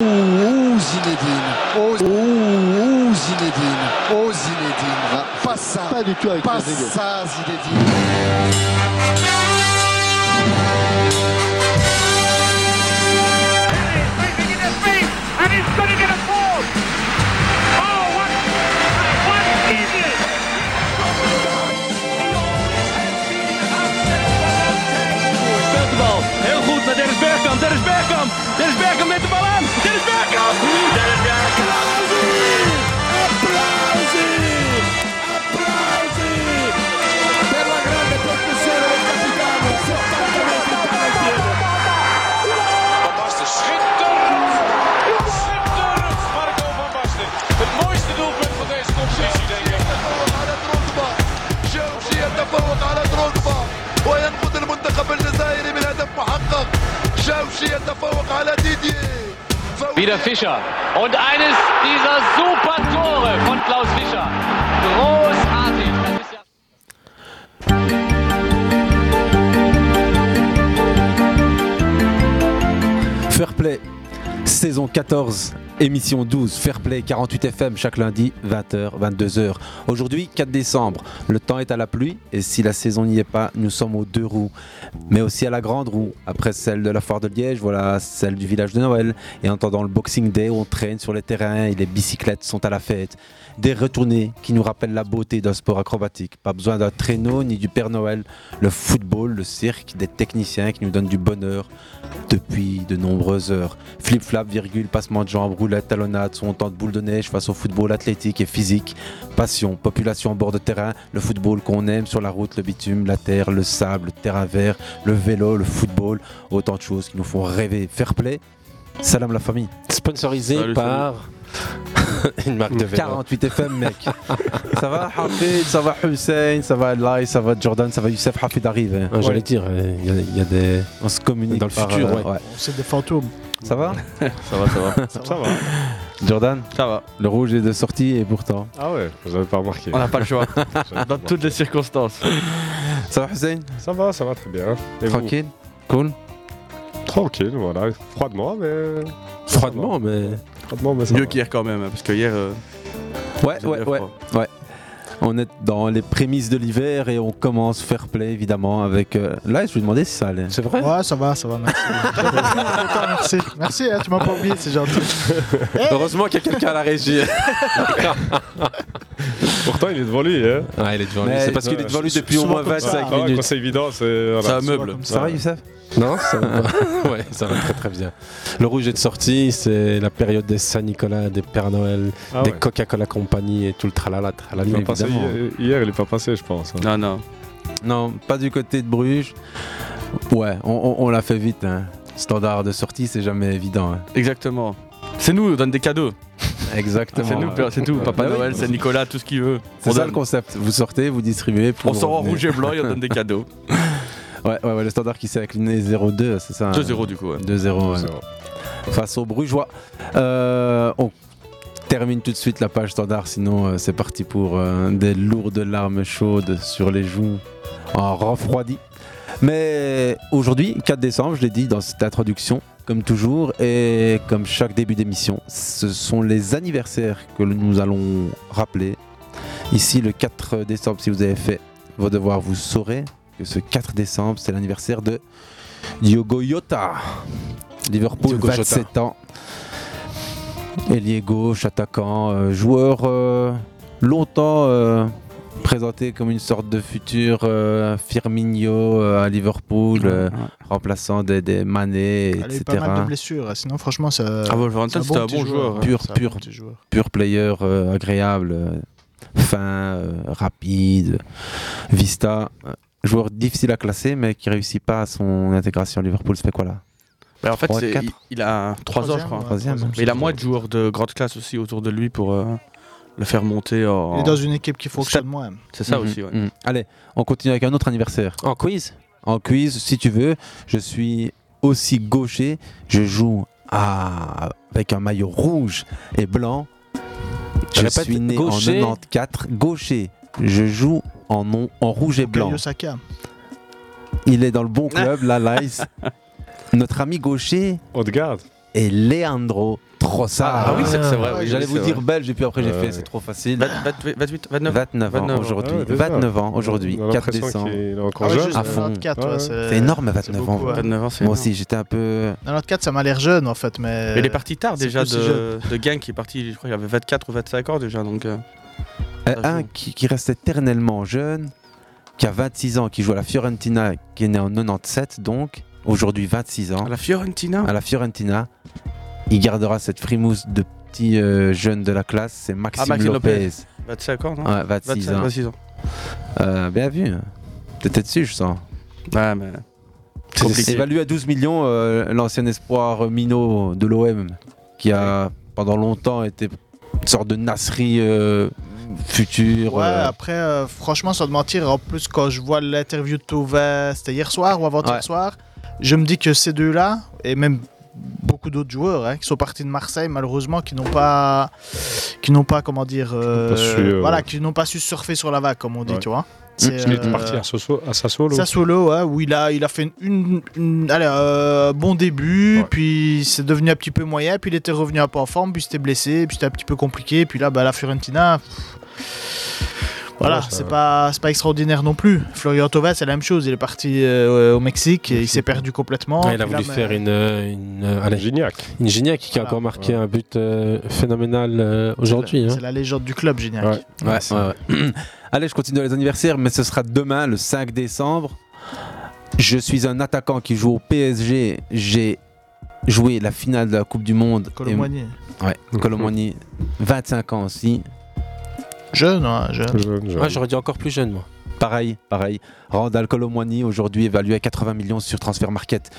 Oh, oh, Zinedine. Oh, oh, oh, Zinedine. Oh, Zinedine. Pas ça. Pas du tout avec Pas Rodrigo. ça, Zinedine. He's losing in his feet, and he's going to get a fall. Oh, what, what idiot! speelt de bal. Heel goed naar Dennis Bergkamp. Dennis Bergkamp. Dennis Bergkamp met de bal aan. Dennis Bergkamp. Dennis Bergkamp. Applausie. Applausie. Applausie. Per la grande professione del capitano. 70 metri dalla Van Basten. Schitterend! Schitterend, Marco van Basten. Het mooiste doelpunt van deze competitie, denk ik. شيء يتفوق على دروجبا وينقذ المنتخب الجزائري من هدف محقق شاوشي يتفوق على ديدي Wieder Fischer. Und eines dieser super Tore von Klaus Fischer. Großartig. Das ist ja Fair Play, saison 14, émission 12, Fair Play 48 FM chaque lundi 20h, 22h. Aujourd'hui 4 décembre, le temps est à la pluie et si la saison n'y est pas, nous sommes aux deux roues, mais aussi à la grande roue. Après celle de la foire de Liège, voilà celle du village de Noël. Et en attendant le Boxing Day, on traîne sur les terrains et les bicyclettes sont à la fête. Des retournées qui nous rappellent la beauté d'un sport acrobatique. Pas besoin d'un traîneau ni du Père Noël. Le football, le cirque, des techniciens qui nous donnent du bonheur depuis de nombreuses heures. Flip-flap, virgule, passement de jambes, roulette, talonnade, sont autant de boules de neige face au football athlétique et physique. Passion, population en bord de terrain, le football qu'on aime sur la route, le bitume, la terre, le sable, le terrain vert, le vélo, le football, autant de choses qui nous font rêver. Fair play, salam la famille. Sponsorisé Salut, par une marque de vélo. 48 FM mec. ça va Hafid, ça va Hussein, ça va Lai, ça va Jordan, ça va Youssef, Hafid arrive. hein. Ah, J'allais dire, euh, il y, a- il y a des. On se communique Dans le par, euh, futur, ouais. C'est des fantômes. Ça va Ça va, ça va. Ça va. Jordan, Ça va. le rouge est de sortie et pourtant. Ah ouais, vous avez pas remarqué. On n'a pas le choix. Dans toutes les circonstances. Ça va Hussein Ça va, ça va très bien. Et vous Tranquille Cool Tranquille, voilà. Froidement, mais. Froidement, mais. Froidement, mais ça Mieux va. qu'hier quand même, hein, parce que hier. euh, Ouais, vous ouais, avez ouais. froid. On est dans les prémices de l'hiver et on commence fair play évidemment avec. euh, Là, je lui demandais si ça allait. C'est vrai Ouais, ça va, ça va, merci. Attends, merci, merci hein, tu m'as pas oublié, c'est gentil. Heureusement qu'il y a quelqu'un à la régie. Pourtant, il est devant lui. Hein. Ah, il est devant lui. C'est parce qu'il est devant lui depuis au moins Souvent comme ça. 25 Ah ouais, quand minutes. c'est évident, c'est. C'est Voilà. un meuble. comme Ça va, Youssef Non, ça va pas. ouais, ça va très très bien. Le rouge est de sortie, c'est la période des Saint-Nicolas, des Père Noël, Ah des ouais. Coca-Cola Company et tout le tralala, tralala, Il est pas passé évidemment. évidemment. hier, hier, il est pas passé, je pense. hein. Non, non. Non, pas du côté de Bruges. Ouais, on, on- on l'a fait vite. hein. Standard de sortie, c'est jamais évident. hein. Exactement. C'est nous, on donne des cadeaux. Exactement. C'est nous, c'est tout. Papa Bah oui. Noël, c'est Nicolas, tout ce qu'il veut. C'est On ça donne. le concept. Vous sortez, vous distribuez. Pour On sort en revenir. rouge et blanc et on donne des cadeaux. Ouais, ouais, ouais, le standard qui s'est incliné 0-2, c'est ça hein 2-0 du coup. ouais. 2-0, ouais. face aux Brugeois. Euh, on termine tout de suite la page standard, sinon euh, c'est parti pour euh, des lourdes larmes chaudes sur les joues en refroidi. Mais aujourd'hui, 4 décembre, je l'ai dit dans cette introduction, comme toujours, et comme chaque début d'émission, ce sont les anniversaires que nous allons rappeler. Ici, le 4 décembre, si vous avez fait vos devoirs, vous saurez que ce 4 décembre, c'est l'anniversaire de Diogo Jota. Liverpool, Diogo Jota. 27 ans. Ailier gauche, attaquant, euh, joueur euh, longtemps euh, présenté comme une sorte de futur euh, Firmino euh, à Liverpool, euh, remplaçant des, des Mané, Elle a eu etc. pas mal de blessures, hein. sinon franchement, ça. Ah, Wolverhampton, c'était un petit bon joueur. hein, hein. Pur, c'est un pur. bon petit joueur. Pur player euh, agréable, euh, fin, euh, rapide, vista. euh, Joueur difficile à classer, mais qui réussit pas à son intégration à Liverpool. Ça fait quoi là Mais en fait, Trois, c'est- quatre. il, il a 3 ans, Troisième, je crois. ouais, Troisième. troisième. Mais il a moins de joueurs de grande classe aussi autour de lui pour euh, le faire monter en. Il est dans une équipe qui fonctionne moins. hein. C'est ça Mhm, aussi, ouais. mhm. Allez, on continue avec un autre anniversaire. En quiz en quiz si tu veux. Je suis aussi gaucher. Je joue à- avec un maillot rouge et blanc. Je, Je répète, suis né gaucher. en 94, gaucher. Je joue en, non- en rouge et blanc. Bukayo Saka. Il est dans le bon club, la Lice. Notre ami gaucher, Haute garde est Leandro Trossard. Ah oui, c'est- c'est vrai, oui, J'allais oui, vous c'est dire vrai. belge et puis après j'ai Ouais, fait, ouais. c'est trop facile. 28, 29, 29 ans 29 ans. aujourd'hui. Ah ouais, c'est ça. 29 ans aujourd'hui, On a 4 l'impression décembre. qu'il est encore Ah ouais, jeune. juste à fond. 24, ouais, c'est- c'est énorme à c'est 29 ans. beaucoup, ouais. 29 ans, hein, c'est Moi énorme. aussi, j'étais un peu. 94, ça m'a l'air jeune en fait, mais. Mais il est parti tard euh, c'est déjà plus si jeune. de, de Gang qui est parti, je crois qu'il avait 24 ou 25 ans déjà. Donc, euh, Euh, un qui, qui reste éternellement jeune, qui a 26 ans, qui joue à la Fiorentina, qui est né en 97, donc aujourd'hui 26 ans. À la Fiorentina À la Fiorentina. Il gardera cette frimousse de petits euh, jeunes de la classe, c'est Maxime, Ah, Maxime Lopez. Lopez. 25 ans, non Ouais, 26, 25, Ah, ans. 26 ans. Euh, bien vu. T'étais dessus, je sens. Ouais, mais. C'est évalué à 12 millions, euh, l'ancien espoir Mino de l'OM, qui a pendant longtemps été une sorte de nasserie euh, future. Ouais, euh, après, euh, franchement, sans te mentir, en plus, quand je vois l'interview de Tova, c'était hier soir ou avant-hier Ouais. soir, je me dis que ces deux-là, et même beaucoup d'autres joueurs hein, qui sont partis de Marseille, malheureusement, qui n'ont pas. qui n'ont pas, comment dire. euh, pas su, euh, voilà, ouais. qui n'ont pas su surfer sur la vague, comme on dit, Ouais. tu vois. C'est, Il est euh, parti à Soso- à Sassuolo. Sassuolo, ouais, où il a, il a fait une, une- une- allez, euh, bon début, puis c'est devenu un petit peu moyen, puis il était revenu un peu en forme, puis c'était blessé, puis c'était un petit peu compliqué, puis là, bah, la Fiorentina. pff, Voilà, Ouais, ça- c'est pas, c'est pas extraordinaire non plus. Florian Thauvin, c'est la même chose. Il est parti euh, au Mexique, et il s'est perdu complètement. Ouais, Ah, il a puis là, bah, voulu mais- faire une, euh, une, euh, allez, Gignac. Une Gignac qui a Voilà. encore marqué un but euh, phénoménal euh, aujourd'hui. hein. C'est la légende du club, génial. Ouais, ouais, ouais. Allez, je continue les anniversaires, mais ce sera demain, le 5 décembre. Je suis un attaquant qui joue au PSG. J'ai joué la finale de la Coupe du Monde. et- Colomboigny. Ouais, Colomboigny. 25 ans aussi. Jeune, hein, jeune. Ouais, j'aurais dit encore plus jeune, moi. Pareil, pareil. Randall Colomwani, aujourd'hui évalué à 80 millions sur Transfer Market.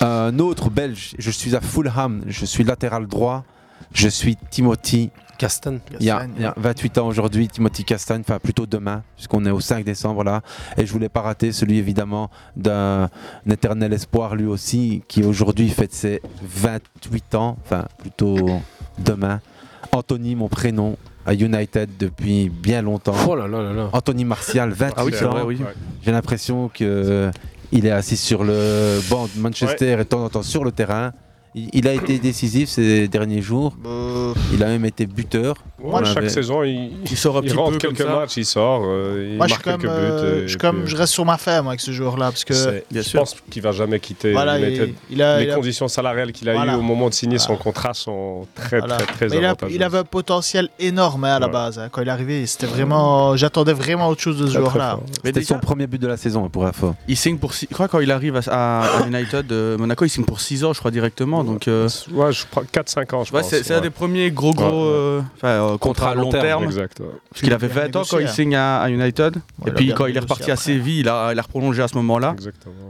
Un autre Belge, je suis à Fulham, je suis latéral droit, je suis Timothy. Castan. Il y, a, il y a 28 ans aujourd'hui, Timothy Castan, enfin plutôt demain, puisqu'on est au 5 décembre là. Et je voulais pas rater celui évidemment d'un éternel espoir lui aussi, qui aujourd'hui fête ses 28 ans, enfin plutôt demain. Anthony, mon prénom, à United depuis bien longtemps. Oh là là là là. Anthony Martial, 28 Ah oui, c'est ans. vrai, oui. J'ai l'impression que euh, il est assis sur le banc de Manchester et de temps en temps sur le terrain. Il, il a été décisif ces derniers jours. Il a même été buteur. Ouais, On chaque avait- saison, il, Il sort un petit rentre peu comme quelques ça. matchs, il sort, euh, il Moi, je suis marque comme, quelques buts. euh, et je, suis comme- puis, je reste sur ma faim moi, avec ce joueur-là, parce que. c'est- je pense qu'il va jamais quitter Voilà, United. il- il a- Les il a- conditions salariales qu'il a Voilà. eues au moment de signer son contrat sont très, Voilà. très, très Mais il, a- avantageuses. il avait un potentiel énorme hein, à la Ouais. base. hein. Quand il est arrivé, c'était vraiment. J'attendais vraiment autre chose de ce joueur-là. C'était son premier but de la saison pour info. Il signe pour. six- Je crois quand il arrive à, à- à United euh, Monaco, il signe pour 6 ans, je crois, directement. Donc, euh, Ouais, je crois 4-5 ans, je ouais, pense. c'est c'est un des premiers gros gros euh, enfin, euh, contrats à long terme. Exact. ouais. Parce qu'il avait Il a 20 ans quand négocié, il hein. signe à, à United. il et a puis bien quand il est négocié reparti à après. Séville, il a, il a prolongé à ce moment-là.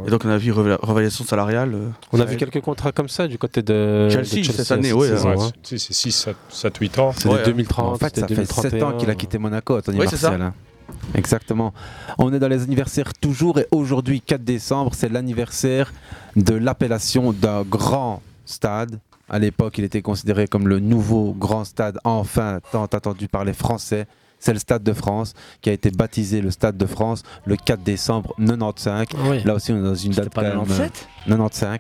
Et donc on a vu une reval- revalidation salariale. euh. On a vu quelques contrats comme ça du côté de Chelsea, de cette année, oui, saison, ouais. euh, hein. Si, C'est 6, 7, 8 ans. C'est des Ouais. 2030, En fait, ça c'était fait 7 ans 2031. qu'il a quitté Monaco, Anthony Oui, c'est ça. Martial. hein. Exactement. On est dans les anniversaires toujours et aujourd'hui, 4 décembre, c'est l'anniversaire de l'appellation d'un grand stade. À l'époque, il était considéré comme le nouveau grand stade enfin tant attendu par les Français. C'est le Stade de France qui a été baptisé le Stade de France le 4 décembre 95. Ah Oui. Là aussi, on est dans une date euh, pas calme. 97? 95.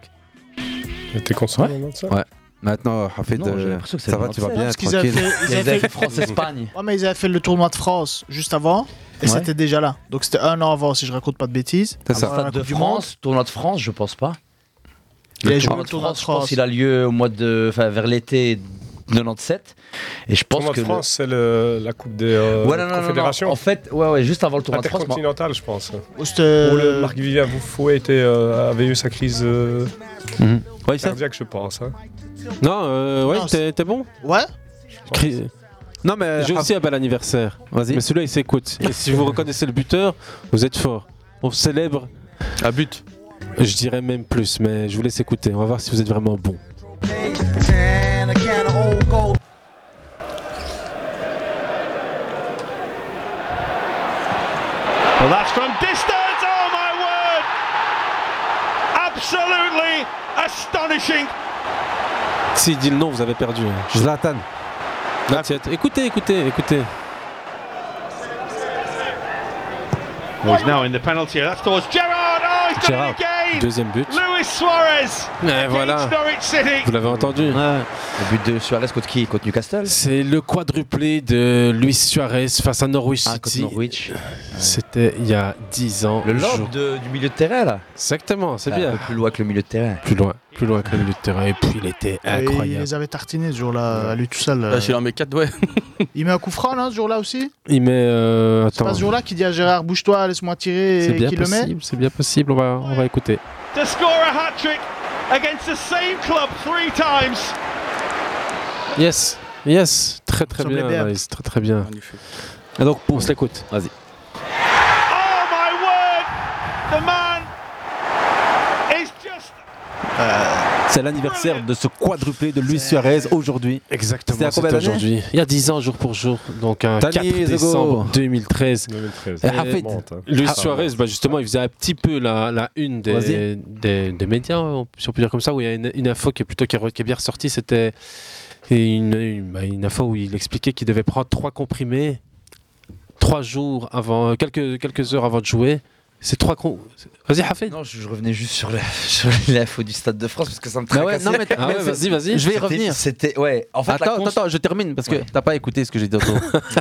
T'es conscient ouais. Ouais. Maintenant, Hafid, Non, j'ai euh, l'impression que c'est ça va, tu vas 97. bien, Parce qu'ils avaient tranquille. fait- ils avaient fait- Ouais, mais ils avaient fait le tournoi de France juste avant, et Ouais. c'était déjà là. Donc c'était un an avant, si je raconte pas de bêtises. C'est Avant ça. la Stade de Coupe du Monde. France, tournoi de France, je pense pas. Il a joué tournoi de France, je pense, il a lieu au mois de, enfin, vers l'été 97. Et je pense Tournoi que de le- France, c'est le- la Coupe des euh, Ouais, non, non, non, non. Confédérations. En fait, ouais, ouais, juste avant le tournoi de France. moi- Intercontinental, je pense. Où c'était- le Marc Vivien Bouffouet était, euh, avait eu sa crise euh, Mhm. cardiaque, je pense. hein. Non, euh, ouais, Non, t'es t'es bon Ouais Non, mais. J'ai aussi un bel anniversaire. Vas-y. Mais celui-là, il s'écoute. Et si vous reconnaissez le buteur, vous êtes fort. On célèbre. À but. Je dirais même plus, mais je vous laisse écouter. On va voir si vous êtes vraiment bon. And a can of old gold. Well, that's from distance. Oh my word! Absolutely astonishing. S'il dit le nom, vous avez perdu. hein. Zlatan. Écoutez, écoutez, écoutez. Well, he's now in the penalty area. That's towards Gerard. Oh, he's done Gerrard. it again. lead. Deuxième but. Luis Suarez Et voilà. against Norwich City. Vous l'avez entendu. Le but de Suarez contre qui Contre Newcastle C'est le quadruplé de Luis Suarez face à Norwich Ah, contre City. Norwich. C'était il y a 10 ans. Le jour- lobe de- du milieu de terrain là. Exactement, c'est Ah, bien. un peu plus loin que le milieu de terrain. Plus loin, plus loin que le milieu de terrain. Et puis il était Et Il incroyable. les avait tartinés ce jour-là, à lui tout seul. euh. Là, s'il en met 4, ouais. Il met un coup franc là, ce jour-là aussi Il met. euh, C'est pas attends. ce jour-là qui dit à Gérard bouge-toi, laisse-moi tirer C'est et bien qui le met possible, c'est bien possible. On va, on va écouter. To score a hat trick against the same club three times. Yes, yes, très très Semblait bien, bien. Anaïs, très très bien. Et donc on se l'écoute. Vas-y. Oh my word! The man is just C'est l'anniversaire de ce quadruplé de Luis Suarez aujourd'hui. Exactement. C'était à combien C'était d'années aujourd'hui. Il y a 10 ans jour pour jour, donc un 4 Dani Zego. décembre 2013. 2013. Et Ah, Hafid, monte, hein. Luis Ah, Suarez, bah, justement, il faisait un petit peu la, la une des, Vas-y. des, des médias, hein, on- si on peut dire comme ça, où il y a une, une info qui est plutôt qui est, re- qui est bien ressortie. C'était une, une, bah, une info où il expliquait qu'il devait prendre trois comprimés trois jours avant, euh, quelques, quelques heures avant de jouer. C'est trois com- Vas-y, Hafid. Non, je, je revenais juste sur la- sur l'info du Stade de France parce que ça me Bah ouais, tracassait. non, mais- Ah ouais, c'est- vas-y, vas-y. Je vais y c'était- revenir. C'était, ouais. En fait, la attends, cons- attends, je termine parce que Ouais. t'as pas écouté ce que j'ai dit. tantôt.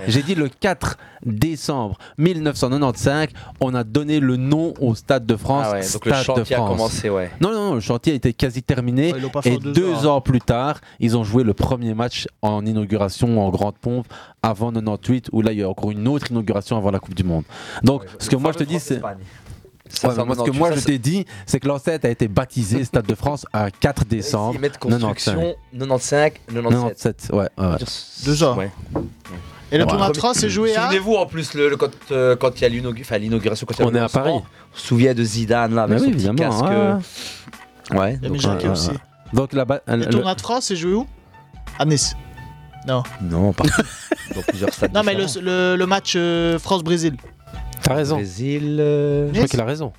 j'ai dit le 4 décembre 1995, on a donné le nom au Stade de France. Ah ouais, donc le Stade de chantier a France. commencé, ouais. Non, non, non, le chantier a été quasi terminé. Ouais, ils l'ont pas fait et en deux deux, heures. ans. plus tard, ils ont joué le premier match en inauguration en grande pompe avant 98, où là, il y a encore une autre inauguration avant la Coupe du Monde. Donc, ce que moi, je te dis, c'est. Ça, Ouais, c'est en mais moi, ce que moi, 98, je ça, t'ai dit, c'est que l'ancêtre a été baptisé Stade de France à 4 décembre. Ils mettent 95. construction 95, 97. 97, ouais. ouais. Deux ans. Et le Ouais. tournoi de France c'est joué à Souvenez-vous en plus le, le- quand euh, quand il y a l'inaugu- enfin, l'inauguration, quand il y a On est le à lancement, Paris. On se souvient de Zidane là, avec Mais son oui, petit évidemment, Ah, casque. euh, ouais, ouais. Ouais. Il y a donc, Mijaki euh, aussi. euh, Donc là-bas. Le tournoi de France c'est joué où À Nice. Non. Non, pas dans plusieurs stades. Non mais le, le- le match euh, France-Brésil. T'as raison. Brésil. Je crois qu'il a raison.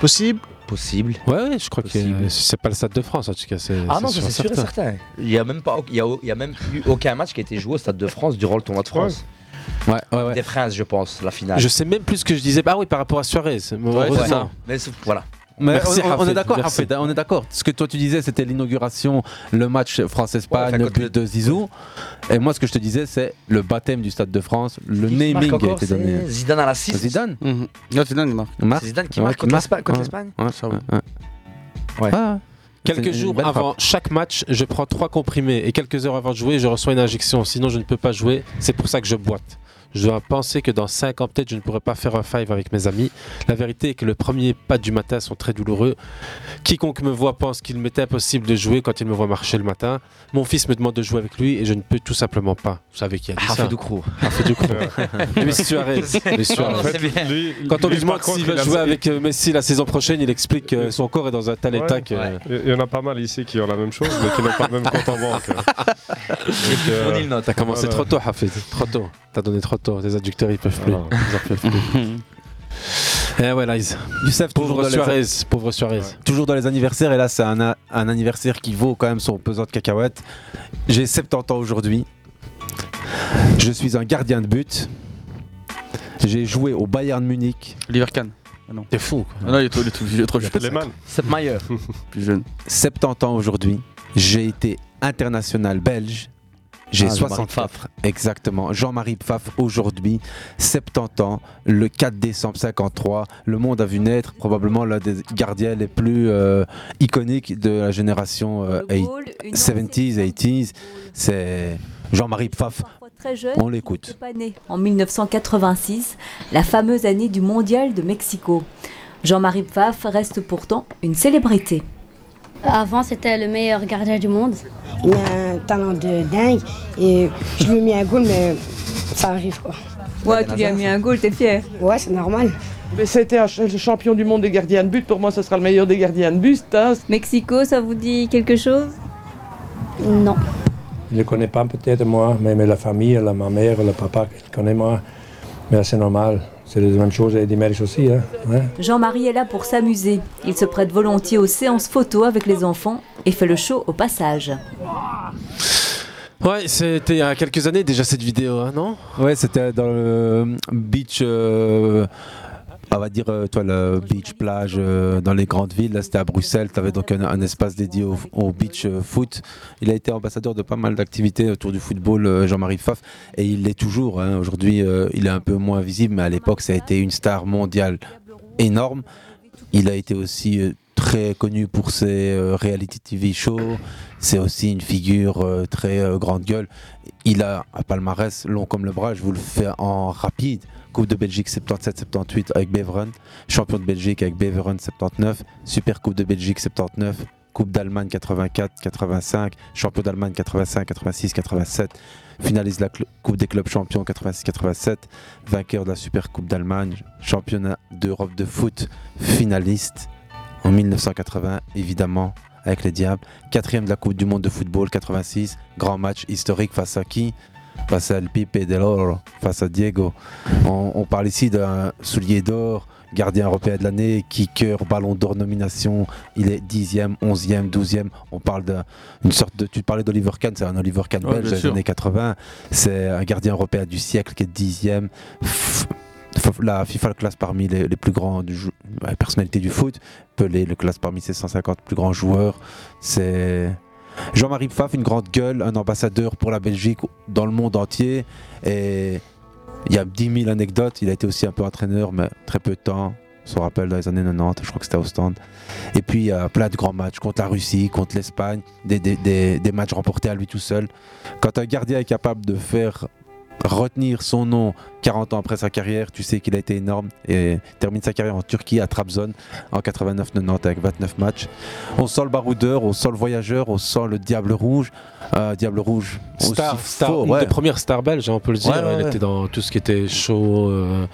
Possible Possible. Ouais, ouais, je crois que euh, c'est pas le Stade de France en tout cas. c'est- Ah non, ça, sûr et c'est sûr et certain. Il n'y a même pas, il y a, il y a même eu aucun match qui a été joué au Stade de France durant le tournoi de France. Ouais, ouais, ouais. Des Princes, je pense, la finale. Je sais même plus ce que je disais. Ah oui, par rapport à Suarez. Ouais, Heureusement. Mais c'est- voilà. Mais Merci, on, on Hafid, est d'accord, merci. Hafid, hein, on est d'accord. Ce que toi tu disais, c'était l'inauguration, le match France-Espagne, le but de Zizou. Et moi, ce que je te disais, c'est le baptême du Stade de France, le Qui marque naming qui a encore, été c'est donné. Zidane à la 6. Zidane Non, Zidane, il marque. Marc C'est Zidane qui Ouais, marque contre l'Espagne- contre l'Espagne Ouais, ouais, ouais. Ouais. Ah, c'est Quelques une jours belle avant frappe. chaque match, je prends trois comprimés et quelques heures avant de jouer, je reçois une injection. Sinon, je ne peux pas jouer. C'est pour ça que je boite. Je dois penser que dans 5 ans, peut-être, je ne pourrai pas faire un five avec mes amis. La vérité est que les premiers pas du matin sont très douloureux. Quiconque me voit pense qu'il m'est impossible de jouer quand il me voit marcher le matin. Mon fils me demande de jouer avec lui et je ne peux tout simplement pas. Vous savez qui a Ah, dit ça Rafa Ducrot. Rafa Ducrot. Luis Suarez. Luis Suarez. Non, c'est bien. Lui- Quand on lui lui, par demande s'il contre, va il a- jouer avec euh, Messi la saison prochaine, il explique que son corps est dans un euh. tel état que. Il il y en a pas mal ici qui ont la même chose, mais qui n'ont pas le même compte en banque. T'as commencé trop tôt, Hafid. Trop tôt. T'as donné trop tôt. Les adducteurs, ils peuvent plus. Ils en peuvent plus. Et Eh ouais, Lies. Youssef, toujours pauvre dans les- Suarez. Pauvre Suarez. Toujours dans les anniversaires, et là, c'est un, a- un anniversaire qui vaut quand même son pesant de cacahuètes. J'ai 70 ans aujourd'hui. Je suis un gardien de but. J'ai joué au Bayern Munich. Oliver Kahn. Ah non. T'es fou. Ah non, il est trop, il est trop, il est trop jeune. Sepp Maier. Plus jeune. 70 ans aujourd'hui. J'ai été international belge. J'ai Ah, Jean-Marie 64. Exactement. Jean-Marie Pfaff aujourd'hui, 70 ans, le 4 décembre 53. Le monde a vu naître probablement l'un des gardiens les plus euh, iconiques de la génération euh, eight- 70s, 80s. C'est Jean-Marie Pfaff. Très jeune, On l'écoute. pas né en 1986, la fameuse année du mondial de Mexico. Jean-Marie Pfaff reste pourtant une célébrité. Avant, c'était le meilleur gardien du monde. Il a un talent de dingue et je lui ai mis un goal, mais ça arrive quoi. Ouais, tu lui as mis un goal, t'es fier. Ouais, c'est normal. Mais c'était un ch- le champion du monde des gardiens de but, pour moi, ce sera le meilleur des gardiens de but. hein. Mexico, ça vous dit quelque chose Non. Je ne connais pas peut-être moi, mais, mais la famille, la, ma mère, le papa, qui connaît moi. Mais c'est normal, c'est la même chose et des mères aussi. Hein, hein. Jean-Marie est là pour s'amuser. Il se prête volontiers aux séances photo avec les enfants et fait le show au passage. Ouais, c'était il y a quelques années déjà cette vidéo, hein, non Ouais, c'était dans le euh, beach. euh, on va dire, euh, toi, le beach, plage, euh, dans les grandes villes, là c'était à Bruxelles, tu avais donc un, un espace dédié au, au beach euh, foot. Il a été ambassadeur de pas mal d'activités autour du football, euh, Jean-Marie Pfaff, et il l'est toujours. hein. Aujourd'hui, euh, il est un peu moins visible, mais à l'époque, ça a été une star mondiale énorme. Il a été aussi euh, très connu pour ses euh, reality TV shows. C'est aussi une figure euh, très euh, grande gueule. Il a un palmarès long comme le bras, je vous le fais en rapide. Coupe de Belgique 77-78 avec Beveren, champion de Belgique avec Beveren 79, Super Coupe de Belgique 79, Coupe d'Allemagne 84-85, champion d'Allemagne 85-86-87, finalise la cl- Coupe des clubs champions 86-87, vainqueur de la Super Coupe d'Allemagne, championnat d'Europe de foot, finaliste en 1980, évidemment, avec les Diables. Quatrième de la Coupe du Monde de football, 86. Grand match historique face à qui Face à El Pipe del Oro, face à Diego. On, on parle ici d'un soulier d'or, gardien européen de l'année, kicker, ballon d'or nomination. Il est 10e, 11e, 12e. On parle d'un- d'une sorte de. Tu parlais d'Oliver Kahn, c'est un Oliver Kahn Ouais, belge bien des sûr. années 80. C'est un gardien européen du siècle qui est 10e. F- La FIFA le classe parmi les, les plus grandes jou- ouais, personnalités du foot. Pelé le classe parmi ses 150 plus grands joueurs. C'est Jean-Marie Pfaff, une grande gueule, un ambassadeur pour la Belgique dans le monde entier. Et il y a 10 000 anecdotes. Il a été aussi un peu entraîneur, mais très peu de temps. On se rappelle dans les années 90, je crois que c'était au stand. Et puis, il y a plein de grands matchs contre la Russie, contre l'Espagne, des, des- des- des matchs remportés à lui tout seul. Quand un gardien est capable de faire retenir son nom 40 ans après sa carrière, tu sais qu'il a été énorme et termine sa carrière en Turquie à Trabzon en 89-90 avec 29 matchs. On sent le baroudeur, on sent le voyageur, on sent le diable rouge. Euh, diable rouge, aussi Star, star, fort, une ouais. des premières stars belges, hein, on peut le dire. Ouais, ouais, Elle ouais. était dans tout ce qui était show. euh,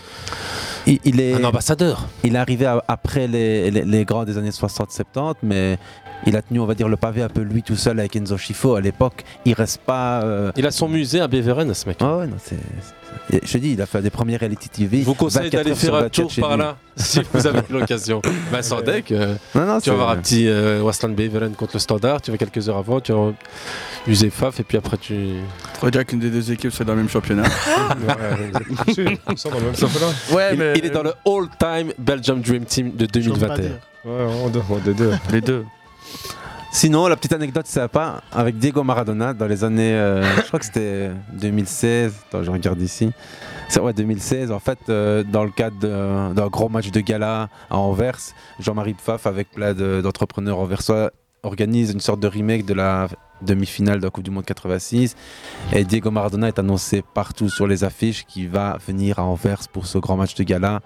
il, il est un ambassadeur. Il est arrivé à- après les, les, les grands des années 60-70, mais il a tenu, on va dire, le pavé un peu lui tout seul avec Enzo Schifo à l'époque. Il reste pas. euh, Il a son musée à Beveren, ce mec. Ah ouais, non, c'est. c'est- Je te dis, il a fait des premières reality TV. vous conseille d'aller faire un tour par là si vous avez l'occasion. Vincent Deck, euh, Non, non, tu Ah, c'est- vas voir un petit euh, Westland Beveren contre le Standard, tu vas quelques heures avant, tu vas user Faf et puis après tu. Je crois déjà qu'une des deux équipes serait dans le même championnat. Ouais, Euh, il, il est dans le all-time Belgium Dream Team de 2021. dire. les deux. Sinon, la petite anecdote sympa avec Diego Maradona dans les années, euh, je crois que c'était 2016. Attends, je regarde ici. C'est ouais 2016. En fait, euh, dans le cadre d'un- d'un gros match de gala à Anvers, Jean-Marie Pfaff avec plein de- d'entrepreneurs anversois organise une sorte de remake de la demi-finale de la Coupe du Monde 86. Et Diego Maradona est annoncé partout sur les affiches qui va venir à Anvers pour ce grand match de gala.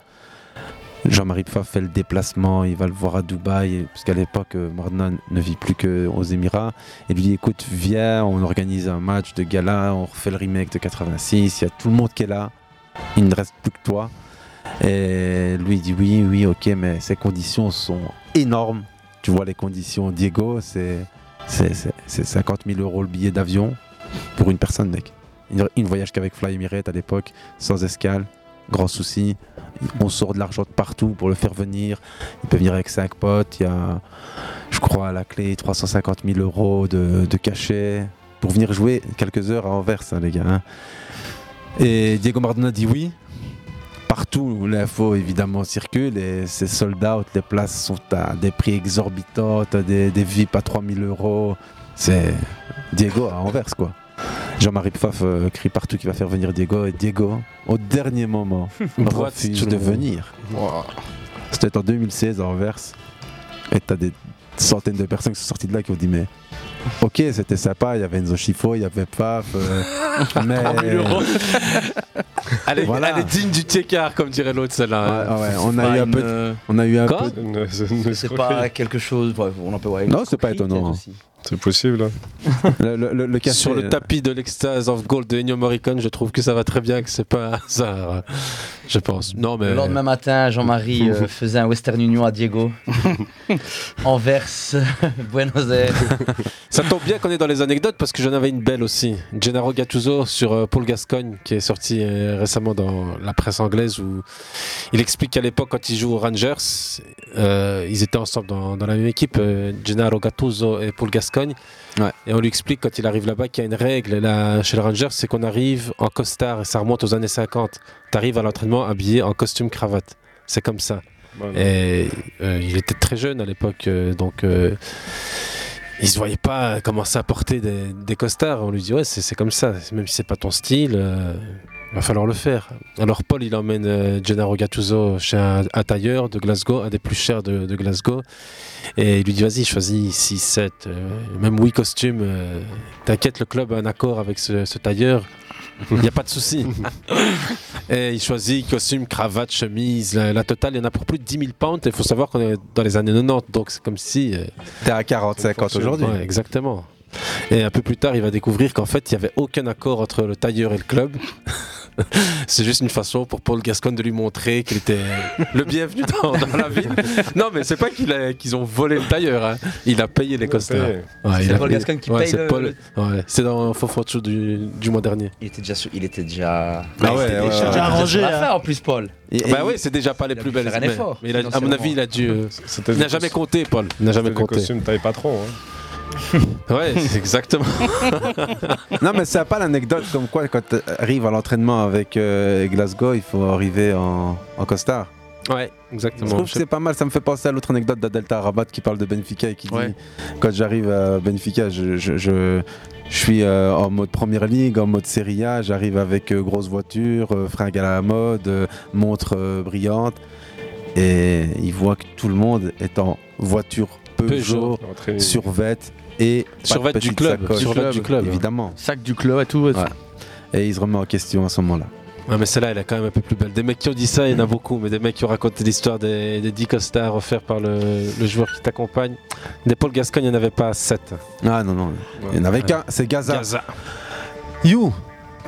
Jean-Marie Pfaff fait le déplacement, il va le voir à Dubaï, et- parce qu'à l'époque, euh, Maradona ne vit plus qu'aux Émirats. Il lui dit écoute, viens, on organise un match de gala, on refait le remake de 86, il y a tout le monde qui est là, il ne reste plus que toi. Et lui il dit oui, oui, ok, mais ces conditions sont énormes. Tu vois les conditions, Diego, c'est c'est- c'est- c'est 50 000 euros le billet d'avion pour une personne, mec. Il il ne voyage qu'avec Fly Emirates à l'époque, sans escale, grand souci. On sort de l'argent de partout pour le faire venir. Il peut venir avec 5 potes. Il y a, je crois, à la clé 350 000 euros de, de cachet pour venir jouer quelques heures à Anvers, hein, les gars. hein. Et Diego Maradona dit oui. Partout, l'info évidemment circule et c'est sold out. Les places sont à des prix exorbitants, t'as des, des VIP à 3000 euros. C'est Diego à Anvers, quoi. Jean-Marie Pfaff euh, crie partout qu'il va faire venir Diego et Diego, au dernier moment, Boîte refuse tout le de monde. venir. C'était en 2016 à Anvers. Et t'as des centaines de personnes qui sont sorties de là qui ont dit mais ok c'était sympa, il y avait Enzo Schifo, il y avait Paf, euh, mais... 30 000 euros. Elle est, Voilà. elle est digne du Tiekar, comme dirait l'autre, celle-là. Ouais, ouais, on a eu un peu de- on a eu un Quoi peu de- C'est pas quelque chose. bref, on en peut voir. Non, c'est pas étonnant. hein. C'est possible. Le, le- le- euh, le cachet- Sur le tapis de l'Extase of Gold de Ennio Morricone, je trouve que ça va très bien, que c'est pas un hasard, euh, je pense. Non, mais. Le lendemain matin, Jean-Marie euh, faisait un Western Union à Diego. Anvers, Buenos Aires. Ça tombe bien qu'on est dans les anecdotes parce que j'en avais une belle aussi. Gennaro Gattuso sur euh, Paul Gascogne qui est sorti euh, récemment dans la presse anglaise où il explique qu'à l'époque quand il joue aux Rangers, euh, ils étaient ensemble dans, dans la même équipe, euh, Gennaro Gattuso et Paul Gascogne. Et on lui explique quand il arrive là-bas qu'il y a une règle là, chez les Rangers, c'est qu'on arrive en costard et ça remonte aux années 50. T'arrives à l'entraînement habillé en costume cravate. C'est comme ça. Voilà. Et euh, il était très jeune à l'époque, euh, donc euh, il se voyait pas commencer à porter des, des costards. On lui dit ouais, c'est c'est comme ça. Même si c'est pas ton style, euh, va falloir le faire. Alors Paul, il emmène euh, Gennaro Gattuso chez un, un tailleur de Glasgow, un des plus chers de, de Glasgow, et il lui dit vas-y, choisis 6, 7, même 8 costumes. euh, T'inquiète, le club a un accord avec ce- ce tailleur. Il n'y a pas de souci. et il choisit costume, cravate, chemise, la, la totale, il y en a pour plus de 10 000 pounds. Il faut savoir qu'on est dans les années 90, donc c'est comme si. euh, T'es à 40, 50 aujourd'hui. Ouais, exactement. Et un peu plus tard, il va découvrir qu'en fait, il n'y avait aucun accord entre le tailleur et le club. C'est juste une façon pour Paul Gascon de lui montrer qu'il était le bienvenu dans, dans la ville. Non, mais c'est pas qu'il a- qu'ils ont volé le tailleur. hein. Il a payé les costards. payé. il C'est a Paul payé- Gascoigne qui Ouais, paye c'est le- Paul- ouais, c'est dans Fofocho du, du mois dernier. Il était déjà. Il était déjà. Ah ouais, ouais, ouais. Sur la fin, en plus, Paul. bah oui, c'est déjà pas les plus belles. faire un mais- effort, mais il a- à mon financièrement. avis, il a dû. euh, C'était il n'a des jamais cos- compté, Paul. Il n'a jamais C'était des compté. costumes taille patron. hein. Ouais, c'est exactement. non, mais c'est pas l'anecdote comme quoi, quand tu arrives à l'entraînement avec euh, Glasgow, il faut arriver en, en costard. Ouais, exactement. Je trouve que Je sais c'est pas mal, ça me fait penser à l'autre anecdote d'Adelta Rabat qui parle de Benfica et qui dit Ouais. quand j'arrive à Benfica, je, je, je- je suis euh, en mode première ligue, en mode Serie A, j'arrive avec euh, grosse voiture, euh, fringues à la mode, euh, montre euh, brillante et il voit que tout le monde est en voiture Peugeot. Peugeot, Entraîné. survêt et pas de Survêt du petite club, sacoche. survêt du club. évidemment. Sac du club et tout. Ouais. Et il se remet en question à ce moment-là. Ouais, mais celle-là, elle est quand même un peu plus belle. Des mecs qui ont dit ça, il y en a beaucoup, mais des mecs qui ont raconté l'histoire des, des 10 costards offerts par le, le joueur qui t'accompagne. Des Paul Gascogne, il n'y en avait pas 7. Ah non, non. Il n'y en avait Ouais. qu'un, c'est Ah. Gaza. You,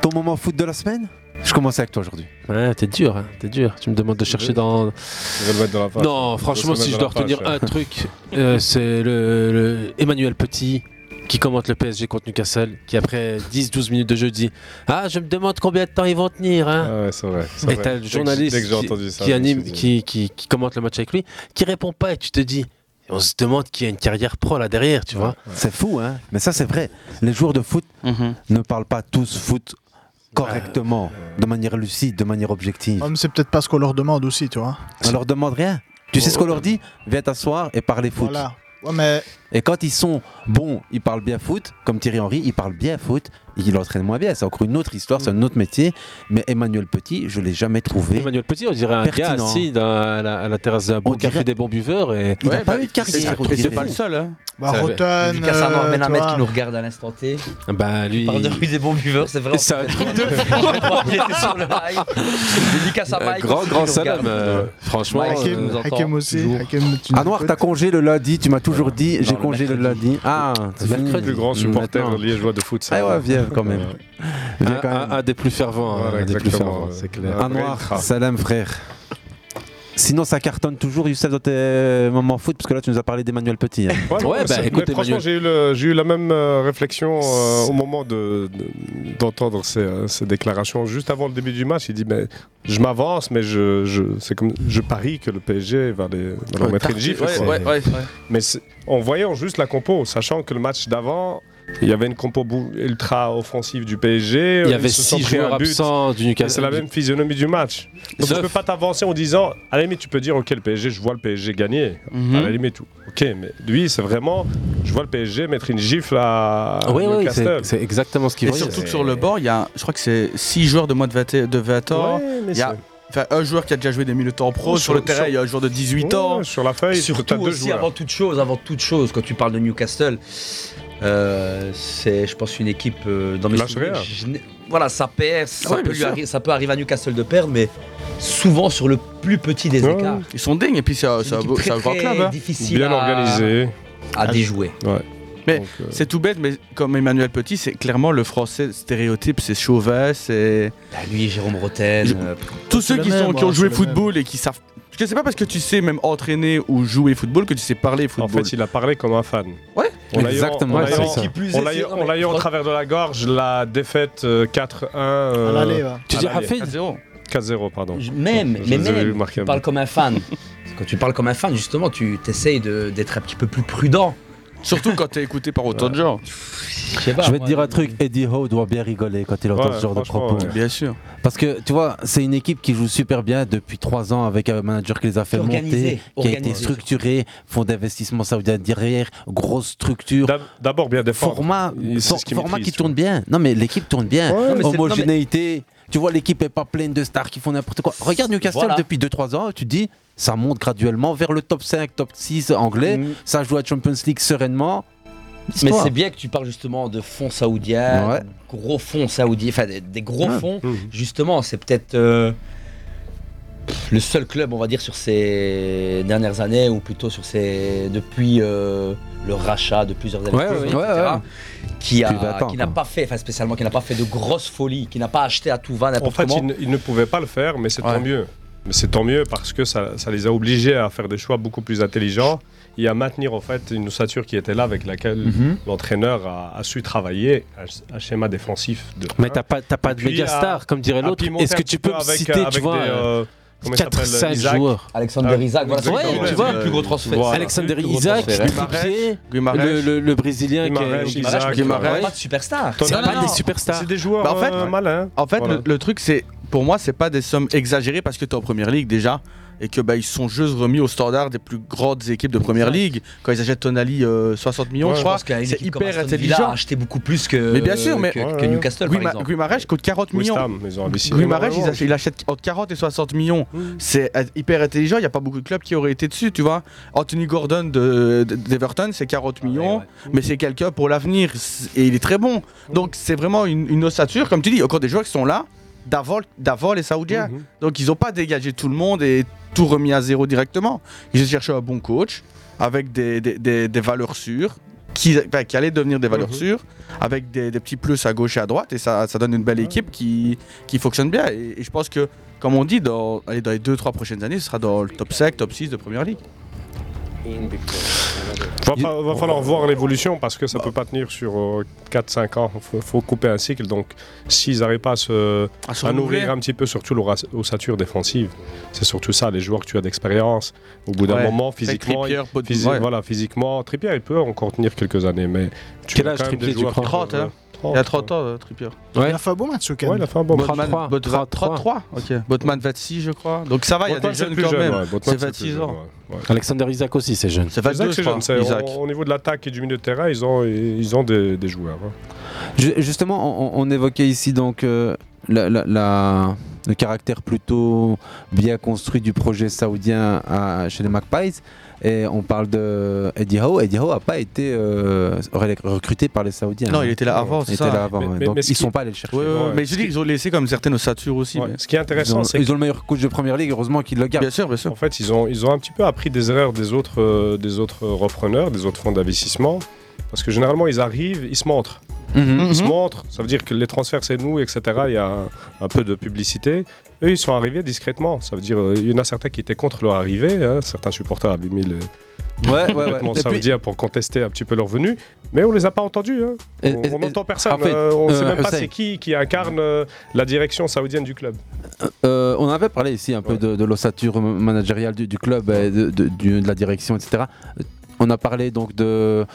ton moment foot de la semaine Je commence avec toi aujourd'hui. Ouais, t'es dur, hein, t'es dur. Tu me demandes de chercher dans. Je vais le mettre dans la page. Non, franchement, Je vais si je le dois mettre dans la retenir un page. truc, euh, c'est le, le Emmanuel Petit qui commente le PSG contre Newcastle, qui après 10-12 minutes de jeu dit Ah, je me demande combien de temps ils vont tenir. Hein. ouais, c'est vrai. c'est Et vrai. t'as le Ah, Dès que- journaliste dès que j'ai qui- entendu ça, qui, je me suis anime, dit- qui, qui- qui commente le match avec lui, qui répond pas et tu te dis On se demande qui a une carrière pro là derrière, tu vois. C'est fou, hein Mais ça, c'est vrai. Les joueurs de foot Mhm. ne parlent pas tous foot correctement, de manière lucide, de manière objective. Ah, mais c'est peut-être pas ce qu'on leur demande aussi, tu vois. On leur demande rien. Tu sais ce qu'on leur dit Viens t'asseoir et parler foot. Voilà. Ouais, mais Et quand ils sont bons, ils parlent bien foot, comme Thierry Henry, il parle bien foot, il entraîne moins bien. C'est encore une autre histoire, c'est un autre métier. Mais Emmanuel Petit, je l'ai jamais trouvé. Emmanuel Petit, on dirait un gars Pertinent. assis dans- à, la, à la terrasse d'un bon café des bons buveurs. Et... Il a Ouais, pas bah, eu de carrière, c'est- on c'est dirait. pas le seul. Bah, Ça Rotten, va. Dédicace à Norman euh, Ahmed toi. qui nous regarde à l'instant T. Bah lui. On parle de rue des bons buveurs, c'est vrai. C'est un truc de Il était sur le hype. Dédicace à Un Mike. grand, qui grand nous regarde. salam, euh, franchement. Hakim, euh, Hakim aussi. Hakim, tu nous Ah Noir, écoutes t'as congé le lundi, tu m'as toujours dit, j'ai congé le lundi. Ah, c'est Le fini. plus grand supporter Maintenant. liégeois de foot, ça. Euh, Ah ouais, viens quand même. Viens un, quand un- même. un des plus fervents. Voilà, un des plus exactement, fervents, ouais. c'est clair. Un noir, salam frère. Sinon, ça cartonne toujours, Youssef, dans tes moments foot, parce que là, tu nous as parlé d'Emmanuel Petit. hein. Ouais, non, bah, mais c'est- mais franchement, j'ai eu, le- j'ai eu la même euh, réflexion euh, au moment de- de- d'entendre ces, euh, ces déclarations. Juste avant le début du match, il dit mais, Je m'avance, mais je, je, c'est comme, je parie que le PSG va, les, va leur Ouais, mettre une tartine, gifle. ouais, quoi. ouais, ouais, ouais. Mais c'est- en voyant juste la compo, sachant que le match d'avant, il y avait une compo bou- ultra offensive du PSG. Il y ils avait se sont six pris un joueurs but. absents du Newcastle. Et C'est la même physionomie du match. Donc Neuf. tu peux pas t'avancer en disant, à la limite, tu peux dire, ok, le PSG, je vois le PSG gagner. Mhm. À la limite, tout. ok, mais lui, c'est vraiment, je vois le PSG mettre une gifle à Oui, oui, Newcastle. Ah c'est- c'est exactement ce qu'il Et voyait. surtout que sur le bord, il y a, je crois que c'est 6 joueurs de moins de 20, de 20 ans. Ouais, mais Il y a c'est- enfin, un joueur qui a déjà joué des milieux de temps pro. Ouais, Sur, le terrain, il y a un joueur de 18 Ouais, ans. Sur la feuille, Surtout aussi, avant toute chose, avant toute chose, quand tu parles de Newcastle, euh, c'est, je pense, une équipe euh, dans mes Lâche souvenirs, rien. je n'ai- voilà, ça perd, Ah ça, oui, peut bien lui sûr. arri- ça peut arriver à Newcastle de perdre, mais souvent sur le plus petit des écarts. Ils sont dingues. Et puis, c'est un C'est c'est un une beau- équipe c'est un grand très, club. très hein. difficile Bien à- organisée. à déjouer. Mais euh, c'est tout bête, mais comme Emmanuel Petit, c'est clairement le français stéréotype, c'est Chauvet, c'est. Bah, lui, Jérôme Roten. euh, Tous c'est ceux le qui, même, sont, qui ont ouais, joué c'est le football et qui savent. Parce que c'est pas parce que tu sais même entraîner ou jouer football que tu sais parler En football. fait, il a parlé comme un fan. Ouais, On l'a eu en- on l'a eu en- Qui plus on est, l'a eu- c'est- non, mais- On l'a eu en travers de la gorge, la défaite euh, 4-1. euh, À l'aller, ouais. Tu à dis l'aller. ah, Hafid 4-0. 4-0, pardon. Même, Je mais les avais même, marqués tu un parles but. comme un fan. Quand tu parles comme un fan, justement, tu t'essayes de- d'être un petit peu plus prudent. Surtout quand t'es écouté par autant de gens. Je, vais te dire euh, un truc, Eddie Howe doit bien rigoler quand il entend Ouais, ce genre de franchement, propos. ouais. Bien sûr. Parce que tu vois, c'est une équipe qui joue super bien depuis trois ans avec un manager qui les a fait Organisé, monter, qui a été organisé. structuré, fonds d'investissement saoudien derrière, grosse structure. D'abord bien défendre. Format, Il- c'est for- ce qui format maîtrise, qui tu tourne bien. Non mais l'équipe tourne bien. Ouais. Non, mais c'est- Homogénéité. Tu vois, l'équipe est pas pleine de stars qui font n'importe quoi. Regarde Newcastle Voilà. depuis 2-3 ans, tu te dis, ça monte graduellement vers le top 5, top 6 anglais. Ça joue à Champions League sereinement. Mm. Mais Histoire. c'est bien que tu parles justement de fonds saoudiens, Ouais. gros fonds saoudiens, enfin des, des gros Ouais. fonds. Justement, c'est peut-être euh, pff, le seul club, on va dire, sur ces dernières années, ou plutôt sur ces depuis euh, le rachat de plusieurs années, Ouais, ouais, ouais, ouais. qui a- Plus d'attente, qui n'a hein. pas fait, enfin spécialement, qui n'a pas fait de grosses folies, qui n'a pas acheté à tout va En n'importe fait, comment. ils, ne- ils ne pouvaient pas le faire, mais c'est tant mieux. Mais c'est tant mieux parce que ça, ça les a obligés à faire des choix beaucoup plus intelligents et à maintenir en fait une ossature qui était là avec laquelle Mhm. l'entraîneur a, a su travailler un, un schéma défensif. De Mais t'as pas- t'as pas Et de puis méga à- star, comme dirait à l'autre. pimenter Est-ce que un petit tu peux peu me avec- citer, tu avec vois, des, euh, comment il quatre, s'appelle, cinq Isaac. joueurs. Alexander Ah, Isaac, voilà, exactement. Euh, c'est- Ouais, tu vois, le plus gros transfert. Voilà. Alexander Le plus gros Isaac, transfert. Tripier, Guimarães. le, le- le Brésilien qui Guimarães, est Isaac, Guimarães. Pas de superstar. C'est Non, non, pas des non. superstars. C'est des joueurs Bah, en fait, euh, malins. En fait, Voilà. le, le truc, c'est pour moi, c'est pas des sommes exagérées parce que tu es en première ligue déjà et que bah, ils sont juste remis au standard des plus grandes équipes de première ligue. Quand ils achètent Tonali euh, 60 millions, je crois, c'est hyper Il a intelligent. acheté beaucoup plus que, mais bien sûr, mais que, que Newcastle. par Guima- exemple. Guimarães coûte 40 West millions. Ham, ils ont investi Guimarães, énormément. il achète, il achète entre 40 et 60 millions. C'est euh, hyper intelligent. Il n'y a pas beaucoup de clubs qui auraient été dessus, tu vois. Anthony Gordon de- de- d'Everton, c'est 40 millions, mais c'est quelqu'un pour l'avenir C'est- et il est très bon. Donc c'est vraiment une, une ossature, comme tu dis. Il y a encore des joueurs qui sont là d'avant, d'avant les Mhm. Saoudiens. Donc ils n'ont pas dégagé tout le monde et tout remis à zéro directement. Ils ont cherché un bon coach avec des, des- des- des valeurs sûres. Qui, enfin, qui allaient devenir des Mhm. valeurs sûres avec des, des petits plus à gauche et à droite et ça, ça donne une belle équipe qui, qui fonctionne bien et, et je pense que comme on dit dans, allez, dans les 2-3 prochaines années ce sera dans le top 5 top 6 de première ligue Va, fa- va falloir voir l'évolution parce que ça peut pas tenir sur euh, 4-5 ans. Faut, faut couper un cycle. Donc, s'ils n'arrivent pas à, se, À se à renouveler. nourrir un petit peu, surtout leur as- ossature défensive, c'est surtout ça. Les joueurs que tu as d'expérience, au bout d'un Ouais. moment, Avec physiquement, Trippier, Pod- physi- ouais. voilà, physiquement, Trippier, il peut encore tenir quelques années, mais tu Quel as âge quand même des Trippier, tu joueurs qui crois 30, peuvent, hein euh, il y a 30 ans euh, Trippier Ouais. Il a fait un beau match au Cannes. Ouais, il a fait un bon match. Botman, 33, 33, 33. ok Botman 26 je crois donc ça va il y a Botman, des c'est jeunes plus quand jeune, même ouais. Botman, c'est c'est plus 26 jeune, ans ouais. Alexander Isaac aussi, c'est jeune. C'est 22, Isaac, c'est je jeune, crois, c'est- Isaac. au, au niveau de l'attaque et du milieu de terrain, ils ont, ils ont des, des joueurs. hein. Ju- Justement, on, on- on évoquait ici donc euh, la- la- la- le caractère plutôt bien construit du projet saoudien à- chez les Magpies. Et on parle de Eddie Howe. Eddie Howe n'a pas été euh, ré- recruté par les Saoudiens. hein. non il était là avant Il c'est était ça là avant, ouais. Donc, ils ne sont pas allés le chercher. Ouais, ouais, ouais. mais je dis qu'ils ont laissé comme certaines ossatures aussi mais- Ils ont- ils ont le meilleur coach de première ligue, heureusement qu'ils le gardent. Bien sûr, bien sûr. En fait, ils ont, ils ont un petit peu appris des erreurs des autres, euh, des autres euh, repreneurs, des autres fonds d'investissement. Parce que généralement, ils arrivent, ils se montrent. Mhm. Ils se montrent, ça veut dire que les transferts, c'est nous, etc. Il y a un, un peu de publicité. Eux, ils sont arrivés discrètement. Ça veut dire, euh, il y en a certains qui étaient contre leur arrivée. hein. Certains supporters avaient mis le. Ouais, ouais, ouais. vêtement Et puis- saoudien pour contester un petit peu leur venue, mais on les a pas entendus. hein. Et- on et- on et- n'entend personne. en fait, euh, on ne sait euh, même pas Hussein. c'est qui qui incarne euh, la direction saoudienne du club. Euh, on avait parlé ici un peu de, de l'ossature managériale du, du club, euh, de, de- du- de la direction, etc. Euh, On a parlé donc de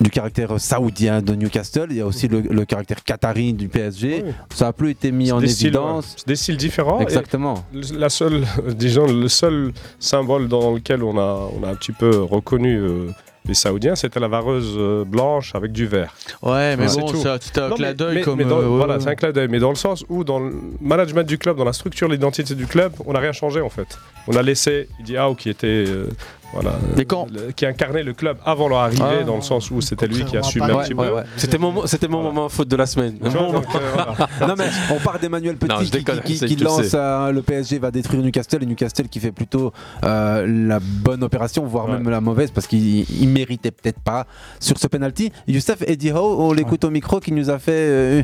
du caractère saoudien de Newcastle, il y a aussi le, le caractère qatari du PSG. Ça n'a plus été mis en des styles, ouais. évidence. C'est des styles différents. et Exactement. le- La seule, disons, le seul symbole dans lequel on a, on a un petit peu reconnu euh, les Saoudiens, c'était la vareuse euh, blanche avec du vert. Ouais, mais C'est bon, tout. c'est un- c'est un Non, clin mais- d'œil mais- comme, mais dans- euh, ouais, voilà, ouais. c'est un clin d'œil, mais dans le sens où dans le management du club, dans la structure, l'identité du club, on n'a rien changé en fait. On a laissé Diao qui était. euh, voilà, le- qui incarnait le club avant leur arrivée, Ah. dans le sens où c'était lui qui assumait un Ouais, petit ouais, peu. ouais. C'était mon, mo- c'était mon moment faute de la semaine. Tu vois, Mon donc, moment. euh, voilà. non mais on part d'Emmanuel Petit Non, je qui, déconne, qui- c'est- qui je le lance sais. euh, le PSG va détruire Newcastle et Newcastle qui fait plutôt euh, la bonne opération voire même la mauvaise parce qu'il il méritait peut-être pas sur ce penalty. Youssef Eddie Howe, on l'écoute au micro qui nous a fait euh,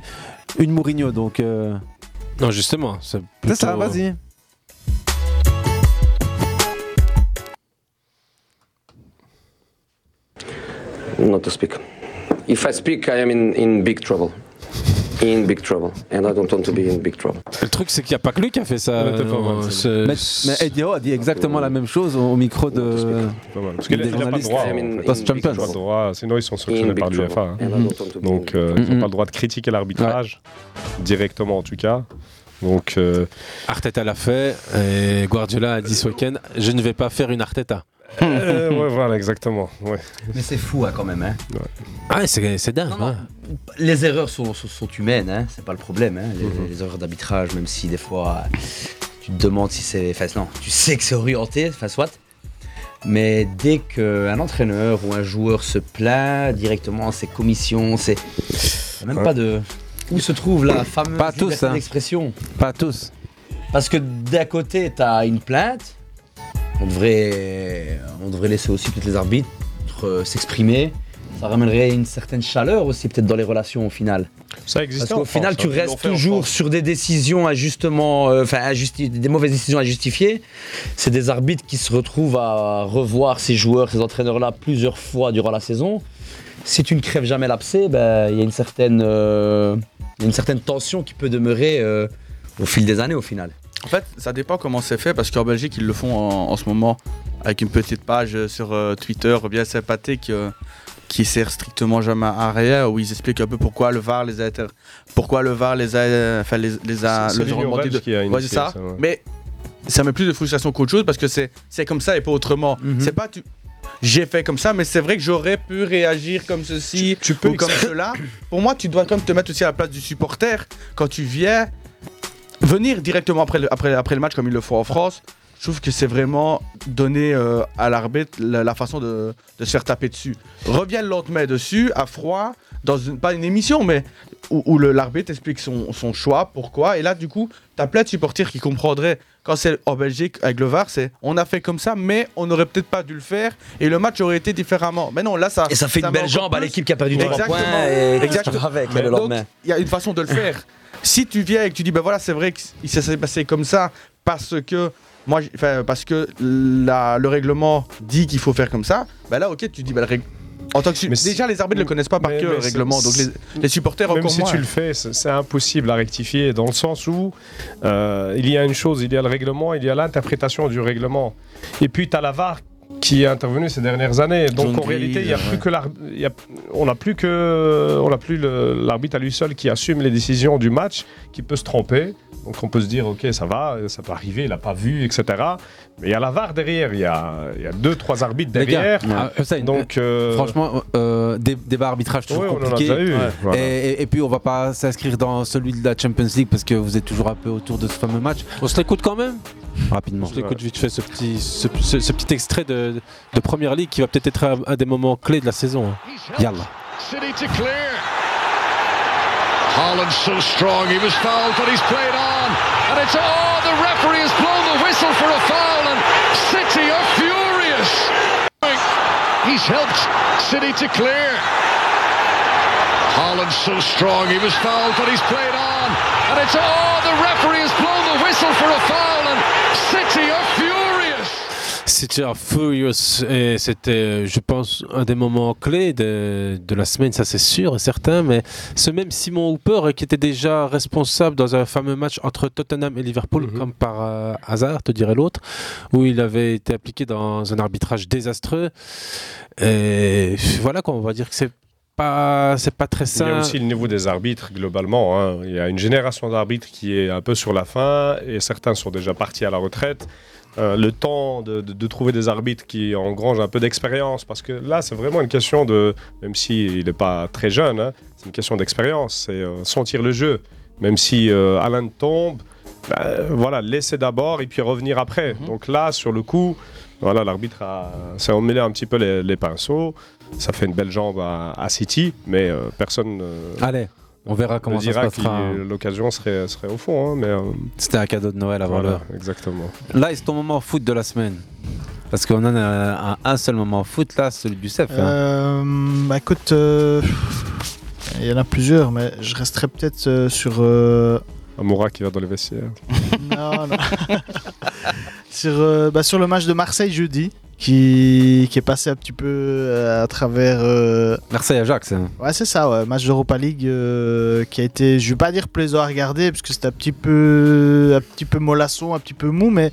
une Mourinho donc. euh, Non, justement. C'est C'est ça, plutôt- vas-y. euh, not to speak. If I speak, I am in, in big trouble. in big trouble. And I don't want to be in big trouble. Le truc, c'est qu'il n'y a pas que lui qui a fait ça. Ouais, t'es pas mal, euh, c'est- ce- Mais, mais Eddie Howe a dit exactement la même chose au, au micro de. Parce qu'il des n'a pas le journalistes. droit. en fait. Dans ce Champions. Il a pas le droit, sinon ils sont In sanctionnés big par l'UFA. hein. trouble. Mhm. Mhm. Donc euh, ils n'ont pas le droit de critiquer l'arbitrage, directement en tout cas. Donc, euh, euh, Arteta l'a fait et Guardiola a dit ce week-end Je ne vais pas faire une Arteta. Euh, ouais, voilà, exactement. Ouais. Mais c'est fou hein, quand même. Hein. Ah, c'est c'est dingue. ouais. Les erreurs sont, sont- sont humaines, hein, c'est pas le problème. hein, les, les erreurs d'arbitrage, même si des fois euh, tu te demandes si c'est. Enfin, non, tu sais que c'est orienté, enfin, soit. Mais dès qu'un entraîneur ou un joueur se plaint directement, ses commissions, c'est. Y a Même Ouais. pas de. Où se trouve la fameuse Pas tous, liberté hein. d'expression Pas tous. Parce que d'un côté, t'as une plainte, on devrait, on devrait laisser aussi peut-être les arbitres euh, s'exprimer. Ça ramènerait une certaine chaleur aussi peut-être dans les relations au final. Ça Parce existe. qu'au en France, final, hein, tu ils l'ont restes fait en toujours sur des décisions à justement, euh, enfin à justi- des mauvaises décisions à justifier. C'est des arbitres qui se retrouvent à revoir ces joueurs, ces entraîneurs-là plusieurs fois durant la saison. Si tu ne crèves jamais l'abcès, ben, il y a une certaine, euh, il y a une certaine tension qui peut demeurer euh, au fil des années au final. En fait, ça dépend comment c'est fait, parce qu'en Belgique, ils le font en, en ce moment avec une petite page euh, sur euh, Twitter bien sympathique euh, qui sert strictement jamais à rien, où ils expliquent un peu pourquoi le VAR les a, inter- pourquoi le VAR les a, enfin les, les a, C'est- c'est les a l'Union remontés belge qui a Ouais, c'est initié ça. ça, ouais. Mais ça met plus de frustration qu'autre chose parce que c'est c'est comme ça et pas autrement. C'est pas tu. J'ai fait comme ça, mais c'est vrai que j'aurais pu réagir comme ceci ou comme cela. Pour moi, tu dois comme te mettre aussi à la place du supporter quand tu viens venir directement après le, après, après le match comme ils le font en France, je trouve que c'est vraiment donner euh, à l'arbitre la, la façon de, de se faire taper dessus. Reviens le lendemain dessus, à froid, dans une, pas une émission, mais où, où le- l'arbitre explique son, son choix, pourquoi. Et là, du coup, t'as plein de supporters qui comprendraient. Quand c'est en Belgique, avec le VAR, c'est on a fait comme ça, mais on n'aurait peut-être pas dû le faire et le match aurait été différemment. Mais non, là, ça. Et ça fait une met belle encore jambe à plus. l'équipe qui a perdu trois Exactement. points et qui se Exactement. retrouve avec, Mais le donc, lendemain. il y a une façon de le faire. si tu viens et que tu dis, ben voilà, c'est vrai que c- ça s'est passé comme ça parce que moi, j'- enfin, parce que la- le règlement dit qu'il faut faire comme ça, ben là, ok, tu dis, ben le règlement. En tant que su- déjà, les arbitres ne le connaissent pas par Mais- cœur, mais le c'est- règlement. Donc, les, les supporters, même encore si moins. tu le fais, c'est c'est impossible à rectifier dans le sens où euh, il y a une chose, il y a le règlement, il y a l'interprétation du règlement. Et puis tu as la VAR qui est intervenue ces dernières années. Donc John en Dee, réalité, il y a ouais. plus que l'ar- il y a- on n'a plus que on n'a plus le- l'arbitre à lui seul qui assume les décisions du match, qui peut se tromper. Donc on peut se dire ok ça va, ça peut arriver, il n'a pas vu, etc. Mais il y a la VAR derrière, il y a, il y a deux trois arbitres Les gars, derrière. ah, Hussein, Donc euh, Franchement, euh, dé- débat arbitrage toujours Ouais, on en a compliqué. déjà eu, Et- voilà. et, et puis on va pas s'inscrire dans celui de la Champions League parce que vous êtes toujours un peu autour de ce fameux match. On se l'écoute quand même Rapidement. Je l'écoute vite fait ce petit, ce, ce- ce petit extrait de, de Première Ligue qui va peut-être être un, un des moments clés de la saison. hein. Yallah. City to clear. Haaland's so strong, he was fouled, but he's played on. And it's, oh, the referee has blown the whistle for a foul, and City are furious. He's helped City to clear. Haaland's so strong, he was fouled, but he's played on. And it's, oh, the referee has blown the whistle for a foul, and City are furious. C'était un Furious et c'était, je pense, un des moments clés de, de la semaine, ça c'est sûr et certain. Mais ce même Simon Hooper euh, qui était déjà responsable dans un fameux match entre Tottenham et Liverpool, Mhm. comme par euh, hasard, te dirait l'autre, où il avait été appliqué dans un arbitrage désastreux. Et voilà quoi, on va dire que c'est pas, c'est pas très Il y simple. a aussi le niveau des arbitres, globalement. hein. Il y a une génération d'arbitres qui est un peu sur la fin et certains sont déjà partis à la retraite. Euh, le temps de, de- de trouver des arbitres qui engrangent un peu d'expérience, parce que là, c'est vraiment une question de, même s'il n'est pas très jeune, hein, c'est une question d'expérience, c'est euh, sentir le jeu. Même si euh, Alain tombe, ben, voilà, laisser d'abord et puis revenir après. Mhm. Donc là, sur le coup, voilà, l'arbitre a- s'est emmêlé un petit peu les, les pinceaux. Ça fait une belle jambe à, à City, mais euh, personne. euh, Allez, on verra ne Ah, comment ça se dira passera. hein. qu'il- L'occasion serait, serait au fond, hein, mais. C'était un cadeau de Noël avant l'heure. Exactement. Là, c'est ton moment foot de la semaine. Parce qu'on en a un, un seul moment foot là, celui du CEF. hein. Euh, bah écoute, euh, il y en a plusieurs, mais je resterai peut-être euh, sur. euh, Amoura qui va dans les vestiaires. non, non. sur, euh, bah, sur le match de Marseille jeudi, qui, qui est passé un petit peu euh, à travers. euh, Marseille-Ajax. hein. Ouais, c'est ça, ouais. match d'Europa League euh, qui a été, je vais pas dire plaisant à regarder, parce que c'était un petit peu, un petit peu mollasson, un petit peu mou, mais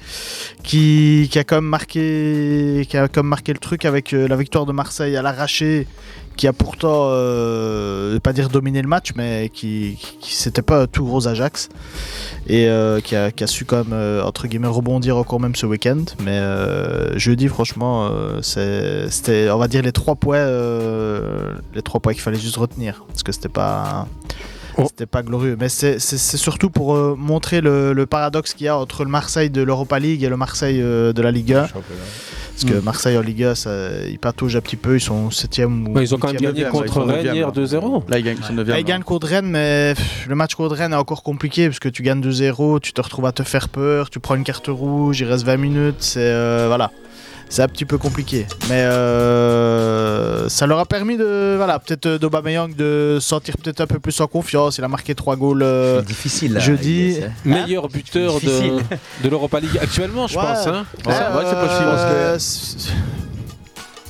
qui, qui a quand même marqué, qui a quand même marqué le truc avec euh, la victoire de Marseille à l'arraché, qui a pourtant, euh, je vais pas dire dominé le match, mais qui, qui, qui- c'était pas un tout gros Ajax et euh, qui, a, qui a su quand même euh, entre guillemets rebondir encore même ce week-end. Mais euh, jeudi, franchement, euh, c'est- c'était, on va dire les trois points, euh, les trois points qu'il fallait juste retenir parce que c'était pas. C'était pas glorieux, mais c'est c'est- c'est surtout pour euh, montrer le, le paradoxe qu'il y a entre le Marseille de l'Europa League et le Marseille euh, de la Ligue 1. Parce que Mm. Marseille en Ligue 1, ça, ils patouchent un petit peu, ils sont 7 ou. Ouais, ils ont quand même 8e. gagné contre Rennes hier 2-0. Là, ils gagnent son Là, ils gagnent contre Rennes, mais pff, le match contre Rennes est encore compliqué parce que tu gagnes 2-0, tu te retrouves à te faire peur, tu prends une carte rouge, il reste 20 minutes, c'est euh, voilà, c'est un petit peu compliqué. Mais euh, ça leur a permis de voilà, peut-être euh, d'Aubameyang de se sentir peut-être un peu plus en confiance. Il a marqué trois goals euh, difficile, là, jeudi. Iglesias, hein. Meilleur buteur difficile. de, de l'Europa League actuellement, je Ouais. pense. hein. Ouais, ouais, c'est possible. Euh, c'est-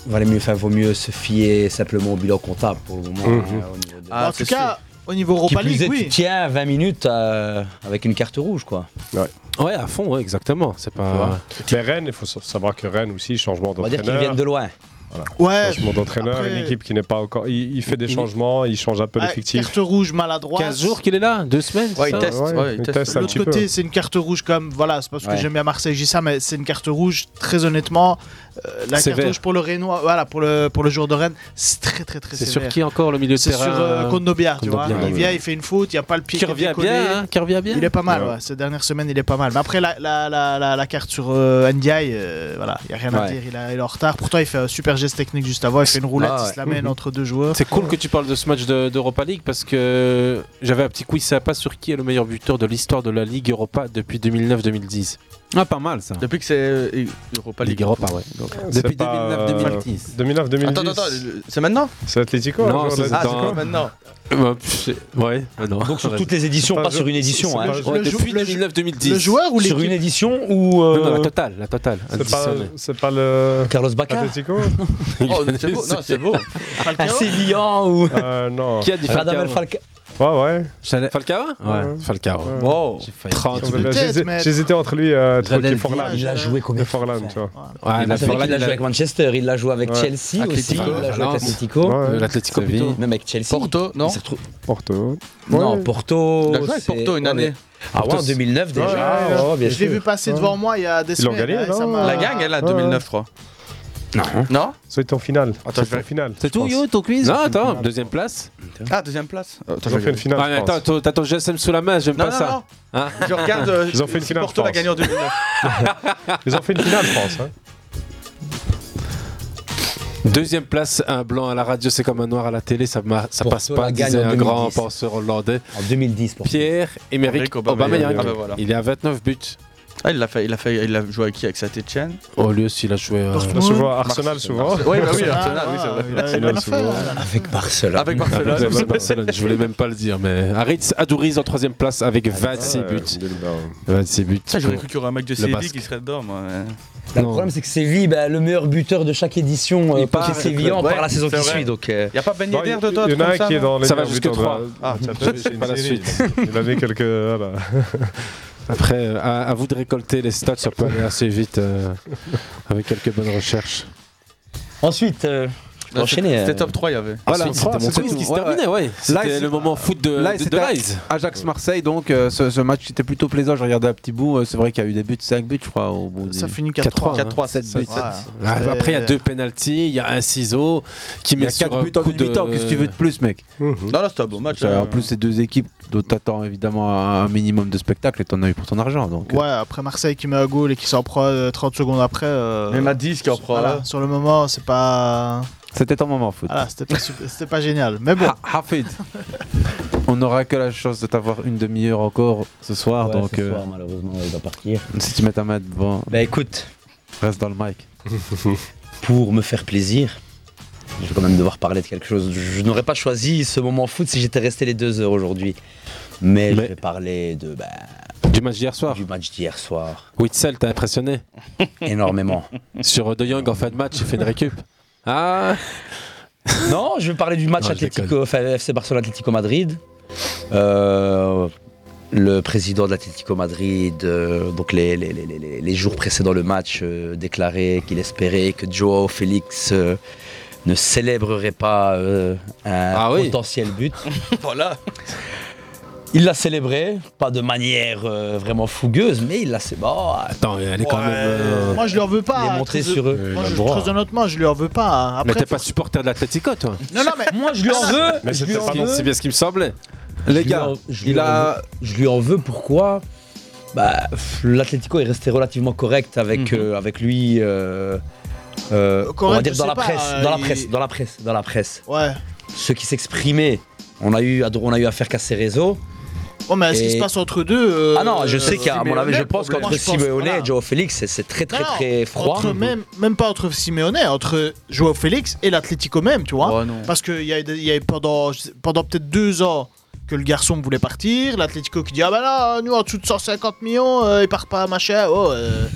Valait mieux, enfin, vaut mieux se fier simplement au bilan comptable pour le moment. Mhm. hein, au Ah, niveau de- en tout cas, au niveau Qui Europa plus League, est, oui. tu tiens 20 minutes euh, avec une carte rouge, quoi. Ouais. Ouais, à fond, ouais, exactement. C'est pas. Mais Rennes, il faut savoir que Rennes aussi, changement va d'entraîneur. dire qu'ils viennent de loin. Voilà. Ouais. Changement d'entraîneur, Après- une équipe qui n'est pas encore. Il, il fait des changements, il change un peu Ah, l'effectif. Carte rouge maladroite. 15 jours qu'il est là, 2 semaines. c'est Ouais, il ça teste, Ouais, ouais, il il teste teste un De l'autre petit peu. côté, c'est une carte rouge comme voilà, c'est parce que Ouais. j'aime bien Marseille, j'ai ça, mais c'est une carte rouge. Très honnêtement, euh, la Sévère. carte rouge pour le Rénois, voilà, pour le pour le joueur de Rennes, c'est très très très. C'est sévère. sur qui encore le milieu de C'est terrain sur euh, Kondobiar, tu vois. Kondobiar, il ouais. vient, il fait une faute, il n'y a pas le pied Qui a revient décollé. bien, hein, qui revient bien. Il est pas mal, Ouais. ouais, ces dernières semaines, il est pas mal. Mais après, la, la, la, la, la carte sur euh, Ndiaye, euh, voilà, il n'y a rien à Ouais. dire, il, a- il est en retard. Pourtant, il fait un super geste technique juste avant, il fait une roulette, Ah ouais. il se l'amène Mhm. entre deux joueurs. C'est cool que tu parles de ce match de- d'Europa League parce que Euh, j'avais un petit quiz sympa sur qui est le meilleur buteur de l'histoire de la Ligue Europa depuis 2009-2010. Ah, pas mal ça. Depuis que c'est euh, Europa League. Ligue Europa, ouais. Donc, depuis 2009-2010. 2009 2010 Attends, attends, c'est maintenant Ah, C'est Atlético Non, le joueur ça, de c'est l'Atlético dans- maintenant. Ouais, pff, Euh, bah, c'est- ouais, ah non. Donc sur toutes les éditions, pas sur une édition. hein. Ouais, depuis 2009-2010. Sur une édition ou. Non, non, la euh, totale, la totale. C'est pas, Additionnée. c'est pas le. Carlos Bacca Atlético Oh, c'est beau, non, c'est beau. Ah, Un Sévillan ou. Euh, non. Qui a dit Radamel Falcao Ouais, ouais. Falcao hein Ouais. Ouais, Falcao. Ouais. Wow. J'ai failli- 30 J'aurais minutes. peut-être, J'hési- mais- J'hésitais entre lui euh, Radamel et Falcao, Forlan. Il a joué combien de Forlan, tu vois. Ouais, il, la a Forlan, il a il a- joué avec Manchester, il l'a joué avec Ouais. Chelsea aussi, Ah, Atlético, il l'a joué avec Valence. Atlético, Ouais. Euh, L'Atlético Séville, plutôt. même avec Chelsea. Porto, non Il s'est retrouvé- Porto. Non, Porto. Il a joué avec c'est- Porto une ouais, année. mais- Ah ouais, en Porto, c'est- 2009 déjà. Ah, Ouais, ouais, bien Ah, je l'ai sûr. vu passer devant moi il y a des Ils l'ont semaines. gagné, ouais, ça non m'a- La gang, elle a Ouais. 2009, je crois. Non. Non Ça a été en finale. Attends, je C'est vais- en finale. C'est tout, yo, ton quiz Non, attends, deuxième place. Ah, deuxième place. Ils ont fait une finale. Ah, mais je pense. attends, t'as- t'as ton GSM sous la main, j'aime Non, pas non, ça. non. Hein Je regarde. euh, Ils ont fait une si finale, Porto l'a je pense. gagné en 2009. Ils ont fait une finale, je pense. hein. Deuxième place, un blanc à la radio, c'est comme un noir à la télé, ça, mar- ça Porto passe pas, la gagne disait en un grand 2010. penseur hollandais. En 2010, Porto. Pierre Emerick Eric Aubameyang. Aubameyang. Ah, bah voilà. Il est à 29 buts. Ah, il l'a fait, il l'a fait, il l'a joué avec qui Avec sa Tétchen Oh, lui aussi, il a joué. euh, On se voit à Arsenal Marseille. souvent. Oui, bah oui, Arsenal, oui, c'est vrai. Arsenal souvent. Avec Barcelone. Avec Ah, Barcelone. Avec Barcelone, je voulais même pas le dire, mais Aritz Adouriz en troisième place avec 26 buts. 26 buts. Ça, j'aurais pour cru qu'il y aurait un mec de le Séville Basque. qui serait dedans, moi. Le problème, c'est que Séville, bah, le meilleur buteur de chaque édition, euh, côté Sévillan, par la saison qui suit. Donc, euh, Y a pas Ben Non, Yedder il- de toi Il y en a comme un qui est dans les Ça va meilleurs jusque buteurs de trois. la- Ah, de la je Champions sais pas la League. suite. Il en a mis quelques. euh, voilà. Après, euh, à, à vous de récolter les stats, ça peut aller assez vite euh, avec quelques bonnes recherches. Ensuite, euh, je vais enchaîner. Bah, C'était euh, top 3, il y avait. Voilà, ensuite, c'était c'était mon mon quiz tour. qui se Ouais, terminait, ouais. ouais. C'était Live- le moment foot de, de, de Live. Ajax-Marseille, donc euh, ce, ce match c'était plutôt plaisant. J'ai regardé un petit bout. euh, c'est vrai qu'il y a eu des buts, 5 buts, je crois. Au bout Ça des- finit 4-3, 4-3, 7 buts. Ah, bah, Après, il y a deux pénalties, il y a un ciseau qui Il y met a sur 4 un buts en coup de- demi temps. Qu'est-ce que tu veux de plus, mec Non, là, c'était un beau match. Ça, hein. En plus, c'est deux équipes dont t'attends évidemment un un minimum de spectacle et t'en as eu pour ton argent. Donc. euh, Ouais, après Marseille qui met un goal et qui s'en prend euh, 30 secondes après. euh, Même à euh. 10 qui en prend, voilà, là. Sur le moment, c'est pas. C'était ton moment foot. Voilà, c'était pas, super- c'était pas génial. Mais bon. Hafid, on n'aura que la chance de t'avoir une demi-heure encore ce soir. Ouais, donc, ce euh, soir, malheureusement, il doit partir. si tu mets ta main devant, Bah écoute, reste dans le mic. pour me faire plaisir, je vais quand même devoir parler de quelque chose. Je n'aurais pas choisi ce moment foot si j'étais resté les deux heures aujourd'hui. Mais, je vais parler de bah, Du match d'hier soir Du match d'hier soir. Witzel t'a impressionné Énormément. Sur De Jong en fin de match, il fait une récup. Ah Non, je vais parler du match Atlético, enfin, FC Barcelone Atlético Madrid. Euh, le président de l'Atlético Madrid, euh, donc les, les- les- les- les jours précédant le match, euh, déclarait qu'il espérait que Joao Félix euh, ne célébrerait pas euh, un potentiel but. voilà. Il l'a célébré, pas de manière euh, vraiment fougueuse, mais il l'a célébré. Attends, elle est quand même, euh, Moi, je leur veux pas. Ah, Il est montré très- sur eux. Moi, Il a je, le droit. hein. très honnêtement, je leur veux pas. hein. Mais Après, t'es pas supporter de l'Atlético, toi Non, non, mais moi, je lui en veux. Mais Je lui c'était en pas- veux. c'est bien ce qui me semblait. Les gars, il a... je lui en veux pourquoi bah, pff, L'Atlético est resté relativement correct avec, Mhm. euh, avec lui. euh, euh, on Correct, va dire je dans sais la, pas, presse, euh, dans la il- presse, dans la presse, dans la presse. Ouais. Ceux qui s'exprimaient, on a eu, à- on a eu affaire qu'à ces réseaux. Euh, Oh, mais ce qui se passe entre deux. euh, Ah non, je sais qu'à mon avis, je Simeone, pense le qu'entre problème. Moi, je pense, Simeone voilà. et Joao Félix, c'est- c'est très très Non, non, très froid. Entre même, même pas entre Simeone, entre Joao Félix et l'Atlético même, tu vois. Parce qu'il y a, il y a pendant, je sais- pendant peut-être deux ans que le garçon voulait partir, l'Atlético qui dit Ah bah là, nous en dessous de 150 millions, euh, il part pas, machin. Oh, euh,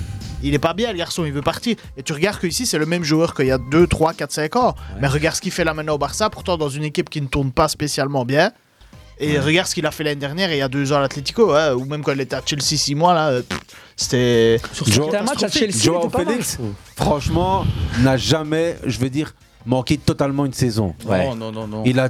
il est pas bien, le garçon, il veut partir. Et tu regardes que ici c'est le même joueur qu'il y a 2, 3, 4, 5 ans. Mais regarde ce qu'il fait là maintenant au Barça, pourtant dans une équipe qui ne tourne pas spécialement bien. Et regarde ce qu'il a fait l'année dernière et il y a deux ans à l'Atlético, hein, ou même quand il était à Chelsea six mois là, euh, pff, c'était. Joao- Joao Félix, franchement, n'a jamais, je veux dire, manqué totalement une saison. Ouais. Non, non, non, non. Il a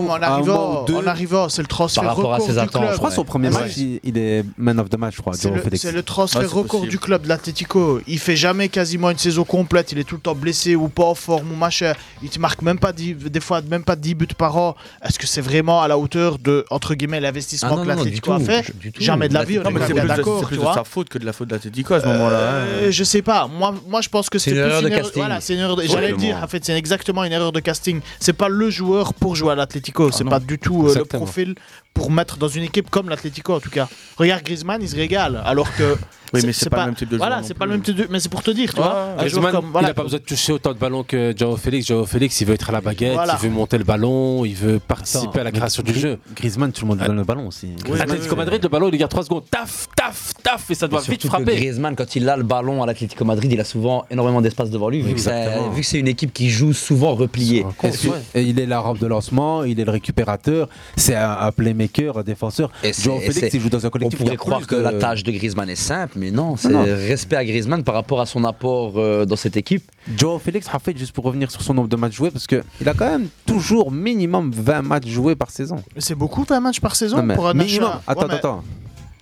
En un moment arrivant, ou deux- en arrivant, c'est le transfert record du club. Je crois son premier match, il, il est man of the match, je crois, C'est Joao le, Félix. c'est le transfert record du club de l'Atlético. Il fait jamais quasiment une saison complète. Il est tout le temps blessé ou pas en forme ou machin. Il te marque même pas 10, des fois même pas 10 buts par an. Est-ce que c'est vraiment à la hauteur de entre guillemets l'investissement Ah non, que non, non, l'Atlético du a tout, fait je- du tout. Jamais de la vie. On Non, est mais quand c'est même bien plus, de- c'est d'accord, plus tu de vois. sa faute que de la faute de l'Atletico à ce Euh, moment-là. hein. Je sais pas. Moi, moi, je pense que C'est c'était une plus erreur de une erreur- casting. Voilà, c'est une erreur. de- J'allais le dire. Complètement. En fait, c'est exactement une erreur de casting. C'est pas le joueur pour jouer à Ah l'Atlético. C'est pas du tout euh, le Exactement. profil pour mettre dans une équipe comme l'Atlético en tout cas. Regarde Griezmann, il se régale. Alors que. Oui, mais c'est pas le même type de joueur Voilà, non Ah, c'est pas le même type de. Mais c'est pour te dire, tu vois. un joueur Griezmann, comme- voilà, il a pas besoin de toucher autant de ballons que Joao Félix. Joao Félix, il veut être à la baguette, Voilà. il veut monter le ballon, il veut participer à la mais création du Gri- jeu. Griezmann, tout le monde Ah. donne le ballon aussi. Griezmann, Atlético c'est- Madrid, le ballon, il garde 3 secondes. Taf, taf, taf, et ça doit Surtout vite que frapper. Griezmann, quand il a le ballon à l'Atlético Madrid, il a souvent énormément d'espace devant lui, vu que c'est- Exactement. vu que c'est une équipe qui joue souvent repliée. Est-ce que- et il est la robe de lancement, il est le récupérateur, c'est un, un playmaker, un défenseur. c'est- Joao et Félix, c'est- il joue dans un collectif. On il y pourrait a croire plus que de- la tâche de Griezmann est simple, mais non, c'est non. respect à Griezmann par rapport à son apport euh, dans cette équipe. Joao Félix, en fait, juste pour revenir sur son nombre de matchs joués, parce qu'il a quand même toujours minimum 20 matchs joués par saison. Mais c'est beaucoup 20 matchs par saison Non, mais pour un minimum. achat. Attends, Ouais, mais attends.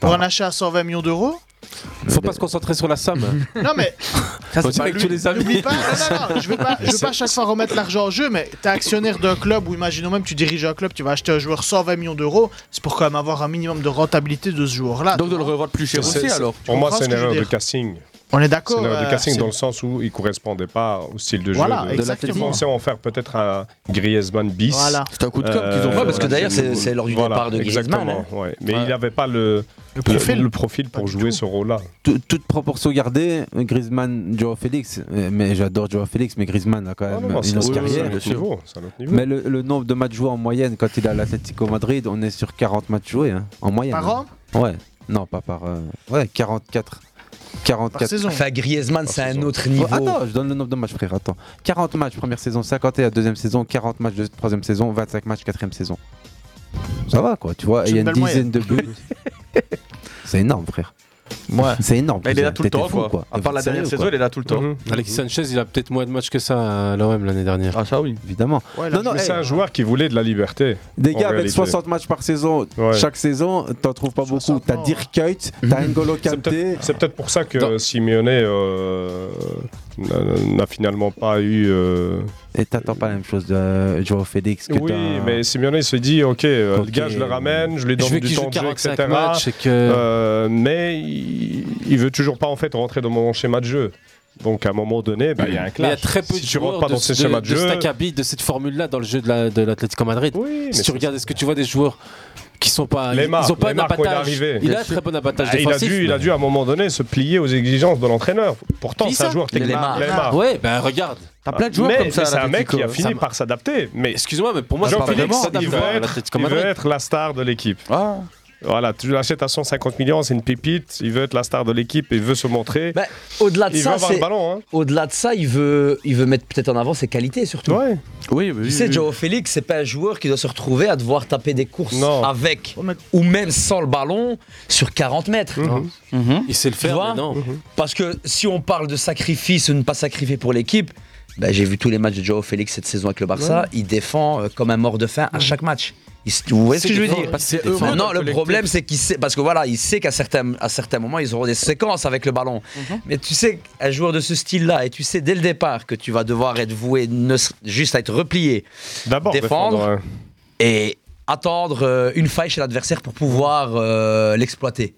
Pour un achat à 120 millions d'euros. Faut pas se concentrer sur la somme. Non mais Ça, c'est pas que tu les as mis. N'oublie pas, ah, non, non, non, je veux pas, je veux pas à chaque fois remettre l'argent en jeu, mais t'es actionnaire d'un club ou imaginons même tu diriges un club, tu vas acheter un joueur 120 millions d'euros, c'est pour quand même avoir un minimum de rentabilité de ce joueur-là. Donc de le revoir plus cher C'est- aussi c'est- alors. Pour moi, c'est une erreur de dire casting. On est d'accord, C'est une erreur euh, de casting c'est- dans le sens où il correspondait pas au style de jeu Voilà, de, de l'Atlético. exactement. On pensait en faire peut-être un Griezmann bis. euh, Voilà. C'est un coup de cœur qu'ils ont fait. Ouais, parce que d'ailleurs, c'est- c'est lors du départ de Griezmann, Exactement. hein. ouais. Mais il n'avait pas le, le profil. le, profil pour jouer ce rôle-là. Tout- toute proportion gardée, Griezmann, Joao Félix, euh, mais j'adore Joao Félix, mais Griezmann a quand même Ah non, non, c'est- une autre oui, oui, carrière. c'est un autre niveau, c'est un autre niveau. Mais le, le nombre de matchs joués en moyenne quand il est à l'Atlético Madrid, on est sur 40 matchs joués hein, en moyenne. Par hein. Ouais, non pas par euh, ouais 44. 44. Enfin, Griezmann, c'est un autre niveau. Oh, attends, je donne le nombre de matchs, frère. Attends. 40 matchs première saison, 51 deuxième saison, 40 matchs de troisième saison, 25 matchs quatrième saison. Ça va quoi, tu vois. C'est Il y a une une belle dizaine moyenne. de buts. C'est énorme, frère. Ouais. C'est énorme. Mais il est là cousin. tout le T'étais temps, fou, quoi. À part la Sérieux, dernière quoi. saison, il est là tout le temps. Mhm. Alexis Sanchez, il a peut-être moins de matchs que ça à l'OM l'année dernière. Ah, ça oui. Évidemment. non, eh, non, c'est un joueur qui voulait de la liberté. Des Oh, en gars avec réalité. 60 matchs par saison, Ouais. chaque saison, t'en trouves pas beaucoup. T'as Dirk Kuyt, t'as N'Golo Kanté. C'est peut-être pour ça que Simeone euh, n'a n'a finalement pas eu. euh, Et t'attends pas la même chose de Joao Félix que Oui, d'un- mais Simeone il se dit ok, euh, Ok. le gars, je le ramène, je lui Je donne veux du qu'il temps joue de jeu, etc. 45 matchs et que- Euh, mais il, il veut toujours pas en fait rentrer dans mon schéma de jeu. Donc à un moment donné, bah, il y a un Mais il clash. y a très peu si de tu rentres joueurs pas de, dans ce de- schéma de, de jeu, cet acabit, de cette formule-là dans le jeu de la- de l'Atlético Madrid. si tu regardes, est-ce que tu vois des joueurs qui sont pas, Lemar, ils ont pas un Lemar, quand il est abattage. arrivé. il a un très bon abattage bah, il, a défensif. dû, il a mais- dû à un moment donné se plier aux exigences de l'entraîneur. Pourtant, Qui c'est un ça joueur technique. Lemar. Lemar. Ouais, ben regarde. T'as plein de joueurs Mais- comme ça mais à c'est un l'Atlético. mec qui a fini par s'adapter. Mais excuse-moi, mais pour moi, c'est pas Jean-Félix, vraiment il veut être, il veut être la star de l'équipe. Voilà, tu l'achètes à 150 millions, c'est une pépite. Il veut être la star de l'équipe, il veut se montrer. Au-delà de il veut Ah, ça, avoir le c'est- ballon. hein. Au-delà de ça, il veut, il veut mettre peut-être en avant ses qualités surtout. Oui, tu sais, Joao Félix, c'est pas un joueur qui doit se retrouver à devoir taper des courses avec Oh, ou même sans le ballon sur 40 mètres. Mhm. Il sait le faire, Parce que si on parle de sacrifice ou ne pas sacrifier pour l'équipe, bah, j'ai vu tous les matchs de Joao Félix cette saison avec le Barça, Ouais. il défend euh, comme un mort de faim à chaque match. Il s- Vous voyez ce C'est que je veux défendre, dire parce que c'est heureux dans Non, le le collectif. problème c'est qu'il sait parce que voilà, il sait qu'à certains à certains moments ils auront des séquences avec le ballon. Mais tu sais un joueur de ce style-là et tu sais dès le départ que tu vas devoir être voué ne s- juste à être replié. D'abord défendre, défendre, et attendre euh, une faille chez l'adversaire pour pouvoir euh, l'exploiter.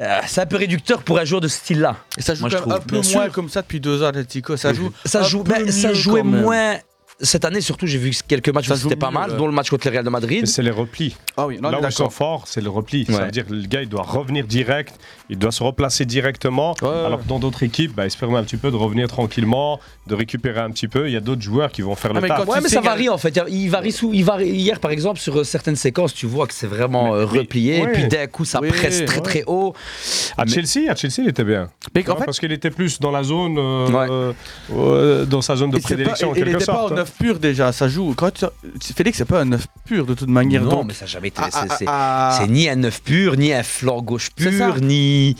Euh, c'est un peu réducteur pour un joueur de ce style-là. Et ça joue moi, je quand même un trouve. peu Bien moins sûr. comme ça depuis deux ans, Atletico. Ça joue. Ça, un joue, peu ben, ça mieux jouait quand même. moins. Cette année, surtout, j'ai vu quelques matchs Ça où joue euh, c'était pas mieux, mal, ouais. dont le match contre le Real de Madrid. C'est les replis. Ah oui, non, Là mais où ils sont d'accord. forts, c'est le repli. Ouais. Ça veut dire que le gars, il doit revenir direct, il doit se replacer directement. Alors que dans d'autres équipes, bah, il se permet un petit peu de revenir tranquillement, de récupérer un petit peu. Il y a d'autres joueurs qui vont faire Ah, le taf. ouais, mais ça varie en fait. Il varie sous, il varie hier par exemple sur euh, certaines séquences, tu vois que c'est vraiment euh, replié, ouais. et puis d'un coup ça Oui, presse très ouais. très haut. Ah, À Chelsea, à Chelsea, il était bien. Ouais, Parce qu'il était plus dans la zone, euh, euh, euh, dans sa zone de Et c'est pas- prédilection, en il quelque n'était pas sorte. hein. en 9 pur déjà, ça joue. Quand tu- Félix, c'est pas un 9 pur de toute manière. Non, donc. mais ça n'a jamais été. Ah, c'est- ah, c'est- ah. c'est ni un neuf pur, ni un flanc gauche C'est ça. pur, ni.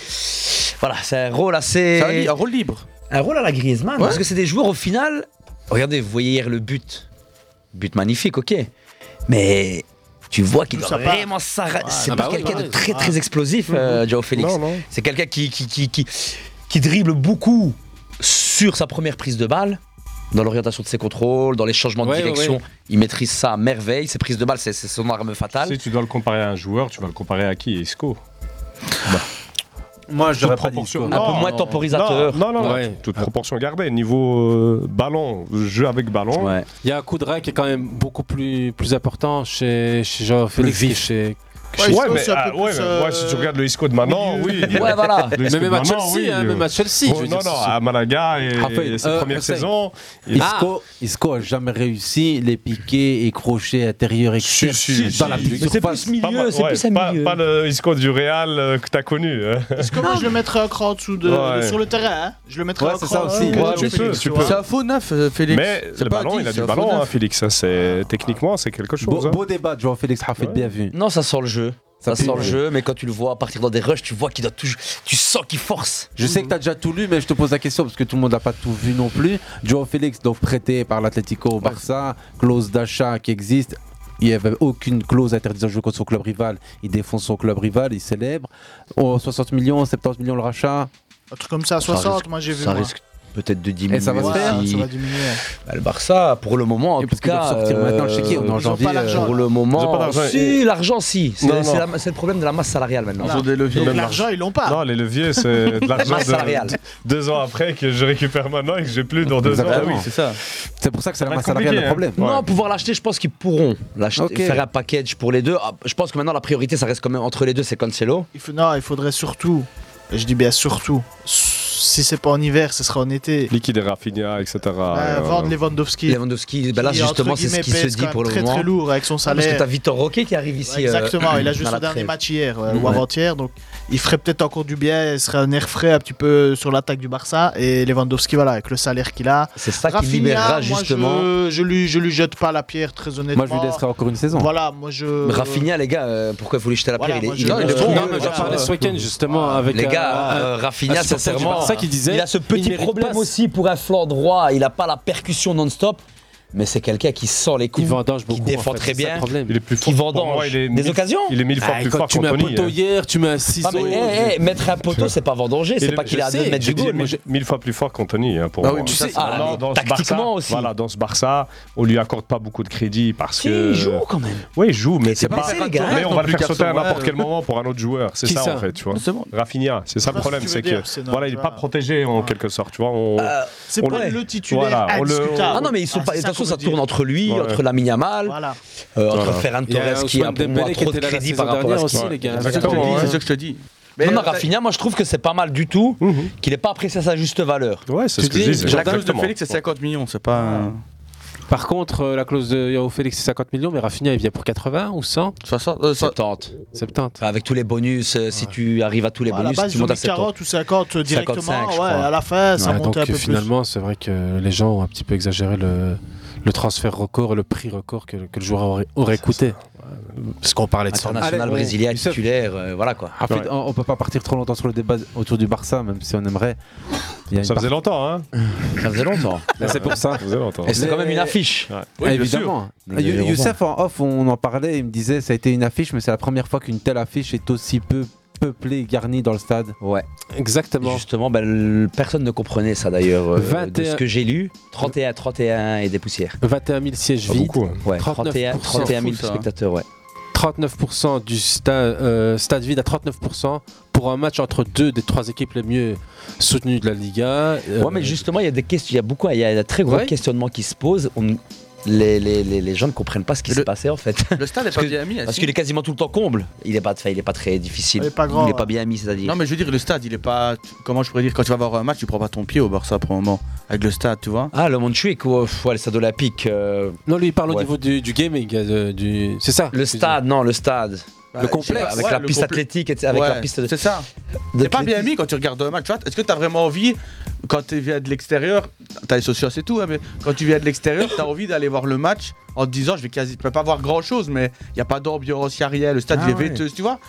Voilà, c'est un rôle assez. C'est un li- un rôle libre. Un rôle à la Griezmann. Ouais. Parce que c'est des joueurs au final. Regardez, vous voyez hier le but. But magnifique, ok. Mais tu vois qu'il doit Ça part. vraiment s'arrêter. Ouais, c'est ah pas bah oui, quelqu'un de ouais. très très Ouais. explosif, euh, Mhm. Joao Félix. Non, non. C'est quelqu'un qui, qui, qui, qui, qui dribble beaucoup sur sa première prise de balle. Dans l'orientation de ses contrôles, dans les changements de Ouais, ouais, direction, ouais. il maîtrise ça à merveille. Ses prises de balle, c'est c'est son arme fatale. Si tu dois le comparer à un joueur, tu vas le comparer à qui Isco Moi, je pas proportion. Un peu moins temporisateur. Non, non, non. Ouais. Toute proportion gardée. Niveau euh, ballon, jeu avec ballon. Il y a un coup de rack qui est quand même beaucoup plus, plus important chez, chez Joao Félix que chez. que Ouais, chez- mais, ah, ouais, mais ouais, si euh, tu regardes le Isco de maintenant, oui. Ouais, voilà. Le Mais Isco de même à maintenant, Chelsea, oui. hein, euh, même à Chelsea, oh, Bon, je veux non, dire, non, c'est- ah, Ah. à Malaga et, Ah, Raphaël, ses euh, premières Raphaël. saisons. il- Isco, Isco a jamais réussi les piquets et crochets intérieurs extérieurs dans la petite surface. Pas mal, ouais, pas- Pas le Isco du Real euh, que t'as connu. hein. Comment je le mettrais un cran en dessous de, Ouais. de- sur le terrain hein Je le mettrais Ouais, un c'est cran ça aussi. que Ouais, Joao tu peux, Félix, tu vois. peux. C'est un faux neuf, euh, Félix. Mais C'est le pas un ballon, dix, il a c'est du un faux ballon, hein, neuf. Félix. ça, c'est- Techniquement, c'est quelque chose. Beau, hein. beau débat, Joao Félix Hafid, bien vu. Non, ça sort le jeu. Ça, pique, sort le ouais. jeu, mais quand tu le vois partir dans des rushs, tu vois qu'il doit toujours. Tu sens qu'il force. Je sais que tu as déjà tout lu, mais je te pose la question parce que tout le monde n'a pas tout vu non plus. Joao Félix, donc prêté par l'Atlético au Barça, clause d'achat qui existe. Il n'y avait aucune clause interdisant de jouer contre son club rival. Il défonce son club rival, il célèbre. Oh, 60 millions, 70 millions le rachat. Un truc comme ça, 60, moi j'ai vu. ça moi. risque peut-être de diminuer. Et ça va se Ouais, faire Ça va diminuer. Bah, le Barça, pour le moment, en tout parce qu'ils cas. doivent sortir maintenant le chéquier, on est en ils ont janvier, pas l'argent. euh, Pour le ils ont moment. pas d'argent. Si, l'argent, si. Non, non. C'est c'est la- c'est le problème de la masse salariale maintenant. Ils ont des leviers. Donc l'argent, ils l'ont pas. Non, les leviers, c'est de l'argent Ah. Masse salariale. de deux ans après que je récupère maintenant et que j'ai plus dans deux ans. Ah Exactement. oui, c'est ça. C'est pour ça que c'est la va masse être salariale le compliqué, problème. hein. Non, pouvoir l'acheter, je pense qu'ils pourront l'acheter, Ok. faire un package pour les deux. Ah, je pense que maintenant la priorité, ça reste quand même entre les deux, c'est Cancelo. Il faut- non, il faudrait surtout, et je dis bien surtout, si c'est pas en hiver, ce sera en été. Liquide et Rafinha, etc. Ah, Euh, vendre Lewandowski. Lewandowski, ben là Qui, entre justement, c'est ce guillemets, qui se pèse dit quand pour même le très, moment. Ah, Très lourd avec son salaire. Parce que t'as Victor Roquet qui arrive ici. Ouais, Exactement, euh, il a joué dans son la dernier trêve. match hier euh, Ouais. ou avant-hier, donc il ferait peut-être encore du bien, il serait un air frais un petit peu sur l'attaque du Barça et Lewandowski, voilà, avec le salaire qu'il a. C'est ça qui Rafinha, libérera, moi, justement. Je, je lui, je lui jette pas la pierre, très honnêtement. Moi, je lui laisserai encore une saison. Voilà, moi je. Rafinha, les gars, euh, pourquoi vous lui jetez la pierre Voilà, Il est- moi, il je- est Non, il est euh, trop Non, mieux, mais j'en voilà. parlais ce week-end justement avec. Ah, Les un- gars, Ah, un- euh, Rafinha, un supporter du sincèrement, Barça qui disait, il a ce il petit mérite problème pas- aussi pour un flanc droit. Il n'a pas la percussion non-stop, mais c'est quelqu'un qui sent les coups, qui défend en fait, très c'est ça bien, le problème. Il est plus qui fort pour vendange. moi, il Des est mille- occasions il est mille fois Ah, plus quand fort Bah, tu mets un qu'Anthony, hein. poteau hier, tu mets un ciseau. Ah, mais, hey, hey, mettre un poteau, c'est pas vendanger, Il c'est est- pas qu'il je a à deux sais, mètres je du dis, goal. mais je- Mille fois plus fort qu'Anthony, hein, pour Ah oui, moi. tu Ça, sais, c'est ah, vraiment mais dans ce tactiquement Barça, aussi. Voilà, dans ce Barça, on lui accorde pas beaucoup de crédit parce Si, que. il joue quand même. Oui, il joue, mais c'est pas pas. fait, les gars. Mais on Non va plus, le faire sauter à Carson, n'importe ouais. quel moment pour un autre joueur. C'est Qui ça, ça en fait, tu vois. Rafinha, c'est ça Je sais le pas problème, ce que tu c'est veux que. dire, c'est normal, Voilà, il est pas protégé Ah. en quelque sorte, tu vois. on- c'est on pas le titulaire Voilà, on le- indiscutable. Ah non, mais ils sont pas. Ah, c'est De toute ça façon, qu'on ça veut dire. tourne entre lui, Ouais. entre Lamine Yamal, Voilà. euh, entre Voilà. Ferran Il y a Torres qui a Ousmane pour moi Dembélé qui trop de était là la crédit saison par rapport à dernière ce qu'il aussi, les gars. Ouais. C'est ce que je te Exactement, dis, ouais. c'est ce que je te dis. non, non, euh, Rafinha, moi je trouve que c'est pas mal du tout, qu'il est pas apprécié à sa juste valeur. Ouais, c'est Tu ce que je dis, disais. La clause de Exactement. Félix, c'est 50 millions, c'est pas. Par contre, euh, la clause de Yao Félix, c'est 50 millions, mais Rafinha, il vient pour 80 ou 100 60, 70. 70. Avec tous les bonus, euh, si tu arrives à tous les Bah, à la bonus, base, tu ils ont montes à mis 70. 40 ou 50 directement. 55, je ouais, crois. à la fin, ça Ouais, montait un Ah, donc peu finalement, c'est vrai que les gens ont un petit peu exagéré le, le transfert record et le prix record que, que le joueur aurait, aurait coûté. Parce qu'on parlait de Ah, ça. International brésilien titulaire, euh, voilà quoi. Rapide, on, on peut pas partir trop longtemps sur le débat autour du Barça, même si on aimerait. Ça faisait longtemps, hein Ça faisait longtemps. Là, c'est pour ça. Ça faisait longtemps. Et c'est quand même une affiche. Ouais. Ah, Oui, bien évidemment. sûr. You- Youssef, en off, on en parlait, il me disait ça a été une affiche, mais c'est la première fois qu'une telle affiche est aussi peu peuplée, garnie dans le stade. Ouais. Exactement. Justement, ben, le- personne ne comprenait ça d'ailleurs. euh, 21 De ce que j'ai lu, 31, 31 et des poussières. 21 000 sièges vides. hein. Ouais, 39 31, 31 000 Fou, ça, hein. spectateurs, ouais. 39% du stade, euh, stade vide à 39% pour un match entre deux des trois équipes les mieux soutenues de la Liga. Euh, Ouais, mais justement, il y a des questions, il y a beaucoup, il y a un très gros Ouais. questionnement qui se pose. On- les, les- les- les gens ne comprennent pas ce qui s'est passé en fait. Le stade est parce pas que- bien mis, hein, Parce si. qu'il est quasiment tout le temps comble. Il est pas, enfin, il est pas très difficile. Il est pas grand, Il est ouais. pas bien mis, c'est-à-dire. Non, mais je veux dire, le stade, il est pas. Comment je pourrais dire, quand tu vas voir un match, tu prends pas ton pied au Barça pour le moment. Avec le stade, tu vois. Ah, le Montjuic, ouais, pff, ouais, le stade olympique. euh, Non, lui, il parle au Ouais. niveau du, du gaming. euh, du... C'est ça Le stade, non, le stade. Ouais, Le complexe. Bah, Avec ouais, la le piste compl- athlétique, et- avec Ouais, la piste de. C'est ça. C'est pas bien mis quand tu regardes un match. tu vois. Est-ce que t'as vraiment envie, quand tu viens de l'extérieur, t'as les socios et tout, hein, mais quand tu viens de l'extérieur, t'as envie d'aller voir le match en te disant, je vais quasi, je peux pas voir grand chose, mais il y a pas d'ambiance, il y a rien, le stade Ah il est ouais. vêteuse, tu vois.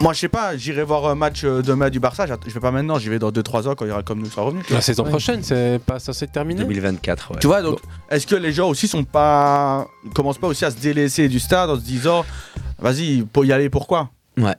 Moi, je sais pas, j'irai voir un match euh, demain du Barça. j'att- Je vais pas maintenant, j'y vais dans 2-3 ans quand il y aura comme nous sera revenu. tu vois. La saison prochaine, c'est pas censé terminer 2024, ouais. Tu vois, donc, est-ce que les gens aussi sont pas. commencent pas aussi à se délaisser du stade en se disant, vas-y, pour y aller, pourquoi Ouais.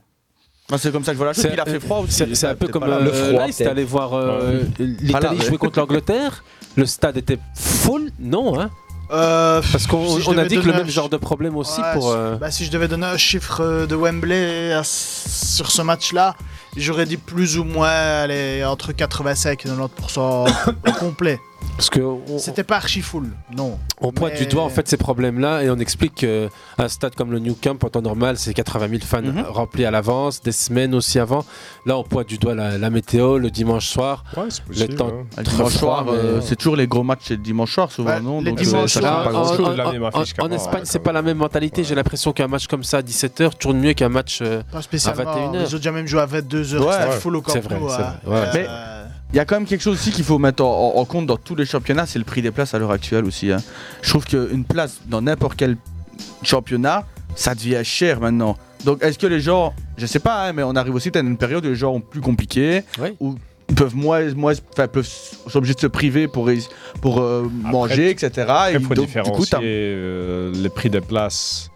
Moi, c'est comme ça que je vois la chose. C'est- euh, Il a fait fallait froid aussi. C'est c'est un peu T'es comme pas là. le froid. C'était allé voir euh, Ouais. Pas là, l'Italie mais- jouer contre l'Angleterre. Le stade était full, non hein Parce qu'on si je on a devais dit que le donner un même genre de problème aussi Euh, Ouais, pour. si- euh, bah, si je devais donner un chiffre euh, de Wembley à- sur ce match-là, j'aurais dit plus ou moins allez, entre 85 et 90% au complet. Parce que on, C'était pas archi full, non. on pointe Mais- du doigt en fait ces problèmes-là et on explique qu'un stade comme le New Camp en temps normal c'est 80 000 fans Mhm. remplis à l'avance, des semaines aussi avant. Là on pointe du doigt la, la météo le dimanche soir, possible, le temps Le hein. très dimanche froid, soir, mais- euh, c'est toujours les gros matchs c'est le dimanche soir, souvent, Ouais, non les Donc, dimanches euh, ça change soirs, pas Ah, en- grand-chose. en- en- En Espagne, c'est pas la même mentalité. J'ai l'impression qu'un match comme ça à 17h tourne mieux qu'un match euh, Pas à spécialement. Les 21h. autres, j'ai même joué à 22h. Ouais, c'était ouais. full au camp C'est vrai, Nou, c'est hein. vrai, ouais. Mais il y a quand même quelque chose aussi qu'il faut mettre en, en- en compte dans tous les championnats, c'est le prix des places à l'heure actuelle aussi. hein. Je trouve qu'une place dans n'importe quel championnat, ça devient cher maintenant. Donc est-ce que les gens, je sais pas, hein, mais on arrive aussi à une période où les gens ont plus compliqué, où ils peuvent moins, moins, enfin peuvent sont obligés de se priver pour réus- pour euh, manger, etc. Après, faut donc, du coup, différencier t'as- euh, les prix des places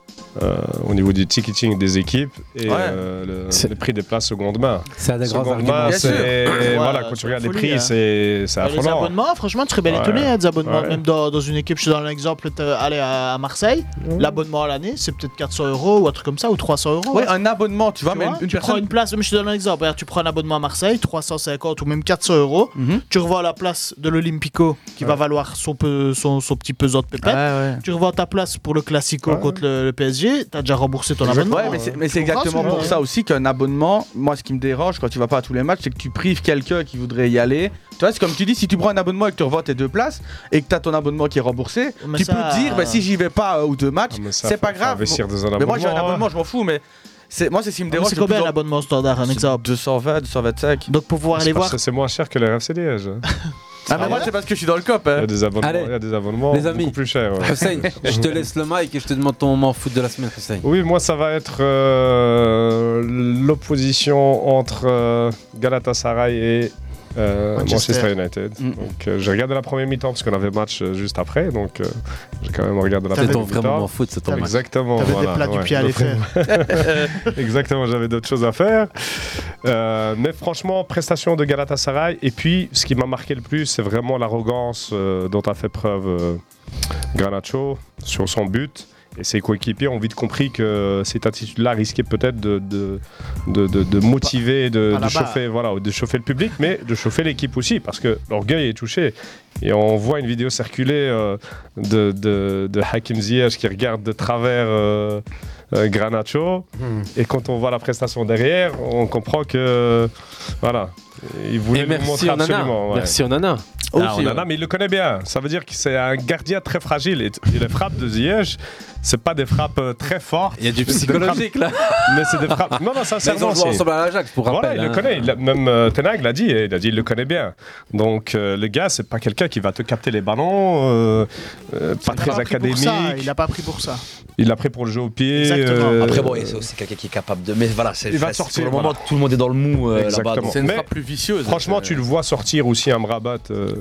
euh, au niveau du ticketing des équipes et Ouais. euh, le, les prix des places seconde main. C'est un des grands Seconde arguments. main, Bien c'est- sûr. Ouais, voilà, quand c'est tu regardes la les prix, folie, hein. c'est c'est Et les affolant. abonnements, franchement, tu serais bien Bah, Ouais. étonné hein, des abonnements. Ouais. Même dans, dans une équipe, je te donne l'exemple, t'es allé à à Marseille, l'abonnement à l'année, c'est peut-être 400 euros ou un truc comme ça, ou 300 euros. Ouais, hein. un abonnement, tu vois, mais tu une prends personne une place, mais je te donne un exemple. hein, Tu prends un abonnement à Marseille, 350 ou même 400 euros. Mhm. Tu revois la place de l'Olympico qui va valoir son, peu- son, son petit pesant de pépettes. Ouais, ouais. Tu revois ta place pour le Classico contre le, le PSG. T'as déjà remboursé ton abonnement. Ouais, mais c'est, mais Tu c'est comprends, exactement ce pour genre ça aussi qu'un abonnement, moi ce qui me dérange quand tu vas pas à tous les matchs, c'est que tu prives quelqu'un qui voudrait y aller. Tu vois, c'est comme tu dis, si tu prends un abonnement et que tu revends tes deux places et que tu as ton abonnement qui est remboursé, Mais tu ça- peux te dire, bah, si j'y vais pas euh, ou deux matchs, Ah, ça, c'est faut- pas faut grave. investir dans un mais moi j'ai un abonnement, hein. abonnement, je m'en fous, mais c'est, moi c'est ce qui me Ah, mais dérange. c'est combien l'abonnement standard, un exemple 220, 225. Donc pour pouvoir C'est aller parce voir. que C'est moins cher que les RFCD. je- Ah, mais moi c'est parce que je suis dans le COP. hein. hein. Il y a des abonnements, Allez. il y a des abonnements Les amis. beaucoup plus chers. ouais. Hussein, je te laisse le mic et je te demande ton moment foot de la semaine, Hussein. Oui, moi, ça va être euh, l'opposition entre euh, Galatasaray et euh, Manchester. Mm. Manchester. United. Donc, euh, j'ai regardé la première mi-temps parce qu'on avait match euh, juste après, donc euh, j'ai quand même regardé la T'avais- première C'était ton mi-temps. vrai moment foot, c'est ton match. Exactement. T'avais des voilà, plats du pied à aller Exactement, j'avais d'autres choses à faire. Euh, mais franchement, prestation de Galatasaray. Et puis, ce qui m'a marqué le plus, c'est vraiment l'arrogance euh, dont a fait preuve euh, Garnacho sur son but. Et ses coéquipiers ont vite compris que cette attitude-là risquait peut-être de, de, de, de- de motiver, de, Pas de là-bas. chauffer, voilà, de chauffer le public, mais de chauffer l'équipe aussi, parce que l'orgueil est touché. Et on voit une vidéo circuler euh, de, de, de Hakim Ziyech qui regarde de travers euh, euh, Garnacho. Et quand on voit la prestation derrière, on comprend que voilà, il voulait Et nous merci montrer Onana. absolument. ouais. Merci hein. Ah, Onana. Aussi, hein. on en ouais. a, mais il le connaît bien. Ça veut dire que c'est un gardien très fragile. Et, et les frappes de Ziyech, c'est pas des frappes euh, très fortes. Il y a du C'est des psychologique, frappes- là. Mais c'est des frappes. Non, non, Mais ils ont sincèrement. joué c'est- ensemble à l'Ajax, pour Voilà, rappel, il hein. le connaît. Il a- même euh, Tenag l'a dit. et Il a dit, il le connaît bien. Donc euh, le gars, c'est pas quelqu'un qui va te capter les ballons, euh, euh, Il pas a pas très pris pour ça, académique. Il n'a pas pris pour ça. Il l'a pris pour le jeu au pied. euh, Après, bon, et c'est aussi quelqu'un qui est capable de. Mais voilà, c'est Il va c'est- sortir, Pour le moment, voilà. tout le monde est dans le mou euh, là-bas. Exactement. donc- Mais hein, Franchement, tu le vois sortir aussi un Brabat euh,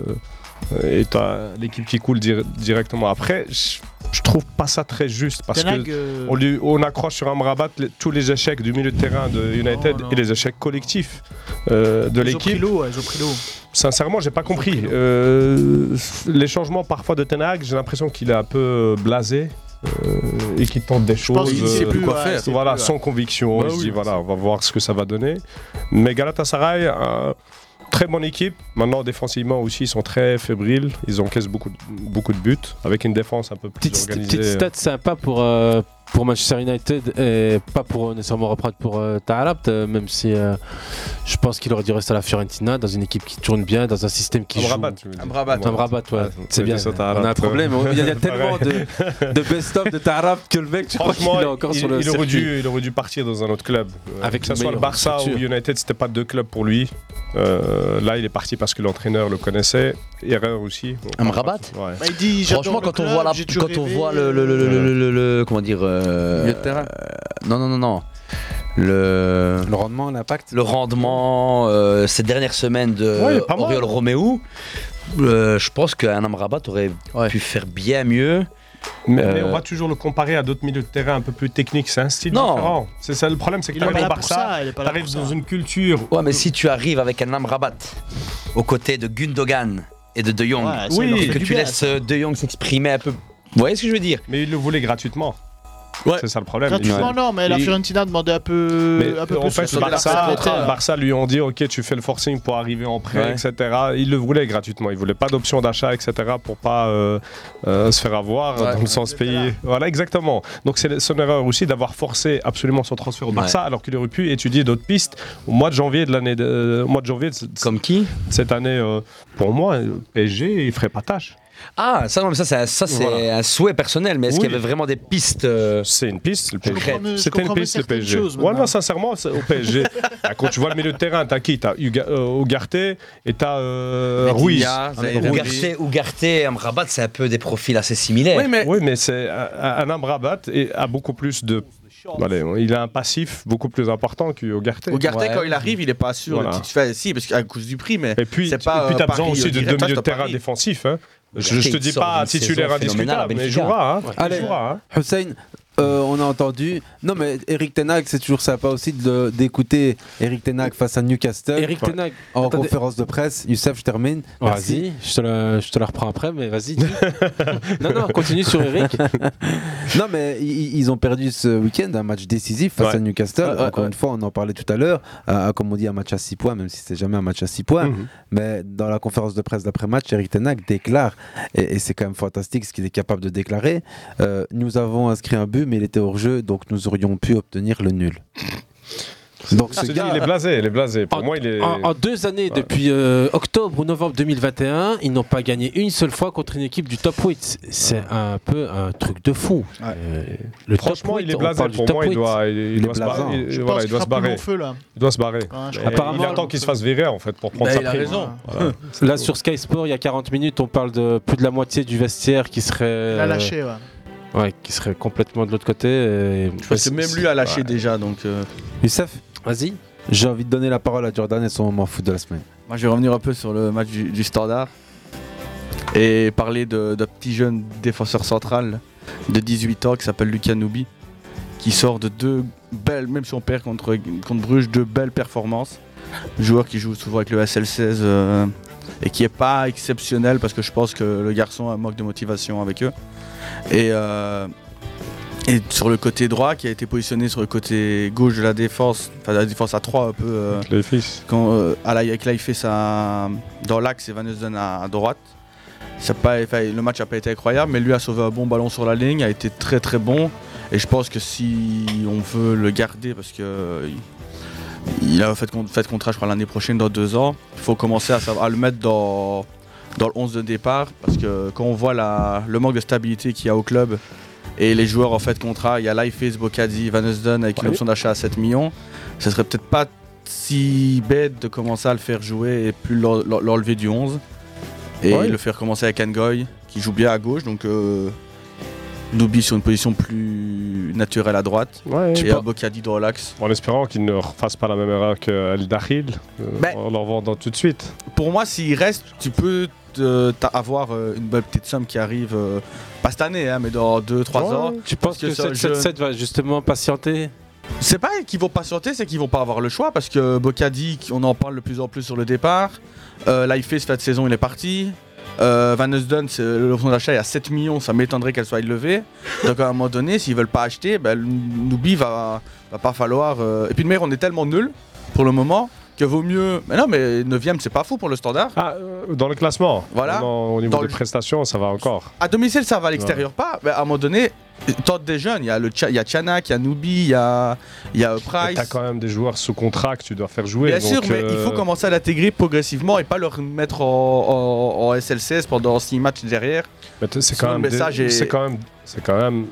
et t'as l'équipe qui coule dir- directement après. Je je trouve pas ça très juste parce Tenag, que euh, on, lui- on accroche sur un Brabat les- tous les échecs du milieu de terrain de United et les échecs collectifs euh, de Oh, Ils ont pris l'équipe. l'eau, ils ont pris l'eau. Sincèrement, j'ai pas compris. Euh, les changements parfois de Tenag, j'ai l'impression qu'il est un peu blasé. euh, et qu'il tente des choses pense qu'il sait euh, plus quoi ouais, faire. il sait Voilà, plus, ouais. sans conviction. Bah il se oui, dit, bah voilà, on va voir ce que ça va donner. Mais Galatasaray, euh, très bonne équipe. Maintenant, défensivement aussi, ils sont très fébriles. Ils encaissent beaucoup, de- beaucoup de buts avec une défense un peu plus organisée. Petite stat sympa pour, euh, pour Manchester United et pas pour euh, nécessairement reprendre pour euh, Taarabt, euh, même si euh, je pense qu'il aurait dû rester à la Fiorentina, dans une équipe qui tourne bien, dans un système qui joue. Amrabat, tu veux dire. Amrabat. Amrabat, ouais. Ah, c'est bien. c'est ça, on Taarabt, a un problème. ouais. Il y a, il y a tellement de, de best-of de Taarabt que le mec, tu crois qu'il Franchement, est encore il, sur le il aurait circuit. dû, il aurait dû partir dans un autre club. Euh, Avec que ce une soit le meilleure Barça ou structure. United, c'était pas deux clubs pour lui. Euh, là, il est parti parce que l'entraîneur le connaissait. Erreur aussi. Amrabat Ouais. Bah, il dit, j'adore Franchement, le quand on club, voit la, j'ai toujours quand on rêvé. voit le, le- le- le- le- le- le- comment dire, euh, Milieu de terrain. euh, non, non, non, non, le, le rendement, l'impact, le rendement euh, ces dernières semaines de Ouais, il est pas mal. Oriol Roméo, euh, je pense qu'un Amrabat aurait pu faire bien mieux. Mais, mais Euh, on va toujours le comparer à d'autres milieux de terrain un peu plus techniques. C'est un style Non. différent. C'est ça le problème, c'est que Il est t'arrives pas au là pour Barça, ça, il est pas là t'arrives pour dans ça. une culture. Ouais, mais si tu arrives avec un Amrabat aux côtés de Gundogan et de De Jong, Ouais, ça, il leur fait que du tu bien, laisses ça. euh, De Jong s'exprimer un peu. Vous voyez ce que je veux dire Mais il le voulait gratuitement. C'est ça le problème. Gratuitement, Il- non, mais la il- Fiorentina demandait un peu, Mais un peu en plus. fait, sur le la Barça, retraite, euh, Barça lui ont dit Ok, tu fais le forcing pour arriver en prêt, Ouais. etc. Il le voulait gratuitement. Il voulait pas d'option d'achat, etc. pour pas euh, euh, se faire avoir Ouais. dans le sens payé. Voilà, exactement. Donc, c'est son erreur aussi d'avoir forcé absolument son transfert au Barça Ouais. alors qu'il aurait pu étudier d'autres pistes au mois de janvier de l'année. de- au mois de janvier Comme qui Cette année, euh, pour moi, euh, PSG, il ferait pas tâche. Ah, ça, non, mais ça, c'est un, ça, c'est Voilà. un souhait personnel, mais est-ce Oui. qu'il y avait vraiment des pistes euh, C'est une piste, le PSG. C'était une piste le PSG. Ouais, non, sincèrement, c'est- au PSG, ah, quand tu vois le milieu de terrain, t'as qui T'as Uga- euh, Ugarte et t'as euh, Ruiz. Ah, Ougarté, Ougarté, Amrabat, c'est un peu des profils assez similaires. Oui, mais, c'est euh, un- un Amrabat et a beaucoup plus de. Allez, il a un passif beaucoup plus important que Ugarte. Regardez quand il arrive, il est pas sûr. Voilà. Le petit fait, si, parce qu'à cause du prix, mais Et puis, c'est tu as pas. euh, besoin Paris, aussi euh, de deux direct, milieux de reste à terrain Paris. défensifs. hein. Je, je Ugarte, te il dis sort pas d'une titulaire saison phénoménale à indiscutable, mais il Benfica. jouera. hein. Il Allez, jouera, hein. Hussein, euh, on a entendu. Non, mais Eric Tenag, c'est toujours sympa aussi de- d'écouter Eric Tenag face à Newcastle. Eric Tenag. En Attendez. conférence de presse. Youssef, je termine. Vas-y, je te, la, je te la reprends après, mais vas-y. dis. non, non, continue sur Eric. non, mais i- i- ils ont perdu ce week-end un match décisif face Ouais. à Newcastle. Ouais, ouais, Encore une fois, on en parlait tout à l'heure. euh, comme on dit, un match à 6 points, même si c'est jamais un match à 6 points. Mhm. Mais dans la conférence de presse d'après-match, Eric Tenag déclare, et, et c'est quand même fantastique ce qu'il est capable de déclarer euh, Nous avons inscrit un but, mais il était hors-jeu, donc nous aurions pu obtenir le nul. Ah, Donc Ah, Je ce te dis, gars. il est blasé, il est blasé. Pour moi, il est. En, en deux années, depuis euh, octobre ou novembre 2021, ils n'ont pas gagné une seule fois contre une équipe du top 8. C'est un peu un truc de fou. Euh, le top Franchement, 8, il est on blasé. parle du Pour top moi, il 8. doit, il, il Il est doit se blasant. barrer. Il- Je voilà, pense il doit qu'il se frappe barrer. plus mon feu, là. Il doit se barrer. je hein, Et crois. il Apparemment, attend qu'il se fasse virer en fait pour prendre Bah, sa il a prime. raison. Voilà. Là, sur Sky Sport, il y a 40 minutes, on parle de plus de la moitié du vestiaire qui serait. euh, Il a lâché, ouais. ouais. qui serait complètement de l'autre côté. et- Je pense que même lui a lâché déjà, donc. euh, Youssef, vas-y. J'ai envie de donner la parole à Jordan et son moment foot de la semaine. Moi, je vais revenir un peu sur le match du, du Standard et parler de- d'un petit jeune défenseur central de 18 ans qui s'appelle Lucas Noubi, qui sort de deux belles, même si on perd contre, contre Bruges, deux belles performances. Joueur qui joue souvent avec le SL16 euh, et qui est pas exceptionnel parce que je pense que le garçon a un manque de motivation avec eux. Et, euh, et sur le côté droit, qui a été positionné sur le côté gauche de la défense, enfin de la défense à 3 un peu. euh, Quand, euh, à la- avec Leifes à- dans l'axe et Van Heusden à, à droite. Ça a pas, enfin, le match n'a pas été incroyable, mais lui a sauvé un bon ballon sur la ligne, a été très très bon. Et je pense que si on veut le garder, parce que euh, il il a fait, con- fait contrat, je crois, l'année prochaine, dans deux ans, il faut commencer à, savoir- à le mettre dans, dans le 11 de départ parce que quand on voit la- le manque de stabilité qu'il y a au club et les joueurs en fait contrat, il y a Life Bocadi, Van Usden avec une option d'achat à 7 millions, ce serait peut-être pas si bête de commencer à le faire jouer et plus l'en- l'en- l'enlever du 11 et Ouais. le faire commencer avec Ngoy qui joue bien à gauche donc euh, Doubi sur une position plus naturelle à droite Tu et pas- un Bocadi dans l'axe. En espérant qu'il ne refasse pas la même erreur qu'El Dahil, euh, Bah- en l'envoyant tout de suite. Pour moi, s'il reste, tu peux te- t'as- avoir euh, une bonne petite somme qui arrive, euh, pas cette année, hein, mais dans 2-3 ans. Tu penses que, ça 7-7-7 va justement patienter C'est pas qu'ils vont patienter, c'est qu'ils vont pas avoir le choix parce que Bocadi, on en parle de plus en plus sur le départ. Euh, Lifeface, cette saison, il est parti. Euh, Van Usden, c'est- l'option d'achat est à 7 millions, ça m'étonnerait qu'elle soit élevée. Donc à un moment donné, s'ils veulent pas acheter, ben, Nubi va, va pas falloir. euh, Et puis de meilleur, on est tellement nul pour le moment que vaut mieux. Mais non, mais 9ème, c'est pas fou pour le standard. Ah, euh, dans le classement Voilà. Maintenant, au niveau Dans des le- prestations, ça va encore. À domicile, ça va, à l'extérieur pas. Mais à un moment donné, tente des jeunes. Il y a le Tcha- il y a Chanak, il y a Nubi, il y a, Ah, il y a Price. T'as quand même des joueurs sous contrat que tu dois faire jouer. Bien donc, sûr, mais euh, il faut commencer à l'intégrer progressivement et pas leur mettre en, en- en SLCS pendant 6 matchs derrière. mais t- C'est Sinon, quand, le même des- message est- c'est quand même, c'est quand même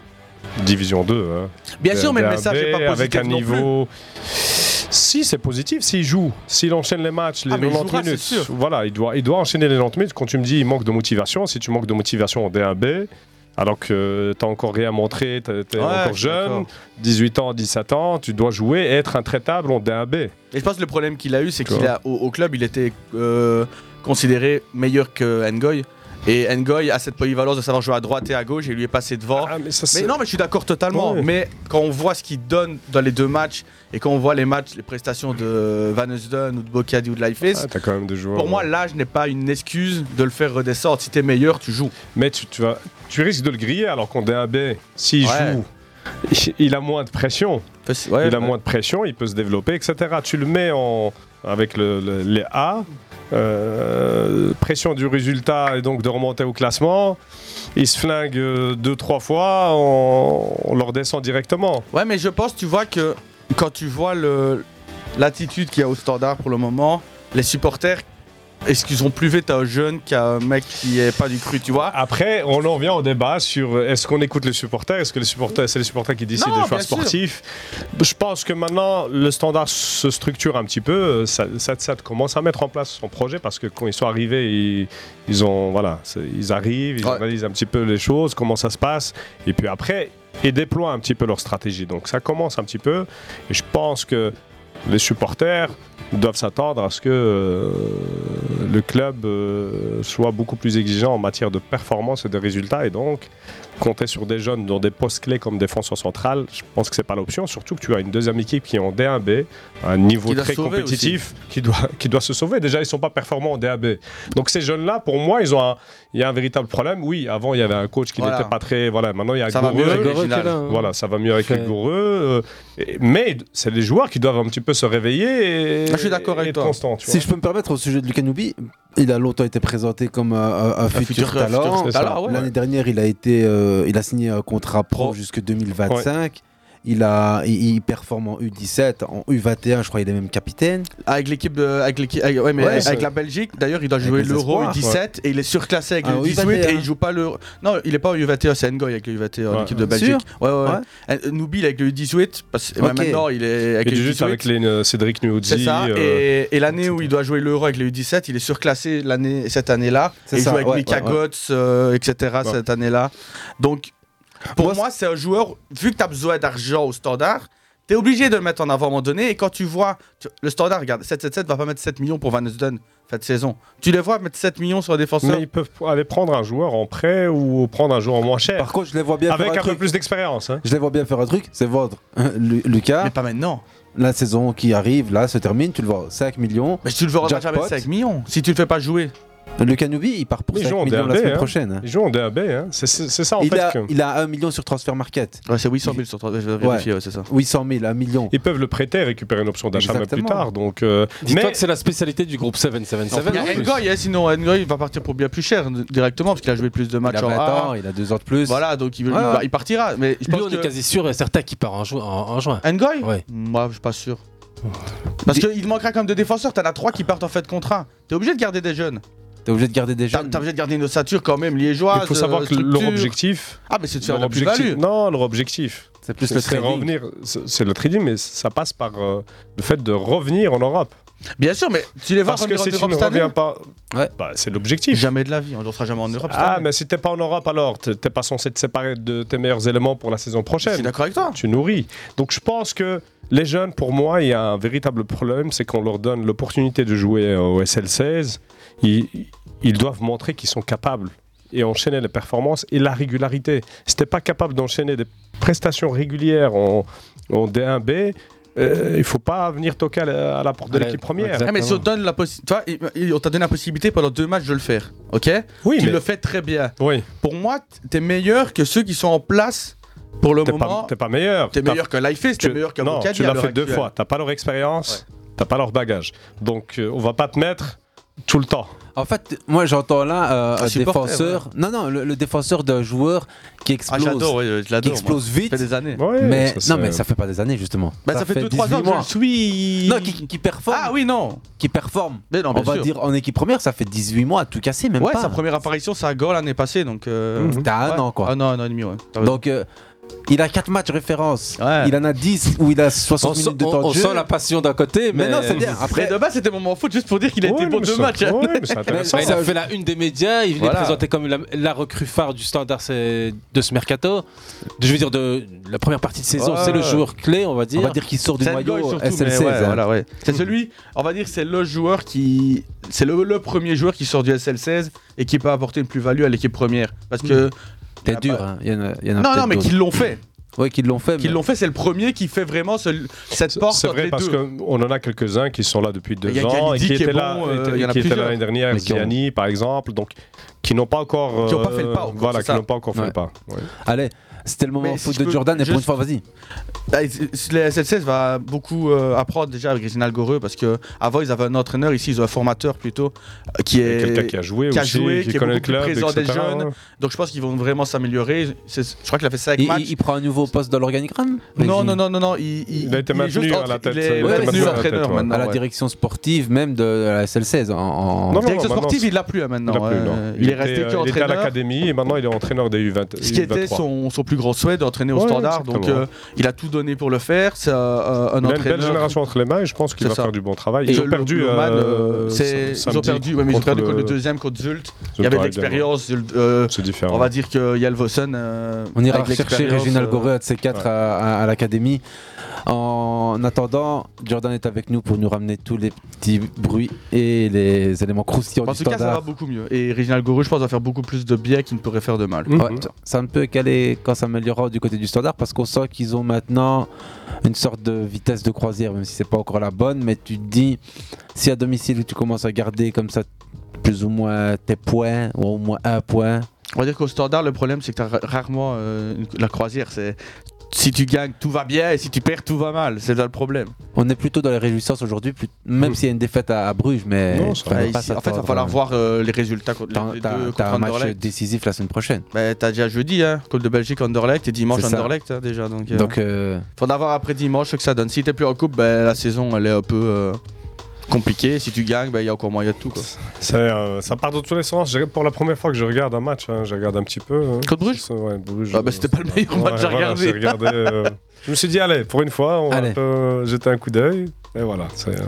division 2. hein. Bien Des- sûr, mais le des message est AB, pas positif ben, Avec un non plus. niveau. Si c'est positif, s'il joue, s'il enchaîne les matchs, les Ah, mais il 90 jouera, c'est sûr. minutes, voilà, il doit, il doit enchaîner les 90 minutes. Quand tu me dis il manque de motivation, si tu manques de motivation en D1B, alors que euh, t'as encore rien montré, t'es t'es Ouais, je encore suis jeune, d'accord. 18 ans, 17 ans, tu dois jouer et être intraitable en D1B. Et je pense que le problème qu'il a eu, c'est Tu qu'il vois. a au, au club, il était euh, considéré meilleur que Ngoy. Et Ngoy a cette polyvalence de savoir jouer à droite et à gauche et lui est passé devant. Ah, mais, non, mais je suis d'accord totalement. Mais quand on voit ce qu'il donne dans les deux matchs et quand on voit les matchs, les prestations de Van Usden ou de Bocadi ou de Lifeface, Ah, t'as quand même des joueurs. pour moi, l'âge n'est pas une excuse de le faire redescendre. Si t'es meilleur, tu joues. Mais tu, tu vas, tu risques de le griller alors qu'on D1B, s'il Ouais. joue, il- il a moins de pression. ouais, il a ouais. moins de pression, il peut se développer, etc. Tu le mets en, avec le- le- les A, euh, pression du résultat et donc de remonter au classement. Il se flingue euh, deux, trois fois, on, on le redescend directement. Ouais, mais je pense, tu vois que quand tu vois le- l'attitude qu'il y a au standard pour le moment, les supporters excuseront plus vite un jeune qu'un mec qui est pas du cru, tu vois. Après, on en vient au débat sur euh, est-ce qu'on écoute les supporters Est-ce que les supporters, c'est les supporters qui décident Non, des choix bien sûr. sportifs Je pense que maintenant, le standard se structure un petit peu. Euh, Ça, ça, ça commence à mettre en place son projet parce que quand ils sont arrivés, ils, ils ont, voilà, c'est- ils arrivent, ils analysent un petit peu les choses, comment ça se passe. Et puis après, ils déploient un petit peu leur stratégie. Donc ça commence un petit peu. Et je pense que les supporters doivent s'attendre à ce que euh, le club euh, soit beaucoup plus exigeant en matière de performance et de résultats. Et donc, compter sur des jeunes dans des postes clés comme défenseur central, je pense que c'est pas l'option. Surtout que tu as une deuxième équipe qui est en D1B, à un niveau Qui doit très se sauver compétitif, qui doit, qui doit se sauver. Déjà, ils sont pas performants en DAB. Donc ces jeunes-là, pour moi, ils ont un- il y a un véritable problème. Oui, avant, il y avait un coach qui Voilà. n'était pas très... Voilà, maintenant, il y a Ça va Goureux. mieux avec Goureux qui est là, hein. Voilà, ça va mieux avec Fait. le Goureux. euh, et- mais c'est les joueurs qui doivent un petit peu se réveiller et, Ah, je suis d'accord et avec être toi. constants, tu Si vois. je peux me permettre, au sujet de Lucas Noubi, il a longtemps été présenté comme un, un- un futur, futur- Ah, talent. futur talent, ouais. L'année dernière, il a, été, euh, il a signé un contrat pro jusque 2025. Il, a, il, il performe en U17, en U21, je crois qu'il est même capitaine. Avec l'équipe de. Avec l'équipe. avec- ouais, mais Ouais, avec c'est- la Belgique, d'ailleurs, il doit Avec jouer les l'Euro espoirs, U17 et il est surclassé avec Ah, le oui, 18 21. et il joue pas le. Non, il est pas au U21, c'est Ngoy avec le U21, l'équipe de Ouais. Belgique. Sûr ouais, ouais. ouais. Ouais. Euh, Nubi, il est avec le U18, parce que bah, Ok. maintenant, il est avec Et le juste U18. avec les, euh, Cédric Nuozzi. C'est ça. euh, et et l'année où il doit jouer l'Euro avec les U17, il est surclassé l'année, cette année-là. C'est Et Il ça, joue avec ouais, Mika ouais, ouais. Götz, euh, etc. Ouais. cette année-là. Donc, pour Ah, moi, c'est un joueur, vu que tu as besoin d'argent au standard, tu es obligé de le mettre en avant à un moment donné. Et quand tu vois tu- le standard, regarde, 777 va pas mettre 7 millions pour Van Usden cette saison. Tu les vois mettre 7 millions sur un défenseur. Mais ils peuvent aller prendre un joueur en prêt ou prendre un joueur en moins cher. Par contre, je les vois bien Avec faire un un peu truc. plus d'expérience. hein. Je les vois bien faire un truc, c'est vendre hein, Lu- Lucas. Mais pas maintenant. La saison qui arrive, là, se termine, tu le vends 5 millions. Mais tu le vendras jamais 5 millions si tu le fais pas jouer. Lucas Noubi, il part pour Ils 5 jouent en millions DAB. la semaine hein. prochaine. hein. Ils jouent en DAB. hein. C'est c'est- c'est ça en il, fait. a, que- il a 1 million sur Transfer Market. Ouais, c'est 800 000 sur Transfer je vais vérifier, ouais, c'est ça. 800 000, 1 million. Ils peuvent le prêter et récupérer une option d'achat même plus Exactement. tard. Donc, euh, Dis-toi mais que c'est la spécialité du groupe 777. Il y a Ngoy, hein, sinon Ngoy va partir pour bien plus cher d- directement parce qu'il a joué plus de matchs a en 20 A. ans, il a deux ans de plus. Voilà, donc il, veut- Ouais, il va- ouais. il partira. Mais je Lui, pense on que- est quasi sûr et certain qu'il part en, ju- en- en juin. Ngoy Ouais. Moi, je suis pas sûr. Parce qu'il manquera quand même de défenseurs, t'en as 3 qui partent en fait de contrat. T'es obligé de garder des jeunes. T'es obligé de garder des jeunes. T'as obligé de garder une ossature quand même liégeoise. Il faut savoir euh, que leur structure. objectif. Ah, mais c'est de faire leur de la objectif- plus-value. Non, leur objectif. C'est plus le trading. revenir. C'est c'est le trading, mais ça passe par euh, le fait de revenir en Europe. Bien sûr, mais tu les vois Parce que revenir en si tu Europe ne cette année reviens pas, bah, c'est l'objectif. Jamais de la vie, on ne sera jamais en Europe. Ah, mais si t'es pas en Europe alors, t'es t'es pas censé te séparer de tes meilleurs éléments pour la saison prochaine. Je suis d'accord avec toi. Tu nourris. Donc je pense que les jeunes, pour moi, il y a un véritable problème, c'est qu'on leur donne l'opportunité de jouer euh, au SL16. Ils, ils doivent montrer qu'ils sont capables et enchaîner les performances et la régularité. Si t'es pas capable d'enchaîner des prestations régulières en, en D1B, euh, il faut pas venir toquer à la, à la porte de l'équipe première. Ah, mais si on te donne la possi- tu vois, il- il- on t'a donné la possibilité pendant deux matchs de le faire, ok Oui, Tu mais- le fais très bien. Oui. Pour moi, t- t'es meilleur que ceux qui sont en place pour le T'es pas- moment. T'es pas meilleur. T'es T'as- meilleur que Lifeis, t'es tu- meilleur que Non, Bocadi tu à l'as l'heure fait deux actuelle. fois. T'as pas leur expérience, t'as pas leur bagage. Donc euh, on va pas te mettre tout le temps. En fait, moi j'entends là euh, Un un supporter, défenseur. Non, non, le, le défenseur d'un joueur qui explose. Ah, j'adore, oui, je l'adore, qui explose moi. vite. Ça fait des années. Ouais, mais, ça, non, c'est- mais ça fait pas des années justement. Bah, ça, fait 2-3 ans 18 que je mois. le suis. Non, qui, qui performe. Ah oui, non. Qui performe. Mais non, On bien va sûr. dire en équipe première, ça fait 18 mois à tout casser, même ouais, pas. sa première apparition, c'est à Gaulle l'année passée, donc. euh, Mhm. T'as un ouais. an, quoi. Un an, un an et demi, ouais. T'as raison. Donc, euh, il a 4 matchs référence. Il en a 10 où il a 60 On sent- minutes de on- temps de on jeu. sent la passion d'un côté, Mais mais- non, c'est bien. Après, Après, de base, c'était moment foot juste pour dire qu'il a été bon deux matchs. hein. Mais il a fait la une des médias, il venait Voilà. présenté comme la, la recrue phare du standard c'est- de ce mercato. Je veux dire, de la première partie de saison, Ouais, c'est le ouais. joueur clé, on va dire. On va dire qu'il sort du C'est maillot Ngoy surtout, SLC. mais ouais, hein. voilà, ouais. C'est celui, on va dire, c'est le joueur qui. C'est le, le premier joueur qui sort du SL16 et qui peut apporter une plus-value à l'équipe première. Parce que. T'es y en a dur, pas- hein. Il y en a- il y en a Non, non, peut-être mais d'autres. qu'ils l'ont fait. Ouais, qu'ils l'ont fait. Qu'ils l'ont fait, c'est le premier qui fait vraiment ce- cette porte C'est entre vrai les parce deux. qu'on en a quelques-uns qui sont là depuis deux Il y a ans Galidi et qui qui est étaient là bon, euh, et- il y en a qui étaient là plusieurs. l'année dernière, Mais qui ont- Ziani par exemple, donc qui n'ont pas encore Qui ont pas euh, fait le pas encore, Voilà, c'est qui ça. n'ont pas encore fait Ouais. le pas. ouais. Allez, c'était le moment Mais si foot je de peux Jordan et pour juste- une fois, vas-y. Bah, c- c- les SL16 va beaucoup euh, apprendre déjà avec Réginald Goreux parce que avant ils avaient un entraîneur, ici ils ont un formateur plutôt euh, qui Et est quelqu'un qui a joué aussi, qui est beaucoup connaît le club, plus présent des etc., jeunes. ouais. Donc je pense qu'ils vont vraiment s'améliorer. C'est- Je crois qu'il a fait ça avec Il, Match. il- il prend un nouveau poste dans l'organigramme Non, Régine non, non, non, non, il, Il a été il est maintenu juste à entre- la tête. il est il a été Ouais, maintenu maintenu à la tête, entraîneur ouais. maintenant. à la ouais. direction sportive même de la SL16 en, en- Non, non, Direction non, maintenant, sportive, c'est- il l'a plus, hein, maintenant. Il l'a plus, Euh, non. il est resté était, euh, que Il était à entraîneur. l'académie et maintenant il est entraîneur des U20. Ce qui était son, son plus grand souhait d'entraîner au Ouais, standard. Donc exactement. euh, il a tout donné pour le faire. C'est euh, euh, un Il a une entraîneur. belle génération entre les mains et je pense qu'il C'est va ça. faire du bon travail. Et Ils ont le- perdu. le Oman, euh, euh, c'est- sam- ils ont samedi perdu, ouais, mais ils ont contre perdu contre le le- deuxième, contre Zult. Zult, Il y avait de ouais, l'expérience. Zult, euh, C'est différent. On va dire que Yalvosen. euh, On ira avec chercher l'expérience, Réginald euh, Goreux à de ces quatre ouais. à, à- à l'académie. En attendant, Jordan est avec nous pour nous ramener tous les petits bruits et les éléments croustillants En du tout cas, ça va standard. beaucoup mieux. Et Réginald Goreux, je pense, va faire beaucoup plus de biais qu'il ne pourrait faire de mal. Ouais, ça ne peut qu'aller quand ça améliorera du côté du standard parce qu'on sent qu'ils ont maintenant une sorte de vitesse de croisière, même si c'est pas encore la bonne. Mais tu te dis, si à domicile tu commences à garder comme ça plus ou moins tes points ou au moins un point, On va dire qu'au standard, le problème, c'est que t'as ra- rarement euh, une- la croisière. C'est si tu gagnes, tout va bien, et si tu perds, tout va mal. C'est là le problème. on est plutôt dans les réjouissances aujourd'hui, plus- même s'il y a une défaite à, à Bruges, mais Hmm. Non, il ça fallait va. pas Ici, en fait, s'attendre, va falloir euh, voir, euh, les résultats contre les- t'as- les t'as- deux T'as un contre match Anderlecht. décisif la semaine prochaine. Bah, t'as déjà jeudi, hein, Coupe de Belgique, Anderlecht, et dimanche, C'est ça. Anderlecht, hein, déjà. Donc, euh, Donc, euh, faudra voir après dimanche ce que ça donne. Si t'es plus en coupe, bah, la saison, elle est un peu euh, compliquée. Si tu gagnes, bah, il y a encore moyen de tout. Quoi. C'est, euh, ça part de tous les sens. J'ai- Pour la première fois que je regarde un match, hein, je regarde un petit peu. hein. Contre Bruges C'est- ouais, Bruges. Ah bah, c'était pas le meilleur Ouais, match à voilà, regarder. j'ai regardé, euh, je me suis dit, allez, pour une fois, on va Allez. un peu euh, jeter un coup d'œil. Et voilà. c'est, euh,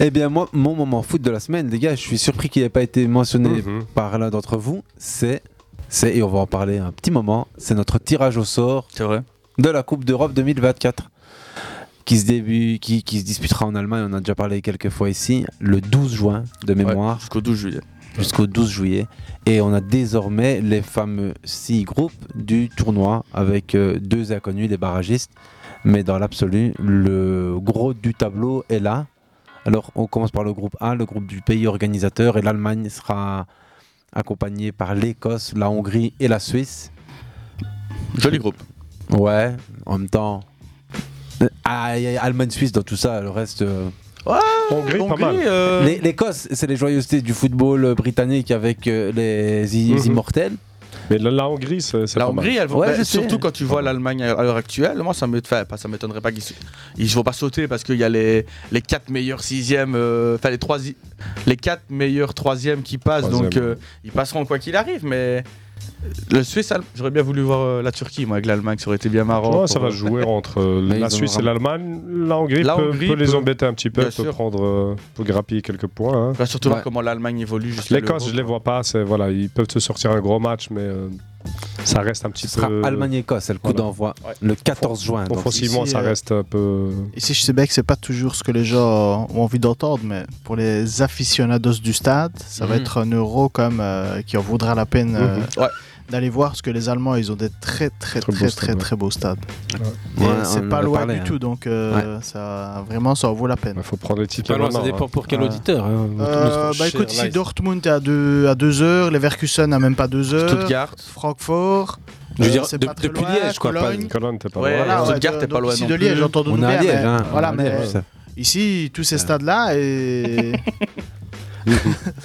Eh bien, moi, mon moment foot de la semaine, les gars, je suis surpris qu'il n'ait pas été Mm. mentionné Mhm. par l'un d'entre vous. C'est, c'est, et on va en parler un petit moment, c'est notre tirage au sort de la Coupe d'Europe 2024 qui se, début, qui, qui se disputera en Allemagne. On en a déjà parlé quelques fois ici, le 12 juin de mémoire. jusqu'au 12 juillet. Jusqu'au 12 juillet. Et on a désormais les fameux six groupes du tournoi avec euh, deux inconnus, les barragistes. Mais dans l'absolu, le gros du tableau est là. Alors, on commence par le groupe A, le groupe du pays organisateur, et l'Allemagne sera accompagnée par l'Écosse, la Hongrie et la Suisse. Joli groupe. Ouais, en même temps. Ah, il y a Allemagne-Suisse dans tout ça, le reste. euh, Hongrie, pas mal. les- L'Écosse, c'est les joyeusetés du football euh, britannique avec euh, les i- Mhm. immortels. Mais la, la Hongrie, c'est c'est La pas mal. Hongrie, elle va- ben, surtout quand tu vois l'Allemagne à l'heure actuelle, moi ça m'étonnerait pas, ça m'étonnerait pas qu'ils se- ils se vont pas sauter parce qu'il y a les les quatre meilleurs sixièmes, euh, enfin les trois, les quatre meilleurs troisièmes qui passent, donc Troisième. euh, ils passeront quoi qu'il arrive, mais le Suisse, Allem- j'aurais bien voulu voir euh, la Turquie, moi avec l'Allemagne, ça aurait été bien marrant. Ouais, ça va jouer entre euh, la Suisse et l'Allemagne. La Hongrie, peut, peut les embêter un petit peu, bien peut sûr. prendre, euh, peut grappiller quelques points. hein. On va surtout voir Ouais. comment l'Allemagne évolue jusqu'à L'Écosse, l'Euro. je les vois pas. c'est- Voilà, ils peuvent se sortir un gros match, mais euh, ça reste un petit Ce sera peu. Allemagne-Écosse, c'est le coup d'envoi, le 14 Ah, juin. donc. Offensivement, ça reste un peu. euh, Ici, je sais bien que c'est pas toujours ce que les gens ont envie d'entendre, mais pour les aficionados du stade, ça va Mhm. être un euro comme euh, qui en vaudra la peine euh, Mhm. Ouais. d'aller voir, parce que les Allemands, ils ont des très très très beau très stade, très, ouais. beaux stades. Et Ouais, on c'est en pas a loin parlé, du hein. tout, donc euh, ça vraiment ça en vaut la peine. Il Bah, faut prendre le ticket. Pas loin, ça dépend pour quel auditeur. hein. Euh, Notre bah cher écoute, si Lies. Dortmund est à 2 à deux heures, Leverkusen à même pas 2 heures, Stuttgart. Francfort, Je veux euh, dire, c'est de- pas très depuis loin, Liège, quoi, pas- Cologne. Cologne, t'es pas Ouais, loin. Voilà, Stuttgart, ouais, t'es de- pas loin donc ici non de plus. Liège, j'entends de On est nous à bien, Liège, mais hein, voilà, on est à mais Liège, ça. ici, tous ces stades-là, et...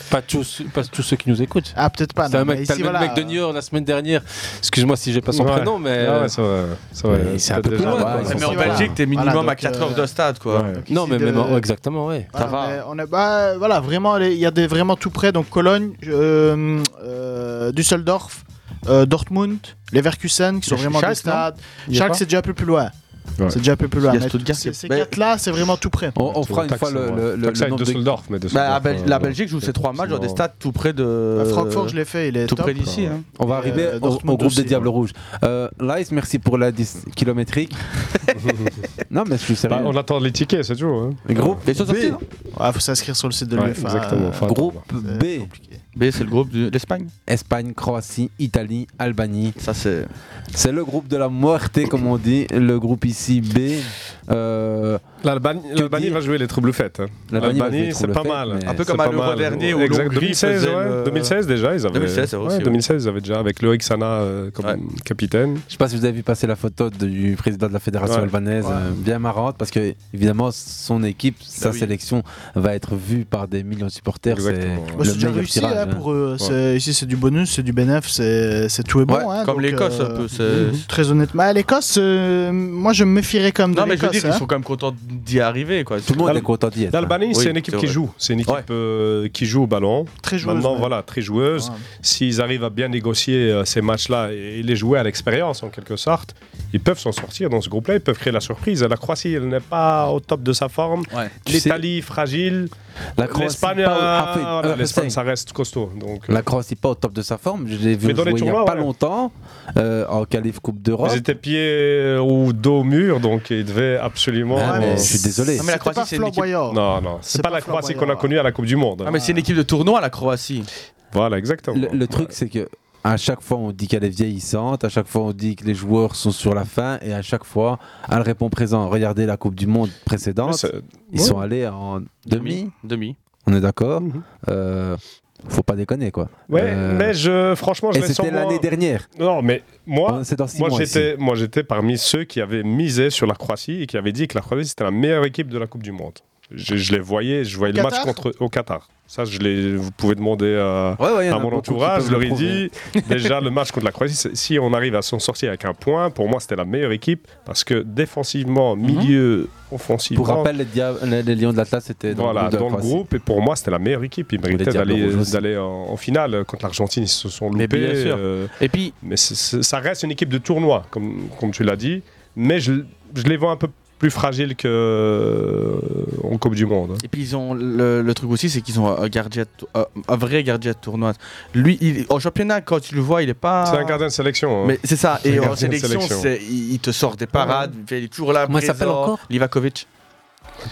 pas, tous, pas tous ceux qui nous écoutent. Ah, peut-être pas, C'est un non, mec, mais t'as ici, le même voilà. mec de New York la semaine dernière. Excuse-moi si j'ai pas son Ouais. prénom, mais. Ah ouais, c'est vrai, c'est vrai. Mais C'est un Peut-être peu plus déjà, loin. ouais, quoi. ils sont Mais en Voilà. Belgique, t'es minimum Voilà, à donc, 4 euh, heures de stade, quoi. Non, mais de- même. en- ouais, exactement, ouais. Voilà, on est- Ah, on est- bah, voilà, vraiment, les- il y a des vraiment tout près. Donc Cologne, euh, euh, Düsseldorf, euh, Dortmund, Leverkusen, qui sont Il y a vraiment Schalke, des stades. non Il y a Schalke, pas c'est déjà un peu plus loin. Ouais. C'est déjà un peu plus loin. Il y a mais Stuttgart, ces ces mais- quatre-là, c'est vraiment tout près. On, on fera une Taxe, fois le- ouais. le- le- Taxe le avec nombre de- Düsseldorf, mais Düsseldorf, Bah, à Bel- euh, la non. Belgique joue ses trois matchs dans des sinon- stades tout près de. À Francfort, je l'ai fait, il est Euh, tout top. près d'ici. hein. On va arriver euh, au- au, Dortmund groupe aussi, des Diables ouais. Rouges. Euh, Lice, merci pour la 10 kilométrique. non, mais je suis sérieux. Bah, on attend les tickets, c'est toujours. hein. Groupe Mais ils sont B. sortis, non Ah, faut s'inscrire sur le site de Ouais, l'UEFA. exactement. euh, Faut attendre. Groupe B. B, c'est le groupe de l'Espagne. Espagne, Croatie, Italie, Albanie. Ça c'est. C'est le groupe de la muerte, comme on dit. Le groupe ici B. Euh, L'Albanie L'Albanie dire va jouer les troubles fêtes. hein. L'Albanie va jouer les L'Albanie, c'est troubles pas fêtes, mal. mais- Un peu C'est comme pas à l'Euro mal. dernier où Exact, l'Hongrie 2016, faisait ouais. le- 2016 déjà, ils avaient. 2016, c'est vrai ouais, aussi, 2016, ils avaient déjà avec Loïc Sana euh, comme capitaine. Je sais pas si vous avez vu passer la photo du président de la fédération Ouais. albanaise, Ouais. Bah euh, bien marrante, parce que évidemment son équipe, sa oui. sélection va être vue par des millions de supporters. C'est Exactement, ouais. Bah, le c'est déjà meilleur réussi tirage, hein, hein. pour eux. C'est- Ici, c'est du bonus, c'est du bénéf, c'est c'est tout est bon. Ouais, hein, comme donc, l'Écosse, euh, un peu, c'est- Mhm. Très honnêtement. Ah, L'Écosse, euh, moi, je me méfierais comme de Non, mais je veux l'Écosse. dire qu'ils hein. sont quand même contents d'y arriver, quoi. Tout le monde est content d'y L'Albanie, c'est une équipe qui joue. C'est une équipe euh, qui joue au ballon. Très joueuse, Maintenant, ouais. voilà, très joueuse. S'ils arrivent à bien négocier euh, ces matchs-là et, et les jouer à l'expérience, en quelque sorte, ils peuvent s'en sortir dans ce groupe-là. Ils peuvent créer la surprise. La Croatie, elle n'est pas au top de sa forme. Tu L'Italie, fragile. La Croatie, L'Espagne, pas au- euh, ah, fait- voilà, euh, l'Espagne, fait. ça reste costaud. Donc, euh, La Croatie pas au top de sa forme. Je l'ai vu Mais dans les jouer il y a tournois, pas ouais. longtemps euh, en qualif Coupe d'Europe. Ils étaient pieds euh, ou dos au mur, donc ils devaient absolument. Ah, mais je suis désolé. Non, mais la Croatie, pas c'est une équipe- flamboyant. Non, non, c'est pas, la Croatie qu'on a connue à la Coupe du Monde. Ah, mais c'est une équipe de tournoi, la Croatie. Voilà, exactement. Le, le truc, c'est que à chaque fois, on dit qu'elle est vieillissante, à chaque fois, on dit que les joueurs sont sur la fin, et à chaque fois, elle répond présent. Regardez la Coupe du Monde précédente, Mais c'est- ils ouais. sont allés en demi. Demi. On est d'accord Euh, Faut pas déconner, quoi. Ouais, Euh, mais je, franchement, je et les c'était sens moins- l'année dernière. Hein, Non, mais moi, C'est dans six moi mois j'étais, moi j'étais parmi ceux qui avaient misé sur la Croatie et qui avaient dit que la Croatie c'était la meilleure équipe de la Coupe du Monde. Je, je les voyais, je voyais le match Qatar contre au Qatar. Ça, je les, vous pouvez demander euh, Ouais, ouais, y en à a mon beaucoup qui entourage. peuvent Je leur le ai dit déjà le match contre la Croatie. c'est- Si on arrive à s'en sortir avec un point, pour moi c'était la meilleure équipe parce que défensivement, milieu, offensivement. Mhm. Pour rappel, les, dia- les- les Lions de l'Atlas étaient dans Voilà, le groupe. de la dans le Croatie. groupe, et pour moi, c'était la meilleure équipe. Ils méritaient Diables d'aller Rouges aussi. d'aller en, en finale euh, contre l'Argentine. Ils se sont Mais loupés. euh, bien sûr. et puis, mais c'est- c'est- ça reste une équipe de tournoi, comme, comme tu l'as dit. Mais je, je les vois un peu plus fragiles que euh, en Coupe du Monde. hein. Et puis ils ont le, le truc aussi, c'est qu'ils ont un gardien, de tou- un, un vrai gardien de tournoi. Lui, il, en championnat, quand tu le vois, il est pas. Ah. C'est un gardien de sélection. hein. Mais c'est ça. un Et en gardien de sélection, c'est- il, il te sort des parades. Il est toujours là. Comment il présent. s'appelle encore Livakovic.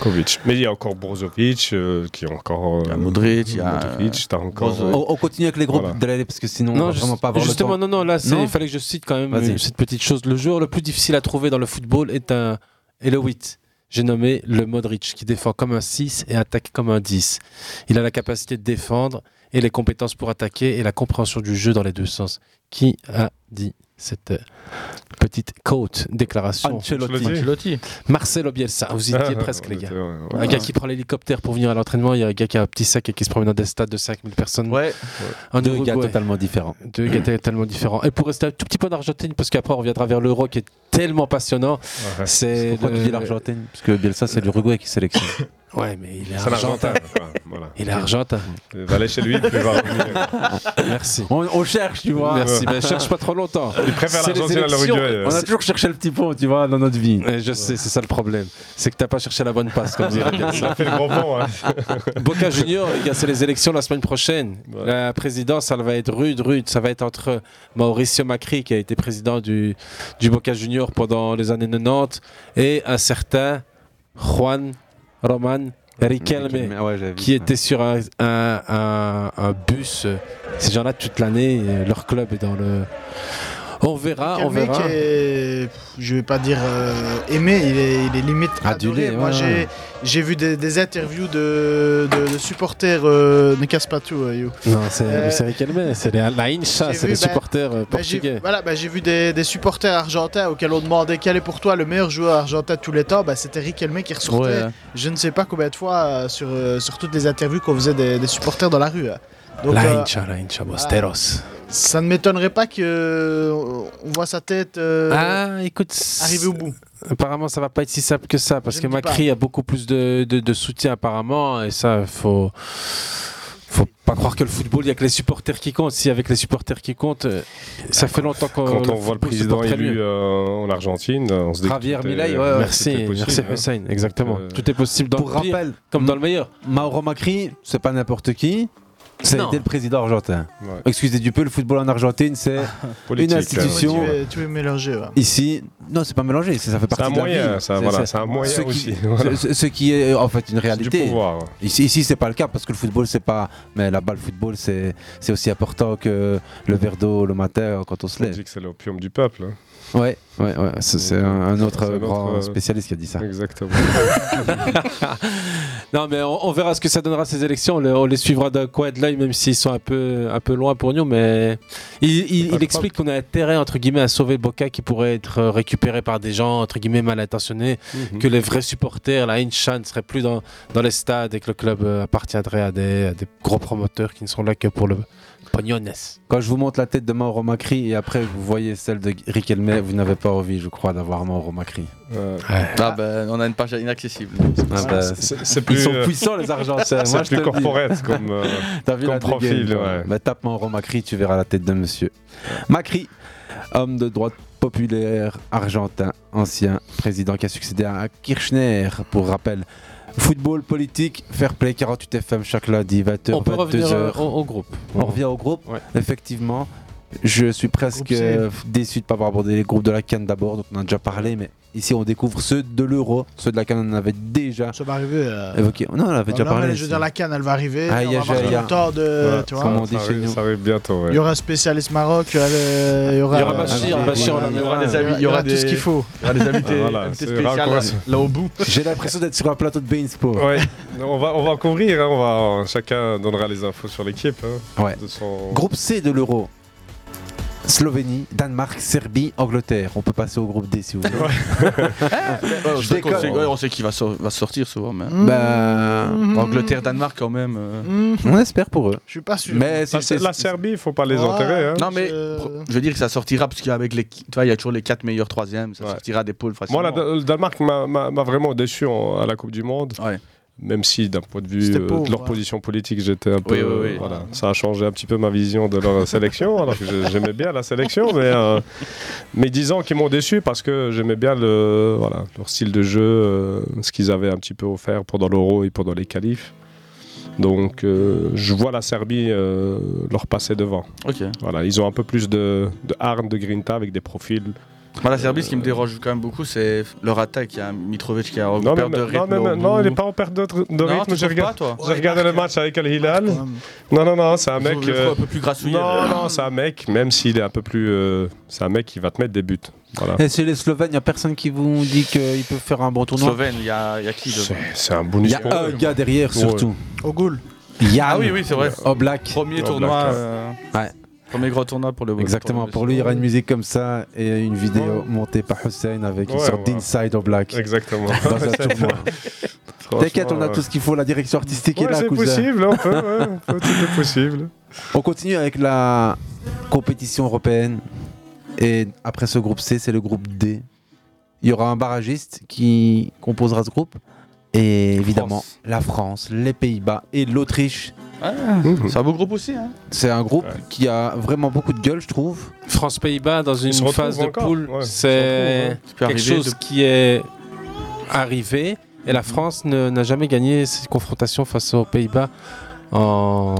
Kovic. Mais il y a encore Brozovic, euh, qui est encore. Ah, Il y a Modric, il y a. t'as encore. euh, On, on continue avec les groupes de l'année parce que sinon, on va je- vraiment pas avoir le justement, temps. non, non, là, c'est- il fallait que je cite quand même Vas-y. euh, cette petite chose. Le joueur le plus difficile à trouver dans le football est un est le 8. J'ai nommé le Modric, qui défend comme un 6 et attaque comme un 10. Il a la capacité de défendre et et les compétences pour attaquer et la compréhension du jeu dans les deux sens. Qui a dit cette euh, petite quote déclaration Ancelotti. Ancelotti. Marcelo Bielsa. Vous y étiez Ah, presque, on les gars. était, ouais, ouais. Un gars qui prend l'hélicoptère pour venir à l'entraînement, il y a un gars qui a un petit sac et qui se promène dans des stades de 5000 personnes. Ouais. Un Deux Uruguay. gars totalement différents. Deux gars totalement différents. Et pour rester un tout petit peu en Argentine, parce qu'après on reviendra vers l'euro qui est tellement passionnant. C'est Pourquoi le- tu dis l'Argentine Parce que Bielsa, c'est l'Uruguay qui sélectionne. Euh, Ouais, mais il est C'est l'Argentin. argentin. quoi, voilà. Il est argentin. Euh, Va aller chez lui, puis il va revenir. Merci. On, on cherche, tu vois. Merci, mais cherche pas trop longtemps. Il préfère C'est les l'Argentine à élections. l'Uruguay. On a toujours cherché le petit pont, tu vois, dans notre vie. Et euh. je sais, c'est ça le problème. C'est que t'as pas cherché la bonne passe, comme dirait Bielsa. Ça fait le grand pont, hein. Boca Junior, les gars, c'est les élections la semaine prochaine. La présidence, elle va être rude, rude. Ça va être entre Mauricio Macri, qui a été président du, du Boca Junior pendant les années 90, et un certain Juan Roman Riquelme, Riquelme, ouais, j'avais vu, qui ouais. était sur un, un- un- un bus. Ces gens-là, toute l'année, euh, leur club est dans le. On verra, Ah, on Calmé verra. qui est- je vais pas dire euh, aimé, il est, il est limite Adulé, adoré. Moi, ouais. j'ai- j'ai vu des, des interviews de, de- de supporters. euh, ne casse pas tout, euh, you. Non, c'est Euh, c'est Riquelme, c'est les- la Incha, j'ai c'est vu, les bah, supporters euh, bah, j'ai- portugais. voilà, bah, j'ai vu des, des supporters argentins auxquels on demandait quel est pour toi le meilleur joueur argentin de tous les temps. Bah, C'était Riquelme qui ressortait, Ouais. je ne sais pas combien de fois, euh, sur, euh, sur toutes les interviews qu'on faisait des, des supporters dans la rue. hein. Donc, la euh, Incha, la Incha, Bosteros. ça ne m'étonnerait pas qu'on voit sa tête euh, Ah, écoute, arriver au bout. Apparemment, ça va pas être si simple que ça, parce Je que ne dis pas. Macri a beaucoup plus de, de- de soutien apparemment, et ça, faut faut pas croire que le football, il y a que les supporters qui comptent. Si avec les supporters qui comptent, euh, ça fait longtemps Oh, qu'on Quand on voit le football se président porte très élu bien. euh, en Argentine, euh, on se dit que Javier tout est- Milei, ouais, ouais, tout est merci, possible, merci hein. Hussein, exactement. Euh, Tout est possible dans Pour le pire, rappel, comme dans le meilleur. Mauro Macri, c'est pas n'importe qui. C'est Non. le président argentin. Ouais. Excusez du peu, le football en Argentine, c'est une Politique, institution. Tu es- tu es mélangé. ouais. Ici, non, c'est pas mélangé, ça, ça fait partie un de la moyen, vie. ça, voilà, c'est un moyen ce qui- aussi, ce- voilà. ce, ce qui est en fait une réalité. pouvoir. hein. Ici, ici c'est pas le cas parce que le football, c'est pas. Mais là-bas, le football, c'est c'est aussi important que le verre d'eau le matin quand on se On lève. dit que c'est l'opium du peuple. hein. Ouais, ouais, ouais. C'est c'est un, un autre C'est un grand autre, euh, spécialiste qui a dit ça. Exactement. Non, mais on, on verra ce que ça donnera ces élections. On les, on les suivra d'un coin de l'œil, même s'ils sont un peu, un peu loin pour nous. Mais il, il- il explique qu'on a intérêt, entre guillemets, à sauver Boca qui pourrait être euh, récupéré par des gens, entre guillemets, mal intentionnés. Mhm. Que les vrais supporters, la Incha, ne seraient plus dans, dans les stades et que le club euh, appartiendrait à des, à des gros promoteurs qui ne sont là que pour le pognones. Quand je vous montre la tête de Mauro Macri et après vous voyez celle de Riquelme, vous n'avez pas envie, je crois, d'avoir Mauro Macri. Ah bah, on a une page inaccessible. Ah bah, ils euh, sont puissants les Argentins. c'est moi, plus je te le dis. corporate comme, euh, T'as vu comme la dégaine, profil, toi. ouais. Bah, tape Mauro Macri, tu verras la tête de monsieur. Macri, homme de droite populaire argentin, ancien président qui a succédé à Kirchner, pour rappel. Football, politique, fair play, 48 FM chaque lundi, 20h, On peut revenir 22h. euh, au, au groupe. On revient au groupe. Effectivement, je suis presque euh, déçu de ne pas avoir abordé les groupes de la Cannes d'abord, donc on en a déjà parlé, mais ici on découvre ceux de l'euro. Ceux de la Cannes, on en avait déjà Ça va arriver. euh, évoqué. Non, on en avait déjà Non, mais parlé. Ah, Je veux ici. dire, la canne, elle va arriver. Aïe, on va aïe, avoir aïe, le aïe. temps de. Ouais, Euh, tu vois. comme on dit chez nous. Ça arrive bientôt. ouais. Il y aura un spécialiste Maroc, il y aura le- il y aura, Il y aura Bachir, euh, Bachir, voilà, on en il y aura- aura des avis, il y aura tout ce qu'il faut. Il y aura des invités, Voilà, invités c'est spéciales, raccord. là, là au bout. J'ai l'impression d'être sur un plateau de Bein Sport. Ouais. Non, on va on va couvrir. hein, on va chacun donnera les infos sur l'équipe. hein, Ouais. de son- Groupe C de l'euro. Slovénie, Danemark, Serbie, Angleterre. On peut passer au groupe D si vous voulez. on, Je sait déconne. qu'on sait- ouais, on sait qui va, sor- va sortir souvent. Mais... Bah, Angleterre, Danemark quand même. euh. On espère pour eux. Je suis pas sûr. Mais La- c'est- la c'est- Serbie, il faut pas les Ouais, enterrer. hein. Non mais pro- je veux dire que ça sortira parce qu'avec les, tu vois, il y a toujours les 4 meilleurs troisièmes, ça sortira des pôles facilement. Moi, la- le Danemark m'a- m'a m'a vraiment déçu en- à la Coupe du Monde. Même si, d'un point de vue C'était euh, pauvre, de leur ouais. position politique, j'étais un peu. oui, oui. euh, voilà. Ça a changé un petit peu ma vision de leur sélection, alors que je- j'aimais bien la sélection. Mais, euh, mais disons qu'ils m'ont déçu parce que j'aimais bien le, voilà, leur style de jeu, euh, ce qu'ils avaient un petit peu offert pendant l'Euro et pendant les qualifs. Donc, euh, je vois la Serbie euh, leur passer devant. Ok. Voilà, ils ont un peu plus de, de harne, de grinta avec des profils. Moi, la Serbie, ce qui me dérange quand même beaucoup, c'est leur attaque. Il y a Mitrovic qui a une Euh, Non, mais- perte de rythme. non, mais- au non, bout. il n'est pas en perte de, de Non, rythme. tu J'ai trouves regard- pas, toi j'ai regardé le match avec Al Hilal. Non, non, non, c'est un Ils ont mec. euh, voulu le trouver un peu plus grassouillet. Non, euh. non, c'est un mec, même s'il est un peu plus. euh, c'est un mec qui va te mettre des buts. Voilà. Et chez les Slovènes, il n'y a personne qui vous dit qu'ils peuvent faire un bon tournoi. Slovène, il y a, il y a qui devant C'est un Il bonus. y a un gars derrière surtout. Au goal. Yann Oh, Ah oui, oui, c'est vrai. Oblak. Premier tournoi. euh, Ouais. Premier gros tournoi pour le Exactement, pour lui il y aura une musique comme ça et une vidéo montée par Hussein avec une Ouais, sorte ouais. d'Inside Oblak. Exactement. Dans un tournoi. Franchement, T'inquiète, on a ouais. tout ce qu'il faut, la direction artistique est Ouais, là, c'est cousin. possible, on peut, ouais, on peut, tout est possible. On continue avec la compétition européenne. Et après ce groupe C, c'est le groupe D. Il y aura un barragiste qui composera ce groupe. Et évidemment, la France, les Pays-Bas et l'Autriche. C'est un beau groupe aussi. Hein. C'est un groupe qui a vraiment beaucoup de gueule, je trouve. France-Pays-Bas dans une se retrouvent phase de encore, poule, ouais. c'est Ils se retrouvent, ouais. quelque Arrivé chose de- qui est arrivé. Et la France ne- n'a jamais gagné cette confrontation face aux Pays-Bas en.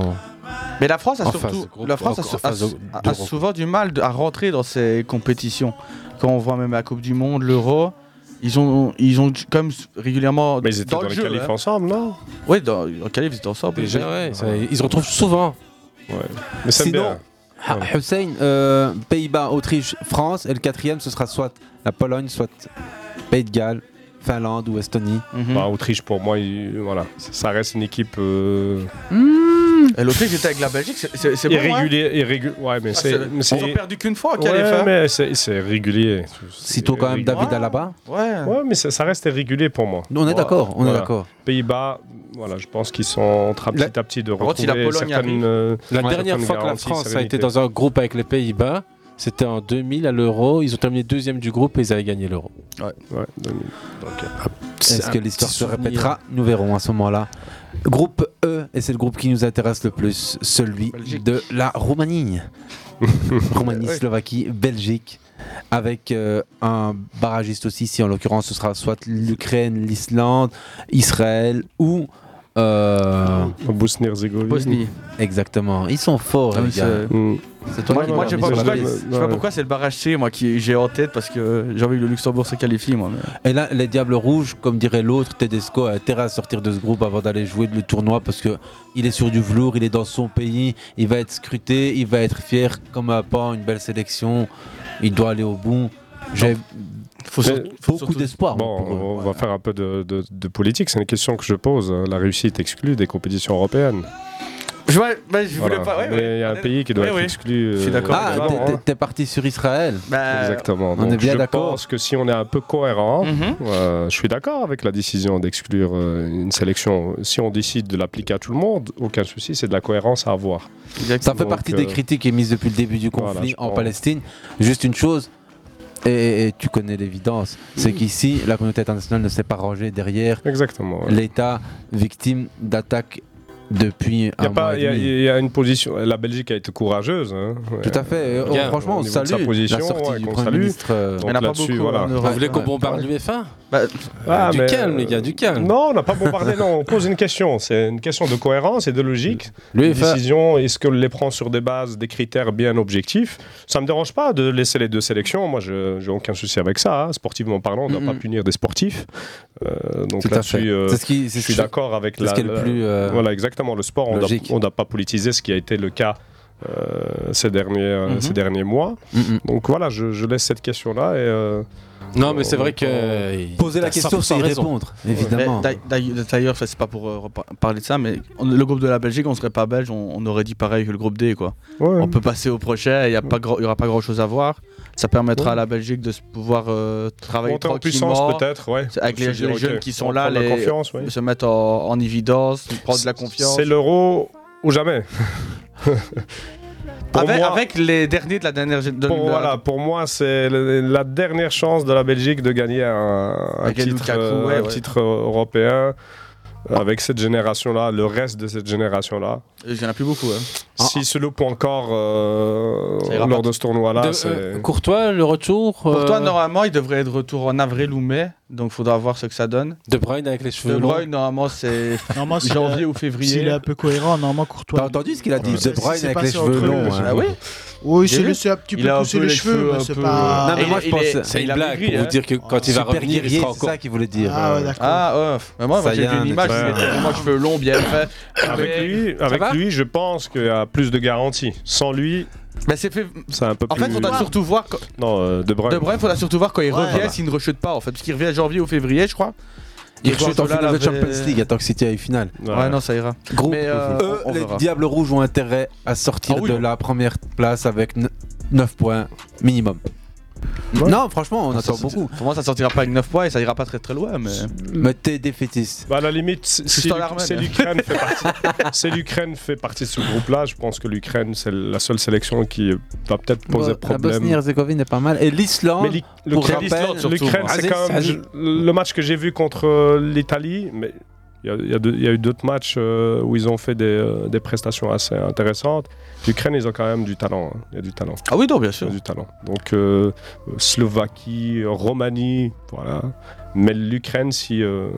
Mais la France a en phase surtout, de groupe, la France a, en- su- en phase a- de- a- de a groupe. souvent du mal de- à rentrer dans ces compétitions. Quand on voit même la Coupe du Monde, l'Euro, ils ont, ils ont comme régulièrement. Mais ils étaient dans les qualifs hein. ensemble, non Oui, hein. dans les qualifs, ils étaient ensemble. Déjà, ouais, ça- ils se retrouvent souvent. Sinon, ah, Hussein, euh, Pays-Bas, Autriche, France. Et le quatrième, ce sera soit la Pologne, soit Pays de Galles, Finlande ou Estonie. Bah, Autriche, pour moi, il- voilà, ça reste une équipe. euh, Et L'Autriche était avec la Belgique, c'est- c'est c'est bon. hein. Ah, Irrégulier, irrégulier. Ouais, mais c'est. mais Ils ont perdu qu'une fois au Ouais, qualif. hein. mais c'est- c'est régulier. Citons Euh, quand même David Alaba. Ouais. Ouais, mais ça, ça reste régulier pour moi. Nous, on est Voilà. d'accord, on est Voilà. d'accord. Pays-Bas, voilà, je pense qu'ils sont en train petit à petit de Par contre, si la retrouver Pologne certaines, arrive- euh, La certaines dernière fois que la garanties, France a été sérénité. dans un groupe avec les Pays-Bas, c'était en 2000 à l'Euro. Ils ont terminé deuxième du groupe et ils avaient gagné l'Euro. Ouais, 2000. Donc, c'est Est-ce un que l'histoire petit se souvenir. répétera Nous verrons à ce moment-là. Groupe E, et c'est le groupe qui nous intéresse le plus, celui de la Roumanie. Roumanie, Ouais. Slovaquie, Belgique, avec euh, un barragiste aussi, si en l'occurrence ce sera soit l'Ukraine, l'Islande, Israël ou... Euh... Bosnie-Herzégovine. Mm. Bosnie. Exactement, ils sont forts, Ah oui, les gars. c'est- C'est toi moi, qui moi, l'as je sais mis pas sur la pourquoi, liste. je sais pas pourquoi c'est le barrage C moi qui j'ai en tête parce que j'ai envie que le Luxembourg se qualifie moi. mais- Et là, les Diables Rouges, comme dirait l'autre, Tedesco a intérêt à sortir de ce groupe avant d'aller jouer le tournoi parce que il est sur du velours, il est dans son pays, il va être scruté, il va être fier comme un pan, une belle sélection, il doit aller au bout. J'ai faut sur- beaucoup d'espoir. Bon, on va faire un peu de, de- de politique. C'est une question que je pose. La réussite exclue des compétitions européines. Je, ouais, bah, je voulais Voilà. pas. ouais, Mais ouais. Il y a un pays qui doit Ouais, être ouais. exclu. euh, Je suis d'accord Ah, avec toi, t'es- hein. t'es parti sur Israël. Bah, Exactement. On Donc, est bien je d'accord. pense que si on est un peu cohérent, euh, je suis d'accord avec la décision d'exclure euh, une sélection. Si on décide de l'appliquer à tout le monde, aucun souci, c'est de la cohérence à avoir. Ça fait partie des critiques émises depuis le début du euh, voilà, conflit je en pense. Palestine. Juste une chose, et, et- et tu connais l'évidence, c'est qu'ici, la communauté internationale ne s'est pas rangée derrière Exactement, ouais. l'État victime d'attaques Il depuis y, un a pas- mois et il y a- demi. il y a une position. La Belgique a été courageuse. hein. Tout à fait. Euh, Oh, bien, franchement, au on niveau de sa salue position, la sortie ouais, du qu'on Premier salue. ministre. euh, Donc là-dessus, voilà. Vous voulez qu'on bombarde l'UEFA bah, Ah, Du mais- calme, les gars, du calme. Non, on n'a pas bombardé, non. On pose une question. C'est une question de cohérence et de logique. Lui, Les il fait- décisions, est-ce qu'on les prend sur des bases, des critères bien objectifs Ça ne me dérange pas de laisser les deux sélections. Moi, je n'ai aucun souci avec ça. hein. Sportivement parlant, on ne doit pas punir des sportifs. Euh, donc Tout à fait. là-dessus, euh, C'est ce qui- je c'est ce suis qui- d'accord avec c'est la. ce qui est le la- plus, euh, voilà, exactement. Le sport, on logique. ne doit pas politiser ce qui a été le cas. euh, ces, derniers, Mhm. ces derniers mois. Mhm. Donc voilà, je, je laisse cette question-là. et, euh, Non, mais c'est on- vrai que. on- Poser la question, c'est y répondre, évidemment. Mais d'ail- hein. d'ail- D'ailleurs, ça, c'est pas pour euh, repa- parler de ça, mais on- le groupe de la Belgique, on serait pas belge, on, on aurait dit pareil que le groupe D, quoi. Ouais. On peut passer au prochain, il y, a pas grand- il y aura pas grand chose à voir. Ça permettra à la Belgique de se pouvoir euh, travailler Monter en tranquillement. puissance, peut-être, ouais. C'est Avec Se les, dire, les ok, jeunes qui on sont là, prend de la les- confiance, ouais. se mettre en, en évidence, prendre de la confiance. C'est l'euro ou jamais. Pour Avec, moi- avec les derniers de la dernière gé- de- Pour, de- voilà, pour moi, c'est le- la dernière chance de la Belgique de gagner un, un Avec titre, Lukaku, euh, ouais, un ouais. titre européen. Avec cette génération-là, le reste de cette génération-là. Il n'y en a plus beaucoup. hein. Si se loupe encore euh, Ah, Ça ira lors pas. de ce tournoi-là, De- c'est. euh, Courtois, le retour. Pour euh, toi, normalement, il devrait être retour en avril ou mai, donc faudra voir ce que ça donne. De Bruyne avec les cheveux De longs. Bruyne, normalement, c'est Normalement, s'il janvier a- ou février. S'il est un peu cohérent, normalement, Courtois. T'as entendu ce qu'il a dit, Ouais. De Bruyne C'est avec passé les cheveux entre longs, eux, hein. je- Ah oui Oui, il Il s'est a laissé un petit un peu peu pousser les les cheveux, cheveux mais un c'est peu- pas. Non, mais moi, je pense- c'est une blague pour hein. vous dire que quand il va revenir, il sera encore- Ah, euh, ouais, d'accord. Ah, ouais. Mais moi, moi, Ça y j'ai est, vu un une image, il expert. était vraiment cheveux longs, bien faits. Avec lui, avec lui, je pense qu'il y a plus de garanties. Sans lui, c'est un peu En plus. fait, faudra surtout voir. quand- Non, euh, De Bruyne. De Bruyne, faudra surtout voir quand il Ouais. revient, s'il ne rechute pas, en fait. Parce qu'il revient janvier ou février, je crois. Ils rechutent en Guardiola finale de l'avait- Champions League, Oh, attends que City aille finale. Ouais, euh, Ouais. non, ça ira. Groupe, Mais, euh, eux, on- on les verra. Diables Rouges ont intérêt à sortir de la première place avec 9 points minimum. Non, franchement, on Ça attend sorti- beaucoup. Pour moi, ça sortira pas avec 9 points et ça ira pas très très loin. Mais, mais t'es défaitiste. Bah à la limite, si Je suis l'U- dans l'armée, si mais. l'Ukraine fait partie, si l'Ukraine fait partie de ce groupe-là, je pense que l'Ukraine c'est la seule sélection qui va peut-être poser Bah, La problème. Bosnie-Herzégovine est pas mal. Et Oh, l'Islande, Mais l'I- pour l'Ukraine, rappel, l'Ukraine, hein. Ah, c'est quand même je- le match que j'ai vu contre euh, l'Italie. Mais il y a- il y, a deux- il y a eu d'autres matchs euh, où ils ont fait des, euh, des prestations assez intéressantes. L'Ukraine, ils ont quand même du talent. hein. Il y a du talent. Ah oui, non, bien sûr. Du talent. Donc euh, euh, Slovaquie, euh, Roumanie, voilà. Mais l'Ukraine, si euh,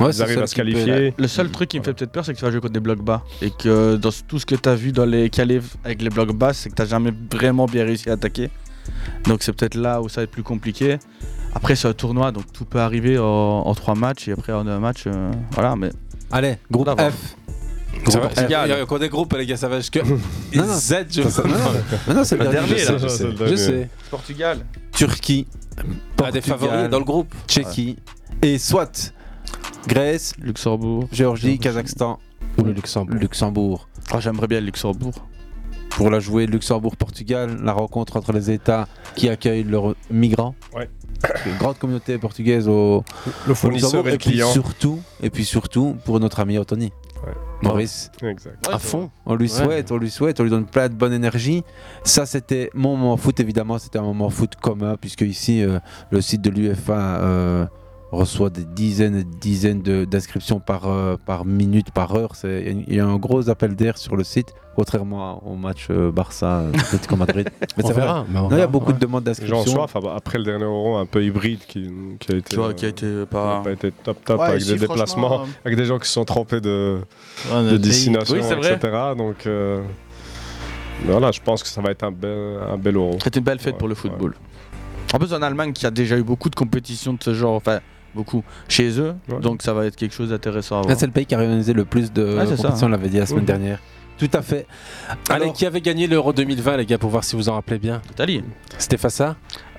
ils arrivent à se qualifier, Le seul truc qui me fait peut-être peur, c'est que tu vas jouer contre des blocs bas. Et que dans tout ce que tu as vu dans les qualifs avec les blocs bas, c'est que tu jamais vraiment bien réussi à attaquer. Donc c'est peut-être là où ça va être plus compliqué. Après, c'est un tournoi, donc tout peut arriver en, en trois matchs et après en un match. euh, voilà, mais. Allez, groupe D'avoir. F. Groupe F. Il y a il y a encore des groupes, les gars, ça va jusqu'à Z, je Non, non, non, non, c'est le dernier. je là, sais, c'est le Je dernier. sais. Portugal. Turquie, Ah, des favoris dans le groupe. Tchéquie et soit Grèce, Luxembourg, Géorgie, Kazakhstan ou le Luxembourg. Luxembourg. Ah, j'aimerais bien le Luxembourg. Pour la jouer Luxembourg-Portugal, la rencontre entre les États qui accueillent leurs migrants. Ouais. Une grande communauté portugaise au Le fournisseur au Luxembourg. et le puis client. surtout et puis surtout pour notre ami Anthony. Maurice. Exact. À fond. On lui Ouais. souhaite, on lui souhaite, on lui donne plein de bonne énergie. Ça, c'était mon moment foot, évidemment, c'était un moment foot commun, puisque ici, euh, le site de l'UFA euh, reçoit des dizaines et des dizaines de- d'inscriptions par, euh, par minute, par heure. C'est- Il y a une- il y, a un gros appel d'air sur le site, contrairement au match euh, Barça, euh, Atlético Madrid. Mais On c'est vrai. verra, mais on Non, Il y a verra, beaucoup ouais. de demandes Genre d'inscription. soif, après le dernier euro un peu hybride qui, qui a été. Tu vois, qui a été, euh, pas- qui a pas été top top Ouais, avec ici, des déplacements, franchement, euh, avec des gens qui se sont trompés de, Ouais, de notre pays. destination, Oui, c'est vrai. etc. Donc euh, voilà, je pense que ça va être un bel, un bel euro. C'est une belle fête pour le football. En plus, en Allemagne, qui a déjà eu beaucoup de compétitions de ce genre, enfin, beaucoup chez eux, donc ça va être quelque chose d'intéressant à Là, voir. c'est le pays qui a organisé le plus de Ouais, c'est ça, compétitions, on hein. l'avait dit la semaine Oui. dernière. Tout à fait. Allez, qui avait gagné l'Euro 2020, les gars, pour voir si vous en rappelez bien L'Italie. C'était face à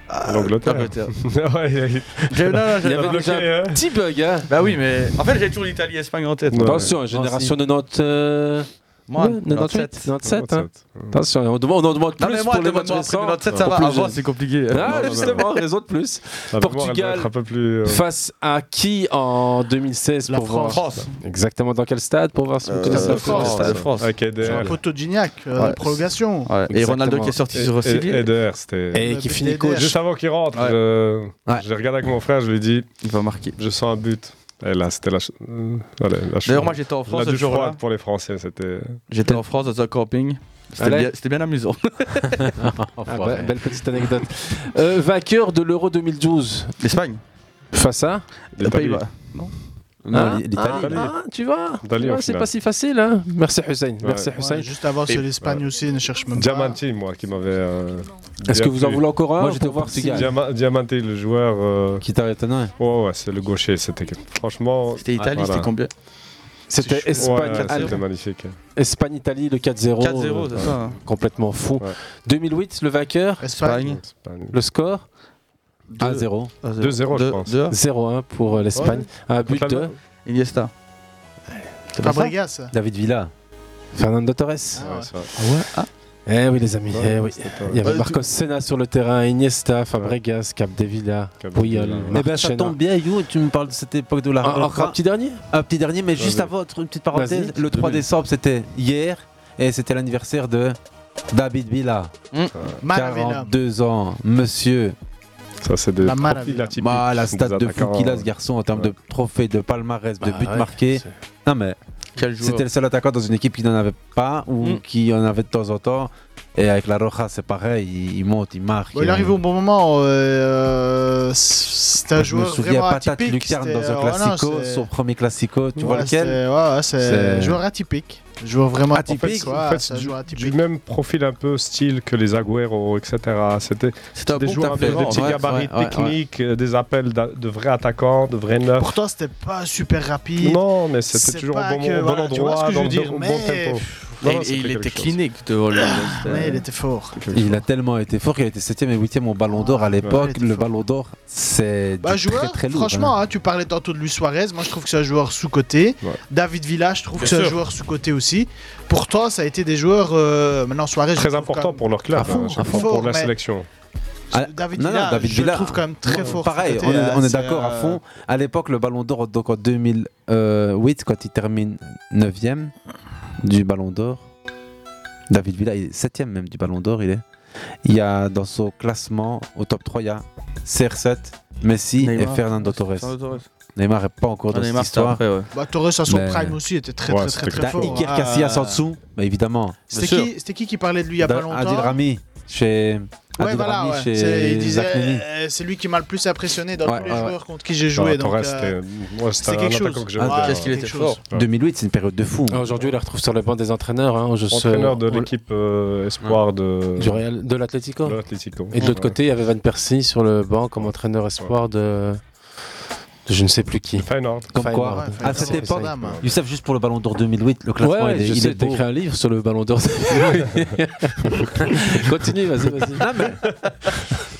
Ah, L'Angleterre. J'ai- non, non, Il y j'avais avait bloqué, déjà hein. un petit bug, hein Bah oui, mais en fait, j'ai toujours l'Italie-Espagne en tête. Attention, génération 90. euh, Moi, ouais, 97. 97. 97, hein. Attention, on demande, on en demande Non, plus mais moi, pour les matchs demande-moi après récents. 97, ça va. Pour plus Avant, jeunes. c'est compliqué. Ah, Non, non, justement, non. raison de plus. La mémoire, elle doit Portugal être un peu plus, euh, face à qui en 2016 La pour France. voir France. Exactement dans quel stade pour voir si vous Euh, connaissez le France, stade le France. Avec Eder. Un poteau de Gignac, euh, Ouais. prolongation. Ouais, Et Ronaldo qui est sorti sur City. Eder, c'était. Euh, Et qui finit coach. Juste avant qu'il rentre, Ouais. je, je regarde avec mon frère, je lui dis Il va marquer. Je sens un but. Et là, c'était la. ch- euh, voilà, la ch- D'ailleurs, moi, j'étais en France la ce douche jour-là. froide pour les Français, c'était. J'étais en France dans un camping. C'était Allez. bien, c'était bien amusant. Ah, be- belle petite anecdote. Euh, vainqueur de l'Euro 2012. L'Espagne. Face à Les Pays-Bas. Non. Non, Hein l'Italie. Ah, ah, tu vois, L'Italie, tu vois, au c'est final. pas si facile. Hein Merci Hussein. Merci Hussein. Ouais, juste avant, c'est l'Espagne aussi, ne cherche même pas. Diamanti, moi, qui m'avait. euh, Est-ce bien que vous en plu. voulez encore un Moi, j'étais pour au voir si- Portugal. Diama- Diamanti, le joueur. euh, oh, Qui t'a étonné Ouais, ouais, c'est le gaucher. C'était franchement. C'était Italie, c'était combien C'était Ouais, Espagne. ouais, Allemagne. C'était magnifique. Espagne-Italie, le Oh. 4-0. 4-0, c'est ça. hein? Complètement fou. 2008, le vainqueur. Espagne. Le score Deux- 1-0. 2-0, je pense. 0-1 pour euh, l'Espagne. Ouais. Un but Contre de l'Allemagne. Iniesta. C'est pas Fabregas. David Villa. Fernando Torres. ouais. c'est Ah vrai. Eh oui, les amis. Ouais, eh oui. c'était pas- Il y avait Ouais, Marcos Senna sur le terrain, Iniesta, Fabregas, Capdevila, Puyol. Eh ben, ça Marchena. tombe bien, You, tu me parles de cette époque de la Un- Encore encore un petit dernier Un petit dernier, mais Vas-y. juste avant, autre- une petite parenthèse. Vas-y. Le 3 Deux décembre, c'était hier, et c'était l'anniversaire de David Villa. Maravilla. 42 ans, monsieur. Ça, c'est de la profil atypique bah, Ah, la stat des de fou qu'il a, ce garçon, en termes de trophées, de palmarès, de Bah buts ouais, marqués. Non, mais Quel joueur. c'était le seul attaquant dans une équipe qui n'en avait pas ou Mm. qui en avait de temps en temps. Et avec la Roja, c'est pareil, il, il monte, il marque. Bon, il Euh, arrive au bon moment. euh, euh, c'est un Moi, joueur je me souviens vraiment patate atypique, lucarne c'était- dans un euh, voilà, classico, c'est- son premier classico, tu vois Ouais, lequel c'est- ouais, ouais, C'est un joueur atypique. Joueur vraiment Atypique, professionnel, en ouais, fait, c'est un du, joueur du même profil un peu style que les Agüero, etc. C'était un des bon joueurs avec tapeur, des petits ouais, gabarits ouais, ouais, techniques, euh, des appels d'a- de vrais attaquants, de vrais neufs. Pourtant, c'était pas super rapide. Non, mais c'était C'est toujours au pas bon, que- moment, au bon voilà, tu vois ce endroit, que je dans veux le dire, bon mais- tempo. Et- et il était clinique devant le. Ouais, il était fort. Il a tellement été fort qu'il a été 7ème et 8ème au Ballon d'Or Ah, à Ouais, l'époque. il le Ballon d'Or, c'est Bah, du joueur, très très lourd. franchement, hein, tu parlais tantôt de Luis Suarez. Moi, je trouve que c'est un joueur sous-côté. David Villa, je trouve Bien que c'est un sûr. joueur sous-côté aussi. Pourtant, ça a été des joueurs. euh, maintenant, Suarez. Très important pour leur club, hein, je crois, pour la sélection. Ah, David Villa, je le trouve quand même très Ouais, fort Pareil, cet on été, est, hein, on est c'est, d'accord à euh, fond. À l'époque, le Ballon d'Or, donc en 2008, quand il termine 9ème du Ballon d'Or, David Villa est 7ème même du Ballon d'Or. Il est. Il y a dans son classement au top 3, il y a CR7, Messi Neymar. et Fernando Torres. Fernando Torres. Neymar n'est pas encore Ah, dans Neymar, cette c'était histoire. après, ouais. Bah, Torres, à son Mais- prime aussi, était très, Ouais, très, très, c'était très, clair. fort. Iker Ah, Casillas en dessous, bah, évidemment. C'était qui, c'était qui qui parlait de lui il y a pas Dans- longtemps Adil Rami chez Ouais, Adil voilà, Rami ouais. chez C'est- il disait, Zach Nini. euh, c'est lui qui m'a le plus impressionné dans Ouais, tous les ouais, ouais. joueurs contre qui hein. j'ai joué. donc, euh, c'était quelque chose. Ah, Ouais, quelque chose. 2008, c'est une période de fou. Aujourd'hui, on les retrouve sur le banc des entraîneurs. Hein, je- Entraîneur de on- l'équipe euh, espoir de... Du Real- de l'Atlético. De l'Atlético. Et de l'autre Ouais. côté, il y avait Van Persie sur le banc comme entraîneur espoir de... de je ne sais plus qui. Comme Feyenoord. quoi, Ouais, à Feyenoord, cette c'est époque, ça. hein. Youssef, juste pour le ballon d'or 2008, le Ouais, classement ouais, il est, je il sais, est beau. t'as écrit un livre sur le ballon d'or. Continue, vas-y, vas-y.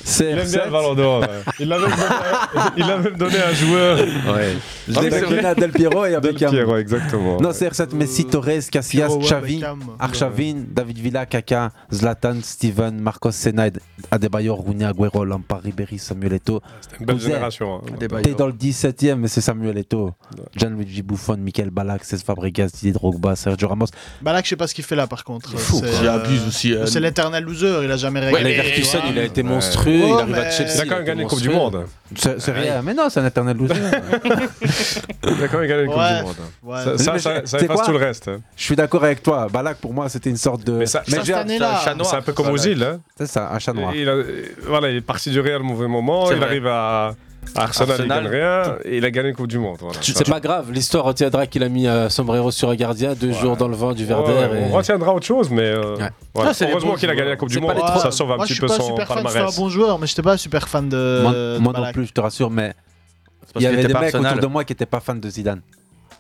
C'est Il aime bien le Ballon d'Or. ouais. Il l'a même donné- il l'a même donné à un joueur. Ouais. Je Ah, mais l'ai c'est incliné vrai. à Del Piero et à Beckham. Piero, exactement. Non, c'est R7, Messi, Torres, Casillas, Piero, ouais, Xavi, Beckham. Arshavin, David Villa, Kaka, Zlatan, Steven, Marcos Senna, Adebayor, Rooney, Agüero, Lampard, Ribéry, Samuel Eto'o. C'était une belle Cousin, génération, hein. Adebayor. T'es dans le 17ème, mais c'est Samuel Eto'o. Gianluigi Buffon, Michael Ballack, Cesc Fabregas, Didier Drogba, Sergio Ramos. Balak, je sais pas ce qu'il fait là par contre. fou. C'est, Il euh, abuse aussi, euh, C'est l'éternel loser, il a jamais Ouais, réglé. mais Leverkusen, Ouais. il a été monstrueux, il Ouais, arrive à mais- Chelsea, Il a quand même gagné la Coupe du monstrueux. Monde. Oh C'est c'est rien, mais non, c'est un éternel loser. Il a quand même gagné la Coupe Ouais. du Monde. Ouais. Ça, ça, Mais ça, je- ça c'est efface quoi tout le reste. Je suis d'accord avec toi. Balak, pour moi, c'était une sorte de. Mais ça- ça, j'ai- cette année-là, c'est un chat noir. c'est un peu comme Voilà. Ozil, hein. C'est ça, un chat noir. Il, a- voilà, il est parti du Real au mauvais moment. C'est Il vrai. arrive à à Arsenal, il Arsenal. gagne rien. Et il a gagné la Coupe du Monde. voilà. Ça, C'est pas grave, l'histoire retiendra qu'il a mis euh, Sombrero sur un gardien deux jours dans le vent du Ouais, Verder. ouais, On retiendra autre chose, mais euh, ouais. Ah, c'est les heureusement bons qu'il a gagné la joueurs. Coupe du C'est pas Monde. les trois. Ça sauve un Moi, je petit suis peu pas son super fan, je suis un palmarès. bon joueur, mais j'étais pas super fan de. moi de moi non Balak. plus, je te rassure, mais parce il y qu'il avait était des pas mecs Arsenal. autour de moi qui n'étaient pas fans de Zidane.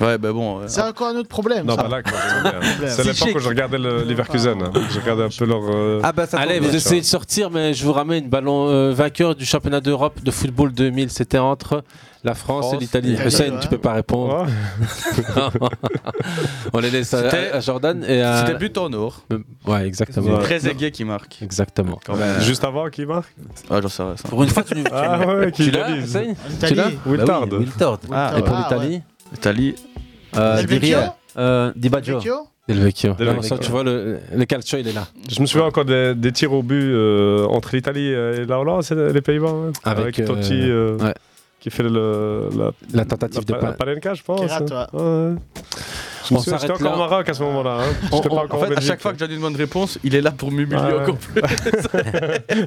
Ouais, bah bon. C'est encore un autre problème. Non, ça. Balak, moi, j'aimais bien. c'est C'est l'époque chic. Ah. où je regardais le- Leverkusen. hein. Je regardais un peu leur. euh, Ah, Allez, vous essayez de sortir, mais je vous ramène ballon euh, vainqueur du championnat d'Europe de football 2000. C'était entre la France, et France, l'Italie. l'Italie, Hussein, ouais. tu peux pas Oh, répondre. On les laisse à, C'était- à Jordan et à. c'était but en or. Euh, Ouais, exactement. Très aigué qui marque. Exactement. même. Juste avant, qui marque Ah, j'en sais rien. ça. Pour une fois, tu Ah ouais, qui Tu l'as, l'avise. Hussein Tu l'as Wiltard. Bah oui, Wiltord. Ah, Et pour ouais. l'Italie Italie. euh, Del Vecchio Diria, euh, Di Baggio. Vecchio Del Vecchio. Del Non, Vecchio. ça, tu vois, le, le calcio, il est là. Je me souviens encore des, des tirs au but euh, entre l'Italie et la Hollande, c'est les Pays-Bas. ouais. Avec, euh, Totti euh, ouais. qui fait le, la, La tentative de la, pa- la Panenka, je pense. Kerat, hein. ouais. Ouais. Je me On souviens, s'arrête J'étais encore là. au Maroc à ce moment-là. hein. On- J'étais pas on- en encore en fait, à Belgique. chaque fois que je donne une bonne réponse, il est là pour m'humilier Ah ouais. encore plus.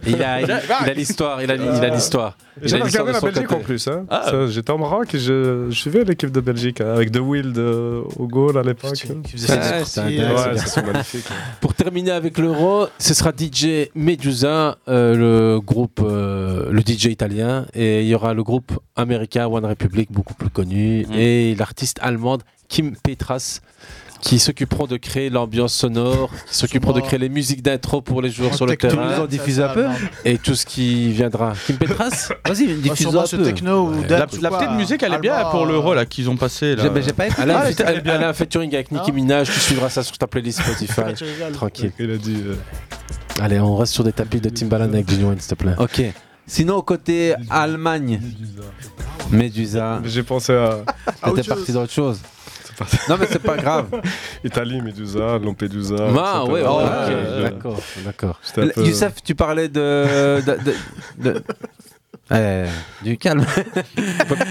Il a il a l'histoire. Il a il Ah. a l'histoire. Il a J'avais l'histoire regardé de la son Belgique côté. en plus. hein. Ah. Ça, J'étais au Maroc et je, je suivais l'équipe de Belgique hein, avec De Wild euh, au goal à l'époque. Ouais, Ah, c'est intéressant. Ouais, c'est magnifique. Pour terminer avec l'euro, ce sera DJ Medusa, euh, le groupe, euh, le DJ italien, et il y aura le groupe américain One Republic, beaucoup plus connu, Mm. et l'artiste allemande Kim Petras, qui s'occuperont de créer l'ambiance sonore, qui s'occuperont de créer les musiques d'intro pour les joueurs sur le Techno, terrain. nous en diffuse un peu Et tout ce qui viendra. Kim Petras Vas-y, Bah, sûrement ce techno ou La, dance ou la quoi, petite musique, elle est bien allemand, pour euh, l'euro là qu'ils ont passé. Là. J'ai- mais j'ai pas été- euh, Alain, Ah, fait- c'était- elle est bien. Alain fait touring avec Nicki Minaj, tu suivras ça sur ta playlist Spotify. Tu rigoles. Tranquille. Il a dit. euh, Allez, on reste sur des tapis de Timbaland avec Genuine, s'il te plaît. Ok. Sinon, côté Allemagne, Medusa. J'ai pensé à. Ah, T'étais parti dans autre chose. Non, mais c'est pas grave. Italie, Medusa, Lampedusa. Ah, etc. ouais, ouais, Euh, ok, euh, d'accord, d'accord. C'était un peu- Youssef, tu parlais de. de- de- de- Eh, du calme.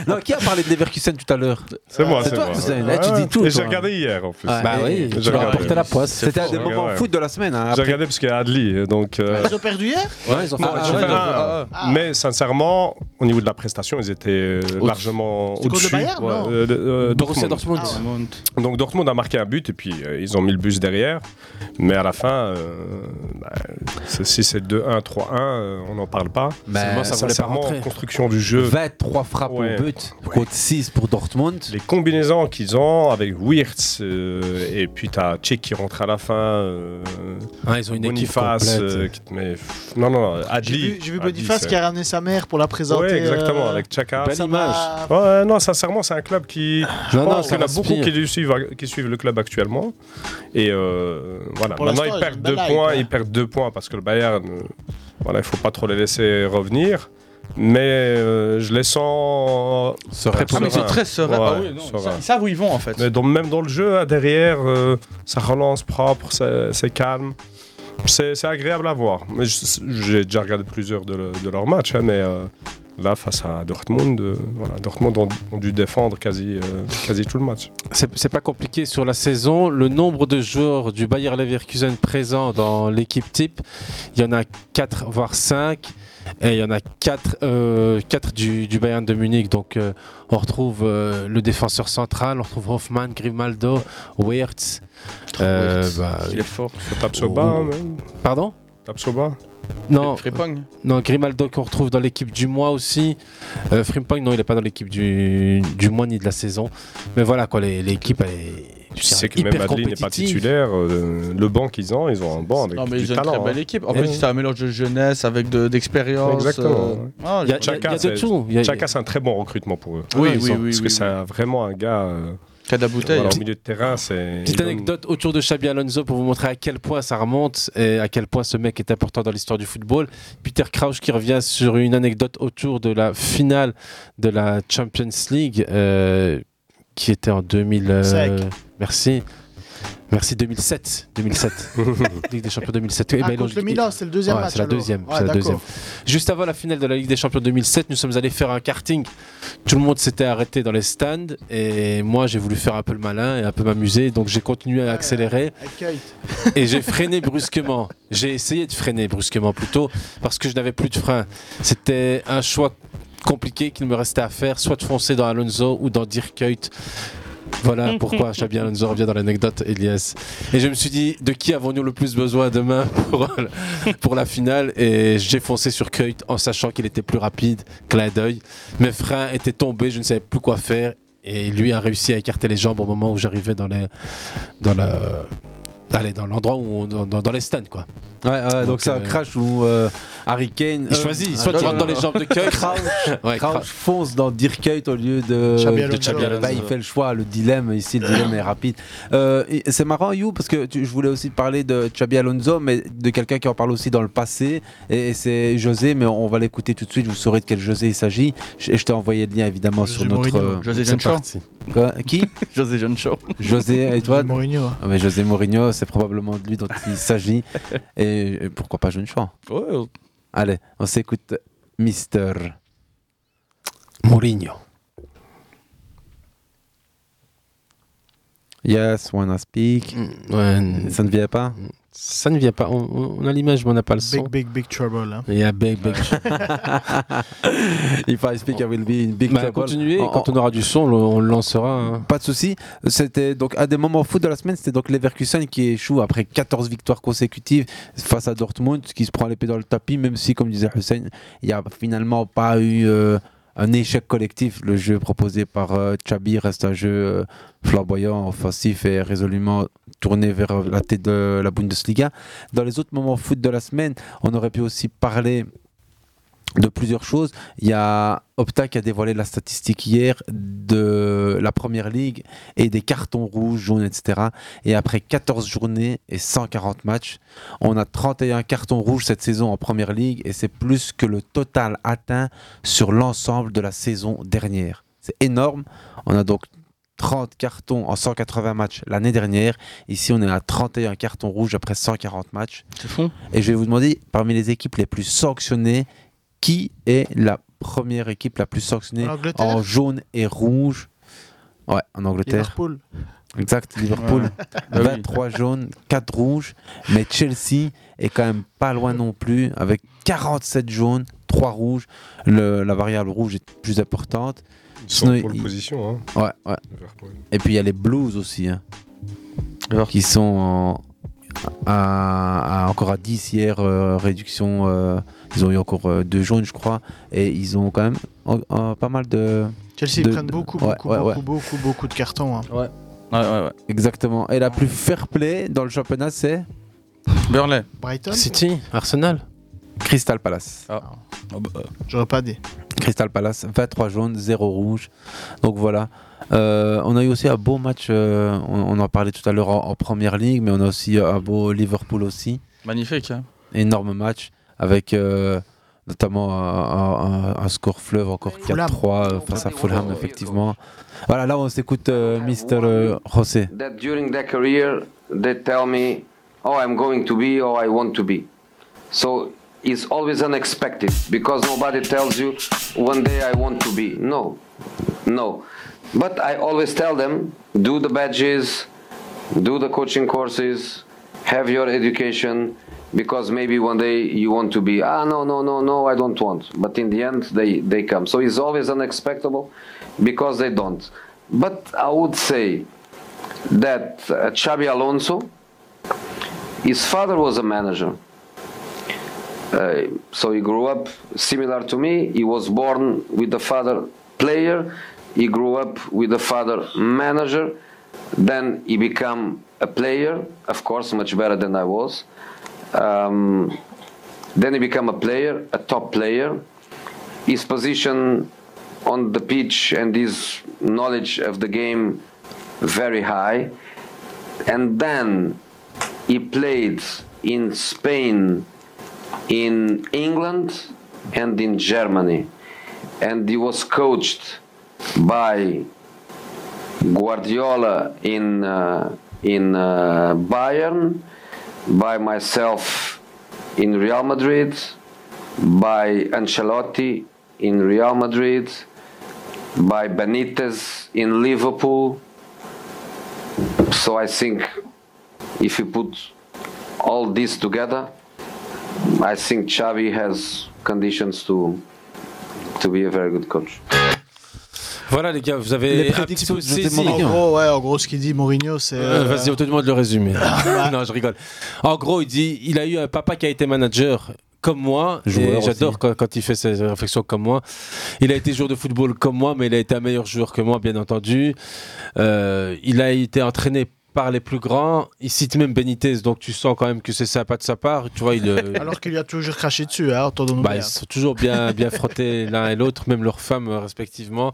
non, qui a parlé de Leverkusen tout à l'heure C'est moi, c'est toi, moi. Hussein. Eh, tu Ouais. dis tout. Et j'ai toi. regardé hier en plus. Ouais. Bah oui, tu l'as porté la poisse. C'était un des moments foot de la Ah, semaine. hein, J'ai après. regardé parce qu'il y a Adli. Donc, euh, Ils ont perdu hier Ouais, ils ont fait un match. Ah, ah, Mais sincèrement, au niveau de la prestation, ils étaient euh, largement C'était contre au-dessus. le Bayern, non euh, de- euh, Borussia Dortmund. Dortmund. Donc Dortmund a marqué un but et puis euh, ils ont mis le bus derrière. Mais à la fin, euh, bah, c'est- si c'est 2-1, 3-1, euh, on n'en parle pas. Bah, Seulement, Ben, ça voulait pas sincèrement, en construction du jeu. 23 frappes Ouais. au but contre 6 pour Dortmund. Les combinaisons qu'ils ont avec Wirtz euh, et puis t'as Tchek qui rentre à la fin. euh, Ah, ils ont une équipe Boniface, euh, complète. qui te met- pff, non, non, non, Adli. J'ai vu- J'ai vu Adli, Boniface c'est- qui a ramené sa mère pour la présenter. Ouais, exactement, euh, avec Chaka. ça m'a- Ouais, non, sincèrement, c'est un club qui. Je Non, non, pense ça qu'il y en a m'inspire. beaucoup qui, le suivent, qui suivent le club actuellement. Et euh, voilà, Pour maintenant, l'instant, ils ils perdent ont une deux belle points. hype, Ils perdent deux points parce que le Bayern, euh, voilà, il faut pas trop les laisser revenir. Mais euh, je les sens. Sereins. Ah, mais ils sont très sereins. Ah oui, non, ils sa- ils savent où ils vont, en fait. Mais dans- même dans le jeu, hein, derrière, euh, ça relance propre, c'est c'est calme. C'est c'est agréable à voir. Mais je- J'ai déjà regardé plusieurs de, le- de leurs matchs, hein, mais euh, là, face à Dortmund, euh, voilà, Dortmund ont, ont dû défendre quasi, euh, quasi tout le match. C'est c'est pas compliqué sur la saison. Le nombre de joueurs du Bayer Leverkusen présents dans l'équipe type, il y en a 4 voire 5. Et il y en a 4, du, du Bayern de Munich. Donc euh, on retrouve euh, le défenseur central, on retrouve Hoffmann, Grimaldo, Wirtz. Euh, bah, il est fort. Tapsoba, oh. hein, Pardon Tapsoba. non, Frimpong. non, Grimaldo qu'on retrouve dans l'équipe du mois aussi. Euh, Frimpong, non, il n'est pas dans l'équipe du, du mois ni de la saison. Mais voilà, quoi, les- l'équipe, elle est Tu sais que hyper même Adli n'est pas compétitive. titulaire. euh, le banc qu'ils ont, ils ont un banc avec Non, mais du ils ont une talent. très belle hein. équipe. En Ouais. plus, c'est un mélange de jeunesse avec de- d'expérience. Exactement. euh, ah, je- Chaka, c'est- Chaka, c'est un très bon recrutement pour eux. Oui, Ah, ils oui, ont- oui, Parce oui, que oui. c'est un- vraiment un gars. euh, Qui a de la bouteille. voilà, au milieu de terrain, c'est. Petite anecdote autour de Xabi Alonso pour vous montrer à quel point ça remonte et à quel point ce mec est important dans l'histoire du football. Peter Crouch qui revient sur une anecdote autour de la finale de la Champions League euh, qui était en 2000. euh, Cinq. merci. Merci 2007. 2007. Ligue des Champions 2007. Eh Ah, ben, ils contre l'ont- le Milan, c'est le deuxième Ouais, match, C'est la alors. deuxième. Ouais, c'est la d'accord. deuxième. Juste avant la finale de la Ligue des Champions 2007, nous sommes allés faire un karting. Tout le monde s'était arrêté dans les stands et moi j'ai voulu faire un peu le malin et un peu m'amuser, donc j'ai continué à accélérer Accueil. et j'ai freiné brusquement. J'ai essayé de freiner brusquement plutôt parce que je n'avais plus de frein. C'était un choix compliqué qu'il me restait à faire, soit de foncer dans Alonso ou dans Dirk Kuyt. Voilà pourquoi Xabi Alonso revient dans l'anecdote, Elias. Et je me suis dit, de qui avons-nous le plus besoin demain pour, pour la finale Et j'ai foncé sur Kuyt en sachant qu'il était plus rapide, clin d'œil. Mes freins étaient tombés, je ne savais plus quoi faire. Et lui a réussi à écarter les jambes au moment où j'arrivais dans, les, dans, la, allez, dans l'endroit où on- dans, dans- dans les stands. Quoi. Ouais, ouais, donc, c'est un euh, crash où euh, Harry Kane. Il choisit, soit non, tu non, rentres dans non. les jambes de Kuyt. Crouch, Ouais, Crouch Crouch. fonce dans Dirk Kuyt au lieu de. Xabi Alonso. de Xabi Alonso. Bah, il fait le choix, le dilemme ici, le dilemme est rapide. Euh, et c'est marrant, You, parce que tu- je voulais aussi parler de Xabi Alonso, mais de quelqu'un qui en parle aussi dans le passé. Et, et c'est José, mais on va l'écouter tout de suite, vous saurez de quel José il s'agit. Je, je t'ai envoyé le lien évidemment sur notre. euh, Mourinho. José C'est John parti. Quoi Qui José John Shaw. José, et toi José Mourinho. Ah, mais José Mourinho, c'est probablement de lui dont il s'agit. Et et pourquoi pas Jeune Chouan Oh. Allez, on s'écoute Mister Mourinho. Yes, wanna speak. Mm, Ça ne vient pas Ça ne vient pas. On, on- on a l'image, mais on n'a pas le son. Ah, Big, big, big trouble. hein. Yeah, big, big. If I speak, I will be in big Bah, trouble. continuez, En- quand on aura du son, le- on le lancera. hein. Pas de souci. C'était donc à des moments foot de la semaine, c'était donc Leverkusen qui échoue après 14 victoires consécutives face à Dortmund, qui se prend l'épée dans le tapis, même si, comme disait Hussein, il n'y a finalement pas eu euh, un échec collectif. Le jeu proposé par euh, Xabi reste un jeu euh, flamboyant, offensif et résolument tourné vers euh, la tête de la Bundesliga. Dans les autres moments foot de la semaine, on aurait pu aussi parler de plusieurs choses. Il y a Opta qui a dévoilé la statistique hier de la première ligue et des cartons rouges, jaunes, etc. Et après 14 journées et 140 matchs, on a 31 cartons rouges cette saison en première ligue et c'est plus que le total atteint sur l'ensemble de la saison dernière. C'est énorme. On a donc 30 cartons en 180 matchs l'année dernière. Ici, on est à 31 cartons rouges après 140 matchs. Et je vais vous demander, parmi les équipes les plus sanctionnées, qui est la première équipe la plus sanctionnée En Angleterre en jaune et rouge Ouais, en Angleterre. Liverpool. Exact, Liverpool. Ouais. Bah oui. 23 jaunes, 4 rouges. Mais Chelsea est quand même pas loin non plus, avec 47 jaunes, 3 rouges. Le- la variable rouge est plus importante. Ils sont en pole position, Ouais, ouais. Et puis il y a les Blues aussi, hein, qui sont hein, en, à, à- encore à 10 hier, euh, réduction. euh, ils ont eu encore euh, deux jaunes, je crois. Et ils ont quand même en- en- pas mal de. Chelsea, ils de- prennent beaucoup, ouais, beaucoup, ouais, ouais. beaucoup, beaucoup, beaucoup de cartons. hein. Exactement. Et la plus fair play dans le championnat, c'est Burnley. Brighton City, Arsenal. Crystal Palace. J'aurais pas dit. Crystal Palace, 23 jaunes, 0 rouge. Donc voilà. Euh, on a eu aussi un beau match, euh, on, on en parlait tout à l'heure en, en première ligue, mais on a aussi un beau Liverpool aussi. Magnifique. hein. Énorme match avec euh, notamment un, un- un score fleuve encore 4-3 euh, face à Fulham, effectivement. Voilà, là on s'écoute euh, Mister euh, José. That during their career, they tell me, oh, I'm going to be or I want to be. So it's always unexpected because nobody tells you one day I want to be. No, no. But I always tell them, do the badges, do the coaching courses, have your education, because maybe one day you want to be, ah, no, no, no, no, I don't want. But in the end, they, they come. So it's always unexpected because they don't. But I would say that uh, Xabi Alonso, his father was a manager. Uh, so he grew up similar to me. He was born with the father player. He grew up with the father manager. Then he became a player, of course, much better than I was. Um, then he became a player, a top player. His position on the pitch and his knowledge of the game very high. And then he played in Spain, in England, and in Germany. And he was coached by Guardiola in, uh, in uh, Bayern, by myself in Real Madrid, by Ancelotti in Real Madrid, by Benitez in Liverpool. So I think if you put all this together, I think Xavi has conditions to to be a very good coach. Voilà les gars, vous avez Les un petit peu saisi. En gros, ouais, en gros, ce qu'il dit Mourinho, c'est. Euh, euh, Vas-y, on te demande de le résumer. non, je rigole. En gros, il dit il a eu un papa qui a été manager comme moi. et Joueur J'adore quand, quand il fait ses réflexions comme moi. Il a été joueur de football comme moi, mais il a été un meilleur joueur que moi, bien entendu. Euh, il a été entraîné par les plus grands. Il cite même Benitez, donc tu sens quand même que c'est sympa de sa part. Tu vois, il, euh, Alors qu'il lui a toujours craché dessus, hein, entendons-nous bah, bien. ils se sont toujours bien, bien frottés l'un et l'autre, même leurs femmes euh, respectivement.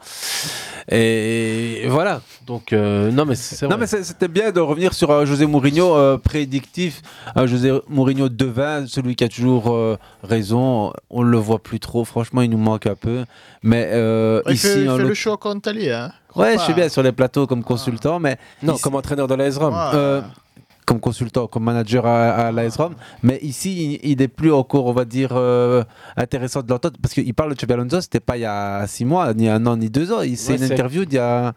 Et, voilà. Donc, euh, non, mais c'est c'est Non vrai. mais c'est- c'était bien de revenir sur euh, José Mourinho euh, prédictif, Un José Mourinho devin, celui qui a toujours euh, raison, on le voit plus trop, franchement il nous manque un peu, mais euh, Il ici... fait, il en fait l'oc- le show en Italie. Hein. Ouais, Faut je suis pas- bien sur les plateaux comme consultant, mais. Non, comme entraîneur de l'AS Rome. Euh, comme consultant, comme manager à, à l'AS Rome. Mais ici, il, il est plus encore, on va dire, euh, intéressant de l'entendre. Parce qu'il parle de Xabi Alonso, c'était pas il y a six mois, ni un an, ni deux ans. Il- C'est Ouais, une c'est- interview d'il y a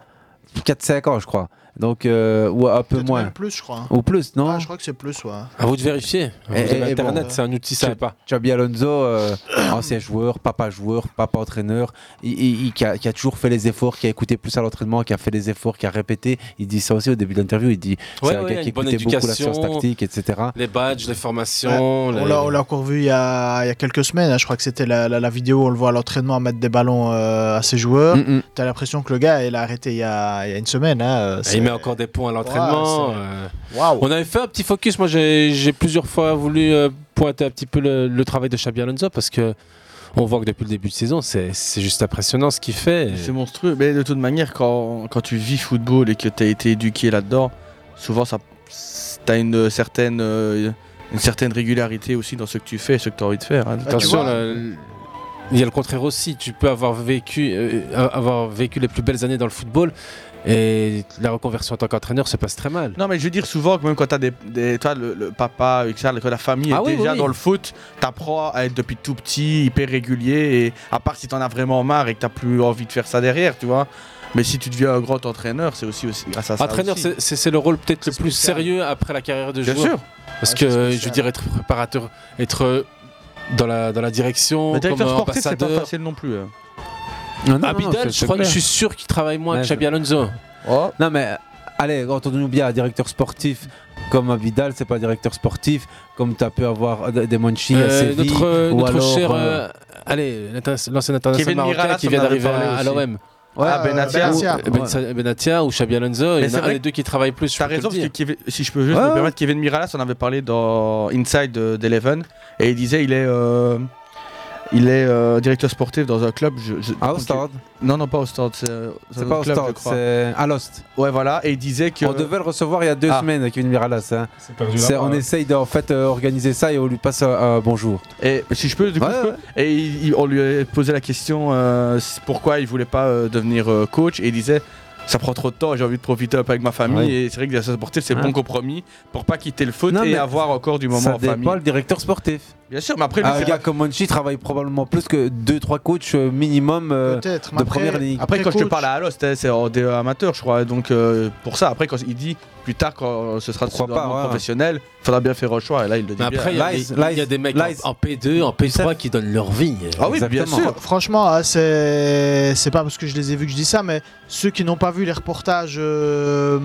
4-5 ans, je crois. Donc, euh, ou un peu moins. même plus, je crois. Ou plus, non Ah, Eh, Je crois que c'est plus, ouais. À vous de vérifier. Vous avez Internet, c'est un outil sympa. Xabi Alonso, euh, ancien joueur, papa joueur, papa entraîneur, il, il- il- qui, a, qui a toujours fait les efforts, qui a écouté plus à l'entraînement, qui a fait les efforts, qui a répété. Il dit ça aussi au début de l'interview. Il dit c'est Ouais, un ouais, gars qui une bonne écoutait beaucoup la éducation. science tactique, etc. Les badges, les Ouais. formations. On les- l'a- on l'a encore vu il y, a, il y a quelques semaines. hein. Je crois que c'était la, la- la vidéo où on le voit à l'entraînement mettre des ballons euh, à ses joueurs. Mm, mm. T'as l'impression que le gars, il a arrêté il y a, il y a une semaine. hein, euh, Et c'est- Ah, il met encore des points à l'entraînement. Ouais, c'est- euh, Waouh. On avait fait un petit focus. Moi, j'ai j'ai plusieurs fois voulu euh, pointer un petit peu le, le travail de Xabi Alonso parce que on voit que depuis le début de saison, c'est c'est juste impressionnant ce qu'il fait. C'est monstrueux. Mais de toute manière, quand, quand tu vis football et que tu as été éduqué là-dedans, souvent ça t'as une certaine euh, une certaine régularité aussi dans ce que tu fais et ce que tu as envie de faire. hein. Ah, Attention, la- il y a le contraire aussi. Tu peux avoir vécu, euh, avoir vécu les plus belles années dans le football et la reconversion en tant qu'entraîneur se passe très mal. Non, mais je veux dire souvent que même quand t'as des, des toi, le, le papa, etc., que la famille Ah est oui, déjà oui. dans le foot, t'apprends à être depuis tout petit, hyper régulier, et à part si t'en as vraiment marre et que t'as plus envie de faire ça derrière, tu vois. Mais si tu deviens un grand entraîneur, c'est aussi, aussi grâce à ça. Entraîneur, aussi. c'est- c'est c'est le rôle peut-être le plus sérieux après la carrière de Bien joueur. sûr. Parce Ah, que c'est euh, spécial. je veux dire être préparateur, être euh, dans la dans la direction, Le directeur comme sportif, c'est pas ambassadeur. facile non plus. hein. Non, non, non, Abidal, c'est- je c'est crois, je clair. suis sûr qu'il travaille moins Ouais, que Xabi Alonso. Non, mais allez, entendons-nous bien, directeur sportif, Comme un Vidal, c'est pas directeur sportif, comme tu as pu avoir des des Monchi à Euh, Séville, notre euh, ou notre alors, cher, euh, euh, allez, l'inter- l'ancien international Kevin marocain Miralas, qui on vient en avait d'arriver à, parlé à aussi. l'OM. Ouais, Ah, Euh, Benatia. Benatia. Ou- Ben- Benatia ou Xabi Alonso. Il y en a un des deux qui travaille plus. T'as faut te le raison, parce dire. que Kevin- si je peux juste me permettre, Kevin Miralas, on avait parlé dans Inside euh, d'Eleven, et il disait il est, euh, il est euh, directeur sportif dans un club. Je, je- Ah, À Ostende Non, non, pas au Stade. C'est euh, dans Ah, C'est un pas au club, je Stade, crois. c'est à Lost. Ouais, voilà, et il disait que. On devait le recevoir il y a deux Ah. semaines, Kevin Miralas. hein. perdu C'est- là-bas, On ouais. essaye de en fait euh, organiser ça et on lui passe euh, un un bonjour. Et si je peux, du coup, Ouais, je peux. Et il- il- on lui a posé la question euh, s- pourquoi il voulait pas euh, devenir euh, coach, et il disait. Ça prend trop de temps, j'ai envie de profiter un peu avec ma famille Ouais. et c'est vrai que les sportif c'est le Ouais. bon compromis pour pas quitter le foot Non, et mais avoir encore du moment ça en famille. dépend le Ah directeur sportif. Bien sûr, mais après lui, un c'est gars pas- comme Monchi travaille probablement plus que 2-3 coachs euh, minimum euh, de Peut-être, mais après- première ligue. Après, quand je te parle à Alost, hein, c'est en DE amateur, je crois. Donc, euh, pour ça, après, quand il dit plus tard, quand ce sera dans le pas, monde ouais. professionnel, faudra bien faire un choix. Et là, il le dit Mais bien. après, il y a des- il y, a des mecs en- en P2, en P3 qui donnent leur vie. euh, Ah oui, bien sûr. Fr- Franchement, hein, c'est c'est pas parce que je les ai vus que je dis ça, mais ceux qui n'ont pas vu les reportages, euh,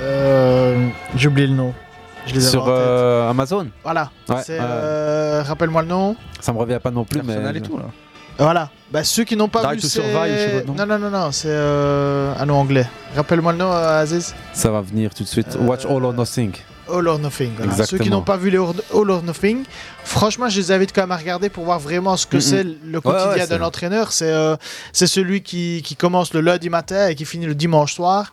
euh, j'ai oublié le nom. Je les avais en Sur tête. euh, Amazon Voilà. Ouais, C'est, ouais. euh, Rappelle-moi le nom. Ça me revient pas non plus. Mais... Arsenal et tout, là. Voilà. Bah, ceux qui n'ont pas Drive vu. to c'est- Survive, je sais pas le nom. non, non, non, non, c'est euh, un nom anglais. Rappelle-moi le nom, euh, Aziz. Ça va venir tout de suite. Euh, Watch All or Nothing. All or Nothing. voilà. Ceux qui Exactement. n'ont pas vu les All All or Nothing, franchement, je les invite quand même à regarder pour voir vraiment ce que Mhm. c'est Ouais, le quotidien ouais, c'est- d'un entraîneur. C'est euh, c'est celui qui, qui commence le lundi matin et qui finit le dimanche soir.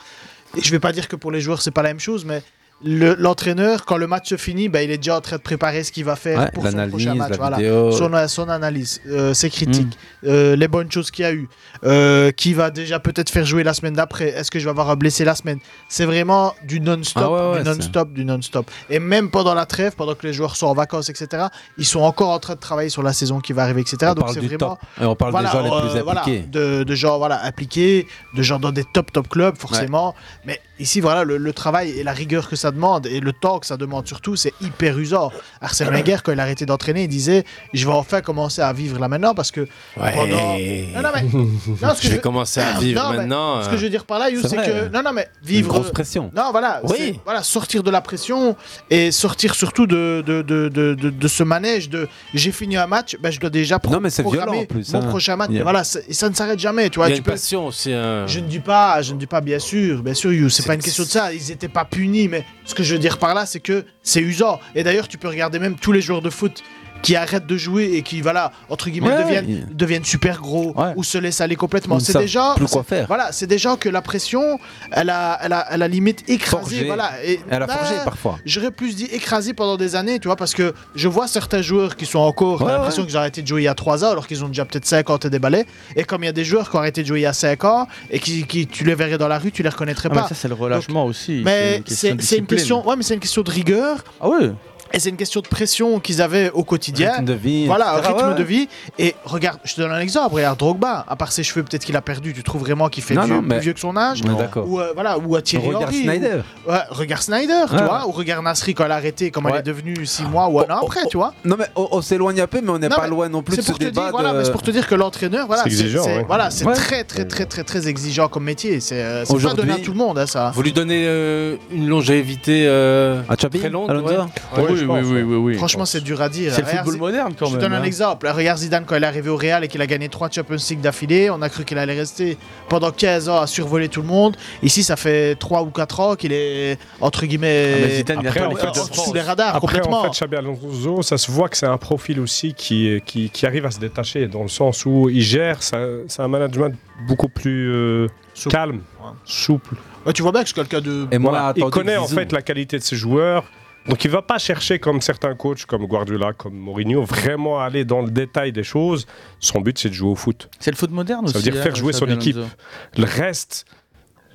Et je vais pas dire que pour les joueurs, c'est pas la même chose, mais le- l'entraîneur, quand le match se finit, bah, il est déjà en train de préparer ce qu'il va faire Ouais, pour son l'analyse, prochain match. la voilà. vidéo. Son son, son analyse, euh, ses critiques, Hmm. euh, les bonnes choses qu'il y a eu, euh, qui va déjà peut-être faire jouer la semaine d'après, est-ce que je vais avoir un blessé la semaine C'est vraiment du non-stop, Ah ouais, ouais, du c'est- non-stop, du non-stop. Et même pendant la trêve, pendant que les joueurs sont en vacances, etc., ils sont encore en train de travailler sur la saison qui va arriver, etc. Donc parle c'est du vraiment. top. Et on parle des gens les plus voilà, appliqués. de, de gens voilà, appliqués, de gens dans des top, top clubs, forcément. Mais ici, voilà, le, le travail et la rigueur que ça demande et le temps que ça demande surtout, c'est hyper usant. Arsène Wenger, quand il a arrêté d'entraîner, il disait Je vais enfin commencer à vivre là maintenant parce que. pendant- Non, non, mais- non, ce que je vais commencer à vivre Non, mais maintenant. Ce que je veux dire par là, Youssef, C'est c'est vrai. que. Non, non, mais vivre. grosse pression. Non, voilà. Oui. c'est- Voilà, sortir de la pression et sortir surtout de, de, de, de, de- de ce manège de j'ai fini un match, ben, je dois déjà pro- Non, mais c'est violent, programmer en plus, mon hein. prochain match. Il y a- Voilà, c'est- et ça ne s'arrête jamais. Tu vois, Il y a tu une peux- passion aussi. hein. je ne dis pas, je ne dis pas, bien sûr, bien sûr, You, c'est pas une question de ça. Ils n'étaient pas punis, mais ce que je veux dire par là, c'est que c'est usant. Et d'ailleurs, tu peux regarder même tous les joueurs de foot qui arrêtent de jouer et qui, voilà, entre guillemets, Ouais. deviennent, deviennent super gros ou se laissent aller complètement. Ou ne C'est savent des gens, plus quoi c'est- faire. voilà, c'est des gens que la pression, elle a, elle a, elle a limite écrasé, Forgé. voilà. bah, Elle a Ouais, forgé parfois. J'aurais plus dit écrasé pendant des années, tu vois, parce que je vois certains joueurs qui sont encore, j'ai l'impression qu'ils ont arrêté de jouer il y a 3 ans, alors qu'ils ont déjà peut-être 50 et des balais. Et comme il y a des joueurs qui ont arrêté de jouer il y a 5 ans, et qui, qui- tu les verrais dans la rue, tu les reconnaîtrais Ah, pas. mais ça, c'est le relâchement aussi. Mais c'est une c'est question de c'est une discipline. question, ouais, mais c'est une question de rigueur. Ah ouais. Et c'est une question de pression qu'ils avaient au quotidien. Rythme de vie, Voilà, un etc., rythme ouais, de ouais. vie. Et regarde, je te donne un exemple. Regarde Drogba, à part ses cheveux, peut-être qu'il a perdu. Tu trouves vraiment qu'il fait Non, vieux, non, mais- plus vieux que son âge Non. D'accord. Ou euh, voilà, ou à Thierry Regarde Ah. Henry, Snyder. Ou, ouais, regarde Snyder, tu Ouais. vois. Ou regarde Nasri quand elle a arrêté, comment elle est devenue 6 mois ou un Oh, an après, tu vois. Non mais on, on s'éloigne un peu, mais on n'est Non, pas mais loin non plus de c'est ce pour te débat. dire, voilà, de- mais c'est pour te dire que l'entraîneur, voilà, C'est exigeant, ouais. voilà, c'est Ouais. très, très, très, très, très exigeant comme métier. C'est euh, c'est pas Aujourd'hui- donné à tout le monde, hein, ça. Vous lui donnez euh, une longévité euh, très longue ouais. Ouais, Oui, oui, oui, oui, oui. Franchement, c'est dur à dire. C'est le Regarde, football Zi- moderne, quand je même, te donne hein. un exemple. Regarde Zidane quand il est arrivé au Real et qu'il a gagné 3 Champions League d'affilée. On a cru qu'il allait rester pendant 15 ans à survoler tout le monde. Ici, ça fait 3 ou 4 ans qu'il est, entre guillemets, Ah, mais Zidane, il a pas en- les codes de en dessous France. des radars Après, complètement. en fait, Xabi Alonso, ça se voit que c'est un profil aussi qui, qui, qui arrive à se détacher, dans le sens où il gère, c'est un- c'est un management beaucoup plus euh, calme, souple. Ouais, tu vois bien que c'est quelqu'un de. Et moi, il attendu connaît en Zizou. fait la qualité de ses joueurs. Donc il va pas chercher comme certains coachs, comme Guardiola, comme Mourinho, vraiment aller dans le détail des choses. Son but c'est de jouer au foot. C'est le foot moderne Ça veut aussi, dire hein, faire jouer son Xabi équipe. Alonso. Le reste,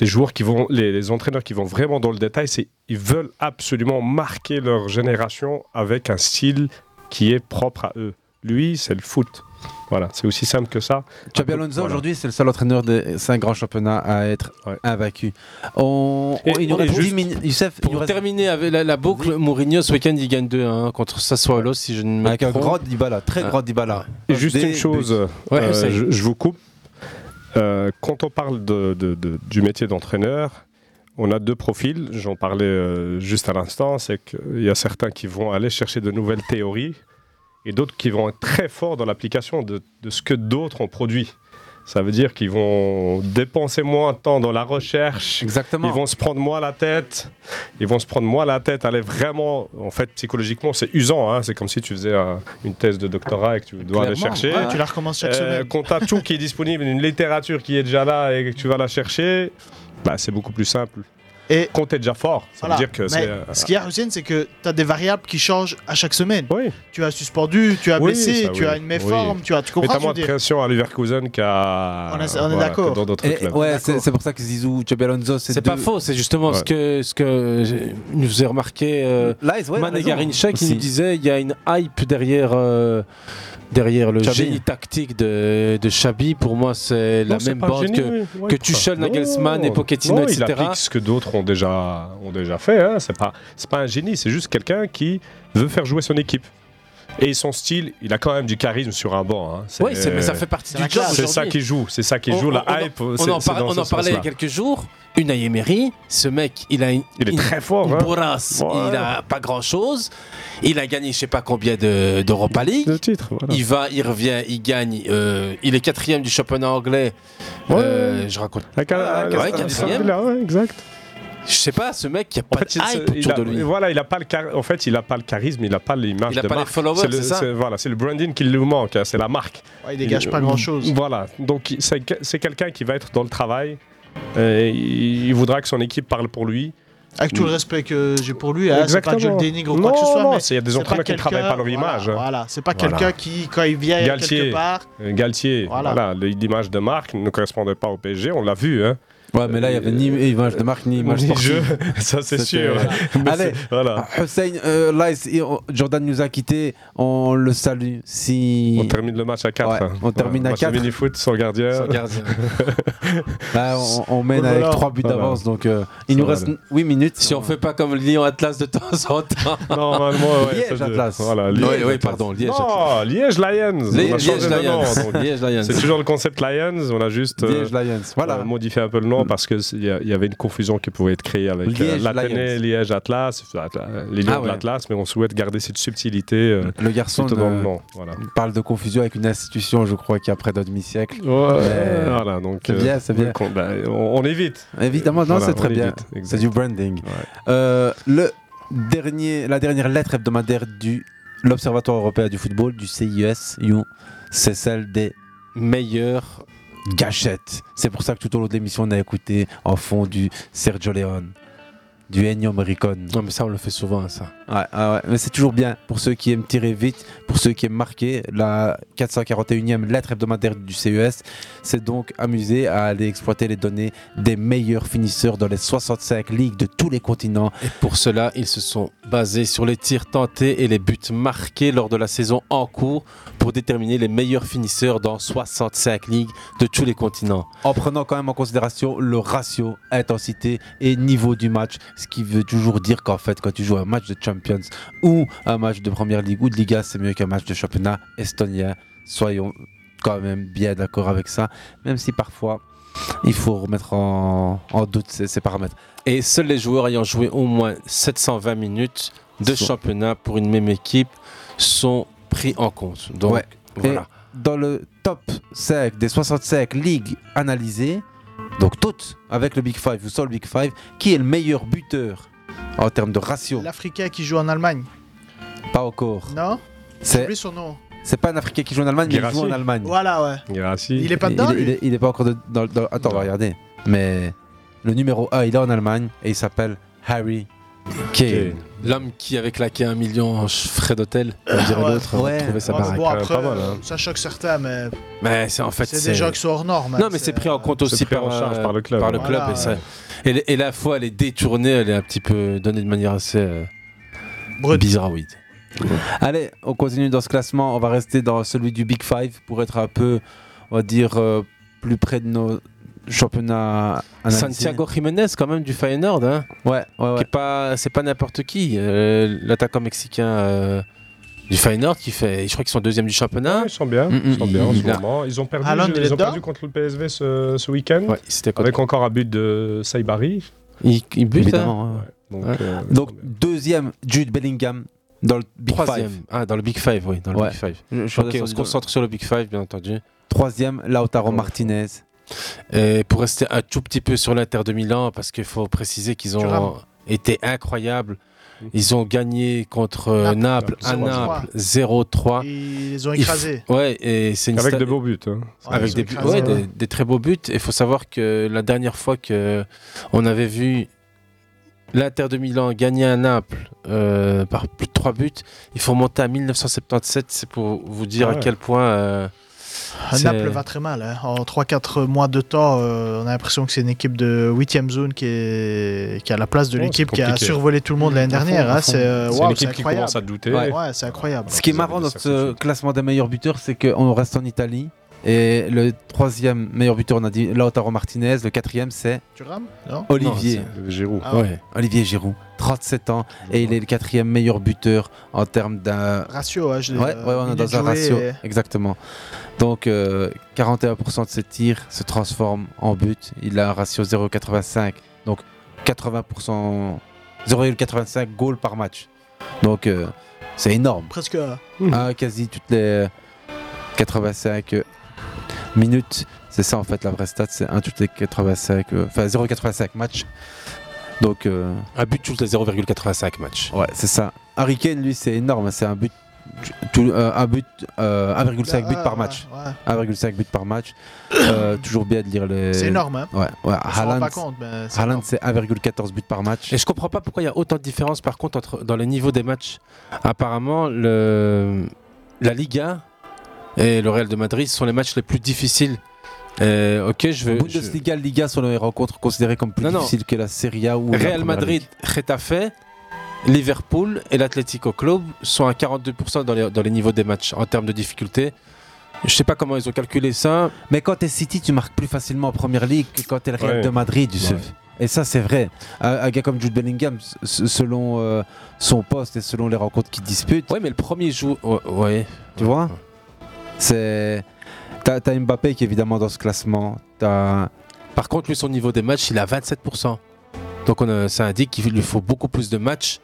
les joueurs qui vont, les, les entraîneurs qui vont vraiment dans le détail, c'est ils veulent absolument marquer leur génération avec un style qui est propre à eux. Lui, c'est le foot. Voilà, c'est aussi simple que ça. Xabi Donc, Alonso voilà. aujourd'hui c'est le seul entraîneur des cinq grands championnats à être euh, invaincu. On, on- il nous reste 10 minutes. Youssef, il nous pour reste- terminer avec la, la boucle, Mourinho ce week-end il gagne 2-1 contre Sassuolo si je ne me Avec un trompe. grand Dybala, très grand Dybala. Et juste Des une chose, buts. euh, Ouais, c'est- je, je vous coupe. Euh, quand on parle de- de- de- du métier d'entraîneur, on a deux profils, j'en parlais euh, juste à l'instant, c'est qu'il y a certains qui vont aller chercher de nouvelles théories et d'autres qui vont être très forts dans l'application de, de ce que d'autres ont produit. Ça veut dire qu'ils vont dépenser moins de temps dans la recherche. Exactement. Ils vont se prendre moins la tête. Ils vont se prendre moins la tête. Aller vraiment, en fait, psychologiquement, c'est usant. hein. C'est comme si tu faisais un- une thèse de doctorat et que tu dois aller Clairement, chercher. Euh, ouais, tu la recommences chaque semaine. Quand t'as tout qui est disponible, une littérature qui est déjà là et que tu vas la chercher, bah, c'est beaucoup plus simple. Et quand t'es déjà fort, ça Voilà. veut dire que Mais c'est. euh, Ce qu'il y a, Hussein, c'est que tu as des variables qui changent à chaque semaine. Tu as suspendu, tu as Oui, baissé, ça, tu oui. as une méforme, Oui. tu as. Tu Mais comprends t'as ce que moins je de veux dire pression à Leverkusen qu'à. On est- on est voilà, d'accord. que Dans d'autres Et- clubs. ouais, c'est c'est pour ça que Zizou, Xabi Alonso, c'est C'est pas faux, c'est justement ce que ce que j'ai- nous faisait remarquer euh, Lies, ouais, Mané raison. Garrincha qui Aussi. nous disait il y a une hype derrière euh, derrière le Xabi. génie tactique de de Xabi. Pour moi, c'est la Non, c'est même pas un bande génie, que oui. Ouais, que enfin, Tuchel, Nagelsmann et non, Pochettino, non, etc. Il applique ce que d'autres ont déjà, ont déjà fait. hein. C'est pas, c'est pas un génie, c'est juste quelqu'un qui veut faire jouer son équipe. Et son style, il a quand même du charisme sur un banc. hein. C'est- Oui, c'est- Euh, mais ça fait partie c'est du la job classe. C'est ça aujourd'hui. qui joue, c'est ça qui On- joue on- la on en- hype. On, c'est- en, c'est par- dans on ce en parlait il y a sens-là. quelques jours. Une Emery, ce mec, il a une, Il est une- très fort, une hein. bourrasse, Ouais. il a pas grand chose. Il a gagné, je sais pas combien de d'Europa League. Il va, il revient, il gagne. euh, il est quatrième du championnat anglais. Euh, je raconte. Ouais, quatrième. exact. Je sais pas, ce mec, il n'y a pas fait, de hype il autour a- de lui. Voilà, il a pas le char- en fait, il a pas le charisme, il a pas l'image Il a de pas les marque. followers, le- Ah c'est ça Voilà, c'est le branding qui lui manque, hein, c'est la marque. Ouais, il dégage euh, pas grand-chose. Voilà, donc il- c'est que- c'est quelqu'un qui va être dans le travail. euh, il il voudra que son équipe parle pour lui. Avec tout le respect que j'ai pour lui, hein, c'est pas que je le Exactement. dénigre ou quoi que ce Non, soit. non, mais c'est- il y a des c'est entraîneurs pas qui ne travaillent quelqu'un- pas leur voilà, image, hein. Voilà, c'est pas Voilà. quelqu'un qui, quand il vient quelque part. euh, Galtier, Voilà. voilà. le- l'image de marque ne correspondait pas au PSG, on l'a vu. Hein. Ouais, mais là, il n'y avait ni Euh, image de marque, ni image sportive. jeu, ça c'est C'était- Ah, sûr. Mais Allez, c'est- voilà. Hussein, euh, Lies, et, oh, Jordan nous a quittés, on le salue. Si... On termine le match à hein. 4. Ouais, on termine à 4. mini-foot sans gardien. Sans gardien. Bah, on, on mène Voilà. avec 3 buts Voilà. d'avance, donc euh, il Ça nous va reste aller. 8 minutes. Si on fait pas comme Lyon Atlas de temps en temps. Normalement, ouais, Liège ça, je- Atlas. Voilà, Oui, Liège oui, Atlas. pardon, Liège Atlas. Oh, Liège Lions. Liège- on a changé Liège de nom, Lions. donc. Liège Lions. C'est toujours le concept Lions. On a juste Liège Lions, voilà. euh, modifié un peu le nom parce que c'est- il y, a- il y avait une confusion qui pouvait être créée avec euh, Liège l'Athénée, Lions. Liège Atlas, enfin, Atla- euh, les Lions Ah ouais. de l'Atlas, mais on souhaite garder cette subtilité. euh, Le garçon plutôt dans ne- le nom. Voilà. parle de confusion avec une institution, je crois, qui a près d'un demi-siècle. Mais- voilà, donc, c'est euh, bien, c'est bien. donc on, bah, on- on évite. Évidemment, non, Voilà, c'est on très bien. évite, exact. C'est du branding. Euh, le dernier, la dernière lettre hebdomadaire de l'Observatoire européen du football, du CIS, Lyon, c'est celle des meilleures gâchettes. C'est pour ça que tout au long de l'émission, on a écouté en fond du Sergio Leone, du Ennio Morricone. Non, mais ça, on le fait souvent, hein, ça. Ouais, ouais, ouais. mais c'est toujours bien pour ceux qui aiment tirer vite, pour ceux qui aiment marquer. La 441e lettre hebdomadaire du CES s'est donc amusée à aller exploiter les données des meilleurs finisseurs dans les 65 ligues de tous les continents. Et pour cela, ils se sont basés sur les tirs tentés et les buts marqués lors de la saison en cours pour déterminer les meilleurs finisseurs dans 65 ligues de tous les continents. En prenant quand même en considération le ratio, intensité et niveau du match, ce qui veut toujours dire qu'en fait, quand tu joues un match de Champions ou un match de Première Ligue ou de Liga, c'est mieux qu'un match de championnat estonien. Soyons quand même bien d'accord avec ça, même si parfois il faut remettre en, en doute ces, ces paramètres. Et seuls les joueurs ayant joué au moins 720 minutes de Sont- championnat pour une même équipe sont pris en compte. Donc, Ouais. voilà. Et dans le top 5 des 65 ligues analysées, donc toutes avec le Big Five ou sans le Big Five, qui est le meilleur buteur en termes de ratio L'Africain qui joue en Allemagne. Pas encore. Non C'est- J'ai oublié son nom. C'est pas un Africain qui joue en Allemagne, mais il Guirassy. joue en Allemagne. Voilà, ouais. Il est pas dedans, Il, lui est- il est pas encore de- dans, dans- Attends, on va regarder. Mais le numéro 1, il est en Allemagne et il s'appelle Harry Kane. L'homme qui avait claqué un million en ch- frais d'hôtel, on dirait Euh, Ouais. l'autre, hein, on trouvait ça Ouais, mais barré. bon, après, euh, ça choque certains, mais. Mais c'est en fait. C'est des gens qui sont hors normes. hein, Non, mais c'est pris en compte c'est aussi pris par, en charge euh, par le club. hein. par le hein. Voilà, club, et, ça- ouais. et l- et la fois, elle est détournée, elle est un petit peu donnée de manière assez euh, bizarre, oui. Allez, on continue dans ce classement. On va rester dans celui du Big Five pour être un peu, on va dire, euh, plus près de nos championnats. analysés. Santiago Jiménez, quand même, du Feyenoord. Hein, ouais, ouais, Qui est pas, c'est pas n'importe qui. euh, L'attaquant mexicain euh, du Feyenoord qui fait, je crois qu'ils sont deuxième du championnat. Ah, ils sont bien, ils sont bien en ce moment. Ils ont perdu, Haaland, je- il est ils ont dedans perdu contre le PSV ce, ce week-end. c'était Avec encore un but de Saibari. Il, il bute, Évidemment, hein. ouais. Ouais. Donc, euh, Donc, deuxième, Jude Bellingham dans le Big Troisième. Five. Ah, dans le Big Five, oui. Dans le Ouais. Big Five. Je- je suis Ok, redescendu on se dans le- concentre sur le Big Five, bien entendu. Troisième, Lautaro Martinez. Et pour rester un tout petit peu sur l'Inter de Milan, parce qu'il faut préciser qu'ils Thuram. ont été incroyables. Ils ont gagné contre euh, Naples, Naples. à 0-3. Naples hein. 0-3. euh, Ils les ont Il f- écrasés. Ouais, et c'est une Avec sta- de beaux buts, hein. Avec Ils des, ont buts- écrasé, ouais, des- ouais. des très beaux buts. Il faut savoir que la dernière fois que on avait vu l'Inter de Milan gagner à Naples euh, par plus de 3 buts, il faut remonter à 1977. C'est pour vous dire Ah à ouais. quel point. euh, Euh, c'est- Naples va très mal. hein. En 3-4 mois de temps, euh, on a l'impression que c'est une équipe de 8ème zone qui est, qui est à la place de Oh, l'équipe c'est qui a compliqué. survolé tout le monde l'année À fond, dernière. à hein. fond. C'est euh, C'est waouh, une équipe c'est qui incroyable. commence à douter. Ouais, ouais, c'est incroyable. Ce qui est marrant dans ce classement des meilleurs buteurs, c'est qu'on reste en Italie. Et le troisième meilleur buteur, on a dit Lautaro Martinez. Le quatrième, c'est Thuram Non Olivier Non, c'est Giroud. Ah ouais. Ouais. Olivier Giroud, 37 ans. Et il est le quatrième meilleur buteur en termes d'un. Ratio, hein, je l'ai, Ouais, ouais, euh, on est minutes dans un jouées ratio. et- Exactement. Donc, euh, 41% de ses tirs se transforment en but. Il a un ratio 0,85. Donc, 80%. 0,85 goals par match. Donc, euh, c'est énorme. Presque. euh, Ah, quasi toutes les 85 euh, minutes. C'est ça en fait la vraie stat, c'est un toutes les 85, euh, enfin 0,85 matchs. Donc euh, un but toutes les 0,85 matchs. Ouais, c'est ça. Harry Kane lui c'est énorme, hein, c'est un but tout- euh, un but euh, 1,5 but par match. 1,5 but par match. Euh, toujours bien de lire les Ah. C'est énorme, hein. Ouais, ouais. On s'en rend Euh, Haaland, pas compte, mais c'est Haaland, c'est 1,14 but par match. Et je comprends pas pourquoi il y a autant de différence par contre entre, dans les niveaux des matchs. Apparemment, le, la Liga et le Real de Madrid sont les matchs les plus difficiles. Et, ok, je veux. je- Bundesliga, Liga sont les rencontres considérées comme plus Non, non. difficiles que la Serie A ou la Real Première Madrid, Getafe, Liverpool et l'Atlético Club sont à 42% dans les, dans les niveaux des matchs en termes de difficulté. Je sais pas comment ils ont calculé ça. Mais quand t'es City, tu marques plus facilement en première ligue que quand t'es le Real Ouais. de Madrid, Youssef. Ouais. Et ça, c'est vrai. Un, un gars comme Jude Bellingham, s- s- selon euh, son poste et selon les rencontres qu'il dispute. Ouais, mais le premier joue. Ouais. Tu vois C'est. T'as t'as Mbappé qui est évidemment dans ce classement. T'as. Par contre, lui, son niveau des matchs, il est à 27%. Donc on a- ça indique qu'il lui faut beaucoup plus de matchs,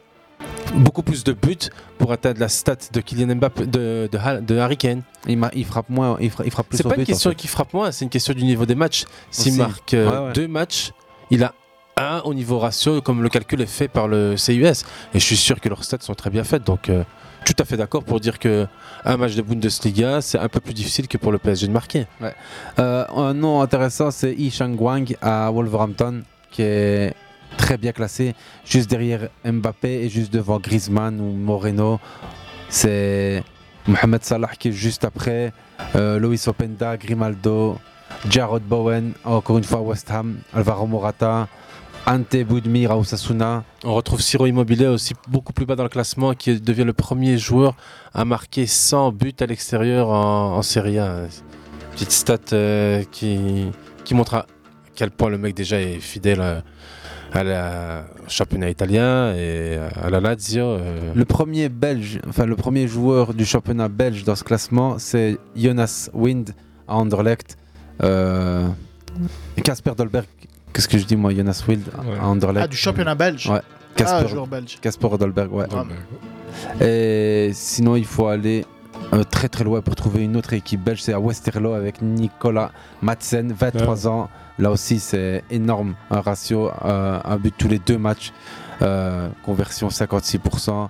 beaucoup plus de buts pour atteindre la stat de Kylian Mbappé, de, de, Ha- de Harry Kane. Il, frappe moins, il frappe, plus C'est au pas une but, en question fait. qu'il frappe moins, c'est une question du niveau des matchs. S'il Aussi. marque euh, Ouais, ouais. deux matchs, il a un au niveau ratio, comme le calcul est fait par le CUS. Et je suis sûr que leurs stats sont très bien faites. Donc euh, tout à fait d'accord pour dire que un match de Bundesliga, c'est un peu plus difficile que pour le PSG de marquer. Ouais. Euh, un nom intéressant, c'est Yi Guang à Wolverhampton, qui est très bien classé, juste derrière Mbappé et juste devant Griezmann ou Moreno. C'est Mohamed Salah qui est juste après, euh, Luis Openda, Grimaldo, Jarrod Bowen, encore une fois West Ham, Alvaro Morata, Ante Budimir à Osasuna. On retrouve Siro Immobilier aussi beaucoup plus bas dans le classement, qui devient le premier joueur à marquer 100 buts à l'extérieur en, en Serie A. Petite stat euh, qui, qui montre à quel point le mec déjà est fidèle euh, à la au championnat italien et à la Lazio. euh. Le premier belge, enfin le premier joueur du championnat belge dans ce classement, c'est Jonas Wind à Anderlecht. Euh, Casper Dolberg, qu'est-ce que je dis moi, Jonas Wind à- à Anderlecht. Ah, du championnat belge Ouais. Ah, Casper- joueur belge. Casper Dolberg, ouais. Dolberg. Et sinon, il faut aller euh, très très loin pour trouver une autre équipe belge, c'est à Westerlo avec Nicolas Madsen, 23 ans. Là aussi, c'est énorme, un ratio, euh, un but tous les deux matchs, euh, conversion 56%.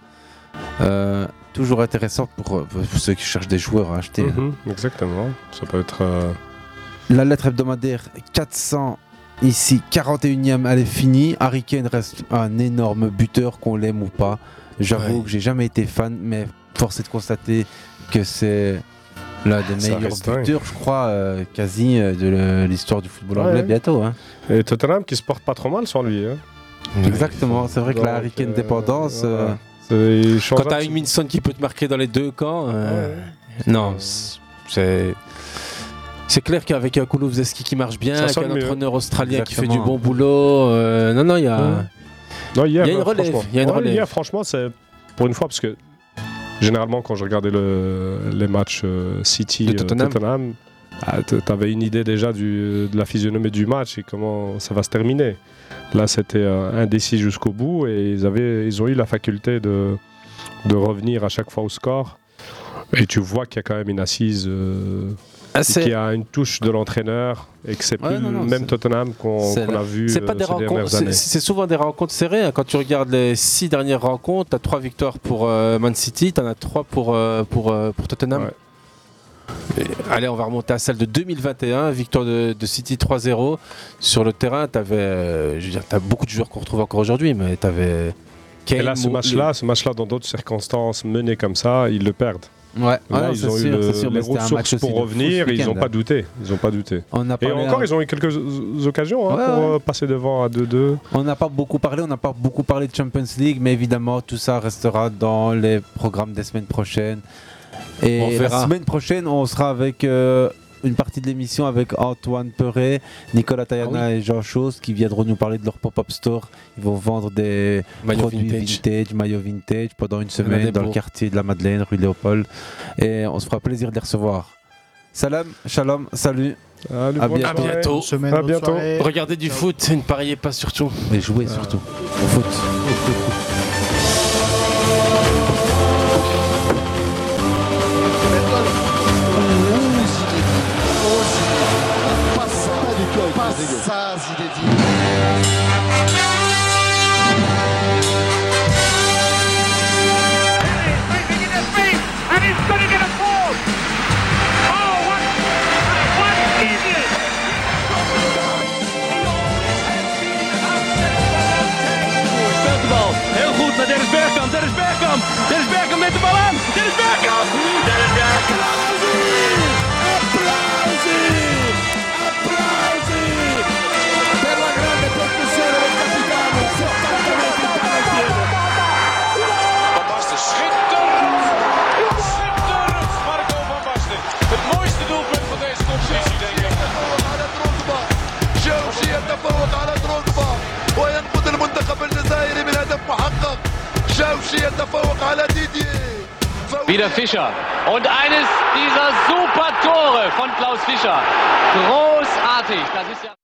Euh, toujours intéressant pour, euh, pour ceux qui cherchent des joueurs à acheter. hein. Mhm, exactement. Ça peut être. euh, La lettre hebdomadaire 400 ici, 41e, elle est finie. Harry Kane reste un énorme buteur qu'on l'aime ou pas. J'avoue que j'ai jamais été fan, mais force est de constater que c'est l'un des Ça meilleurs reste dingue. buteurs, je crois, euh, quasi euh, de le- l'histoire du football Ouais, anglais ouais. bientôt. hein. Et Tottenham qui se porte pas trop mal sans lui. hein. Exactement, c'est vrai que la Donc, Harry Kane euh, dépendance. euh, voilà. C'est- il change Quand un t'as petit- Minson qui peut te marquer dans les deux camps, euh, non, c'est. C'est clair qu'avec un Kulusevski qui marche bien, Ça avec sonne un mieux. entraîneur australien qui fait Exactement. du bon boulot, euh, non, non, il y a. Mhm. Non, Il y a une euh, relève, franchement. il y a une Ouais, relève. Hier, franchement, c'est pour une fois parce que généralement quand je regardais le- les matchs euh, City De euh, Tottenham. Tottenham, ah, t- t'avais une idée déjà du- de la physionomie du match et comment ça va se terminer. Là, c'était euh, indécis jusqu'au bout et ils, avaient, ils ont eu la faculté de, de revenir à chaque fois au score. Et tu vois qu'il y a quand même une assise euh, et c'est- qu'il y a une touche de l'entraîneur et que c'est Ouais, plus non, non, le même c'est- Tottenham qu'on C'est qu'on la- a vu c'est euh, pas des ces rencontres, dernières c'est- années. c'est souvent des rencontres serrées. hein. Quand tu regardes les six dernières rencontres, t'as trois victoires pour euh, Man City, t'en as trois pour, euh, pour, euh, pour Tottenham. Et, allez, on va remonter à celle de 2021, victoire de, de City 3-0. Sur le terrain, t'avais, euh, je veux dire, t'as beaucoup de joueurs qu'on retrouve encore aujourd'hui, mais t'avais Et là, ce Mo- match-là, ce match-là, dans d'autres circonstances, mené comme ça, ils le perdent. Ouais, Là, ouais, ils Ah c'est ont eu sûr, le- c'est sûr, les mais c'était un match ressources aussi de pour fou revenir. ce Ils n'ont week-end, pas hein. douté. Ils n'ont pas douté. On a Et parlé encore, à- ils ont eu quelques o- occasions hein, Ouais, pour ouais. euh, passer devant à 2-2. On n'a pas beaucoup parlé, on n'a pas beaucoup parlé de Champions League, mais évidemment tout ça restera dans les programmes des semaines prochaines. Et On verra. la semaine prochaine, on sera avec euh, une partie de l'émission avec Antoine Perret, Nicolas Tayana Ah et Jean Chose qui viendront nous parler de leur pop-up store. Ils vont vendre des Maillots produits vintage. vintage. maillots vintage pendant une en a semaine des dans le beaux. quartier de la Madeleine, rue Léopold. Et on se fera plaisir de les recevoir. Salam, shalom, salut. Ah, à bonne bientôt. soirée, À bientôt. bonne semaine, À bonne bientôt. soirée. Regardez du foot, ne pariez pas surtout. Mais jouez surtout. Au foot. Ça, Zinedine. And he's gonna get a ball. Oh, what, what idiot! Speelt de bal. Heel goed naar Dennis Bergkamp. Dennis Bergkamp. Dennis Bergkamp neemt de bal aan. Dennis Bergkamp. Dennis Bergkamp. Van Basten schitterend. Schitterend, Marco van Basten. Het mooiste doelpunt van deze competitie, denk ik. شاوشي يتفوق على دروكبا وينقذ المنتخب الجزائري من هدف محقق شاوشي يتفوق على ديدي Wieder Fischer. Und eines dieser super Tore von Klaus Fischer. Großartig. Das ist ja